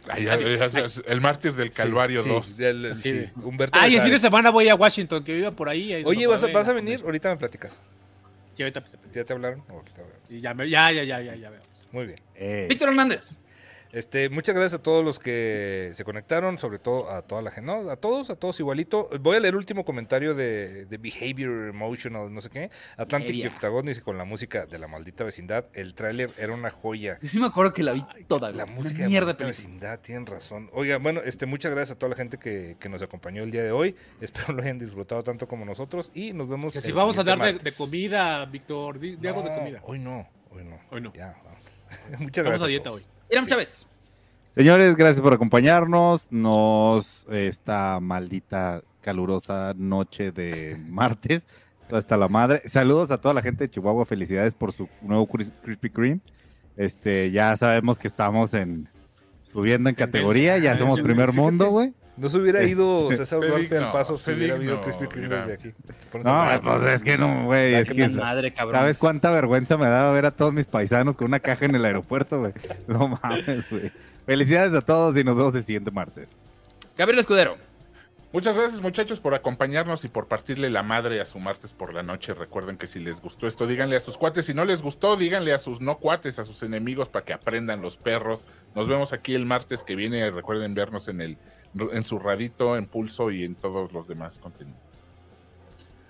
Ay, ya- ya- ya- el mártir del Calvario Sí, 2. sí, ya el- Así sí, de- Humberto Ay, Ah, el fin de Besares. semana voy a Washington, que viva por ahí. ahí Oye, nos ¿vas a, podemos vas a ir venir? Ahorita me platicas. Sí, ahorita pues, ¿Ya te hablaron? Ahorita veo. y ya, me- ya, ya, ya, ya, ya veo. Muy bien. Eh, Víctor Hernández. Este, muchas gracias a todos los que se conectaron, sobre todo a toda la gente, no, a todos, a todos igualito. Voy a leer el último comentario de, de Behavior Emotional, no sé qué. Atlantic y Behavior. Octagon dice con la música de la maldita vecindad. El tráiler era una joya. Yo sí me acuerdo que la vi toda, La güey. música Una de mierda de Maldita película. vecindad, tienen razón. Oiga, bueno, este, muchas gracias a toda la gente que, que nos acompañó el día de hoy. <laughs> Espero lo hayan disfrutado tanto como nosotros y nos vemos. Que si el vamos a siguiente dar de, martes. de comida, Víctor, di, di algo de No, comida. Hoy no, hoy no. Hoy no. Ya, vamos. <laughs> Muchas gracias. Estamos a a dieta todos. hoy. Iram Chávez. Señores, gracias por acompañarnos. Nos esta maldita calurosa noche de <laughs> martes. Hasta la madre. Saludos a toda la gente de Chihuahua. Felicidades por su nuevo Kris- Krispy Kreme. Este, ya sabemos que estamos en subiendo en categoría. Ah, Ya somos primer mundo, güey. No se <laughs> hubiera ido César Sé Duarte al digno, paso si sé hubiera digno, habido Crispy Kreme mira. desde aquí. Pones No, el pues es que no, güey. Ah, Es qué que mal. Madre, cabrón. ¿Sabes cuánta vergüenza me daba ver a todos mis paisanos con una caja en el aeropuerto, güey? No mames, güey. Felicidades a todos y nos vemos el siguiente martes. Gabriel Escudero. Muchas gracias, muchachos, por acompañarnos y por partirle la madre a su martes por la noche. Recuerden que si les gustó esto, díganle a sus cuates. Si no les gustó, díganle a sus no cuates, a sus enemigos, para que aprendan los perros. Nos vemos aquí el martes que viene. Recuerden vernos en el en su radito, en pulso y en todos los demás contenidos.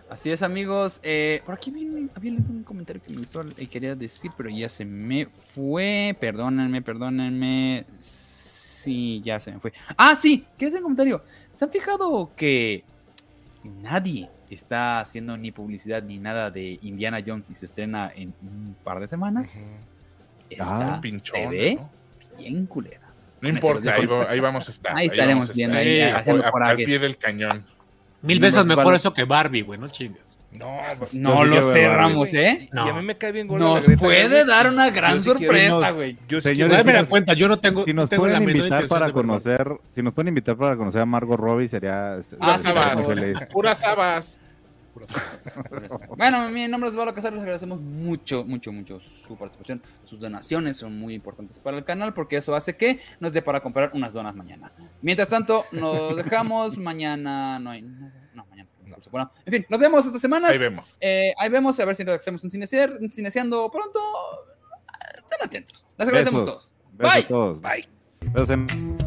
Así es, amigos. Eh, por aquí vi- había leído un comentario que me gustó y quería decir, pero ya se me fue. Perdónenme, perdónenme. Sí, ya se me fue. Ah, sí, ¿qué es el comentario? ¿Se han fijado que nadie está haciendo ni publicidad ni nada de Indiana Jones y se estrena en un par de semanas? Esta Ah, pinchón, se ve ¿no? bien culera. No Con eso los importa, dejo. ahí, va- ahí vamos a estar. Ahí estaremos vamos a viendo, estar. ahí, a- haciendo a- al corajes. pie del cañón. Mil veces Nos mejor van- eso que Barbie, güey, no chingues. No, No Yo sí lo quiero sé, ver Barbie, Ramos, ¿eh? Y a mí me cae bien gorda la Nos Greta puede Gerwig. dar una gran Yo sí quiero- sorpresa, güey. Yo sí Señores, quiero- Nadie me si la nos- cuenta, yo no tengo, Si nos no tengo la pueden menor invitar intención de para ver Barbie. conocer, si nos pueden invitar para conocer a Margot Robbie sería este, Ah, sería sí, muy va. feliz. Puras habas. Bueno, mi nombre es Eduardo Casares, les agradecemos mucho, mucho, mucho su participación. Sus donaciones son muy importantes para el canal porque eso hace que nos dé para comprar unas donas mañana. Mientras tanto, <laughs> nos dejamos mañana. No hay. No, no, mañana. es concurso. Bueno, en fin, nos vemos estas semanas. Ahí vemos. Eh, ahí vemos, a ver si nos hacemos un cinecier- un cineciando pronto. Ah, Estén atentos. Les agradecemos a Besos. todos. Besos Bye. a todos. Bye. Besos en-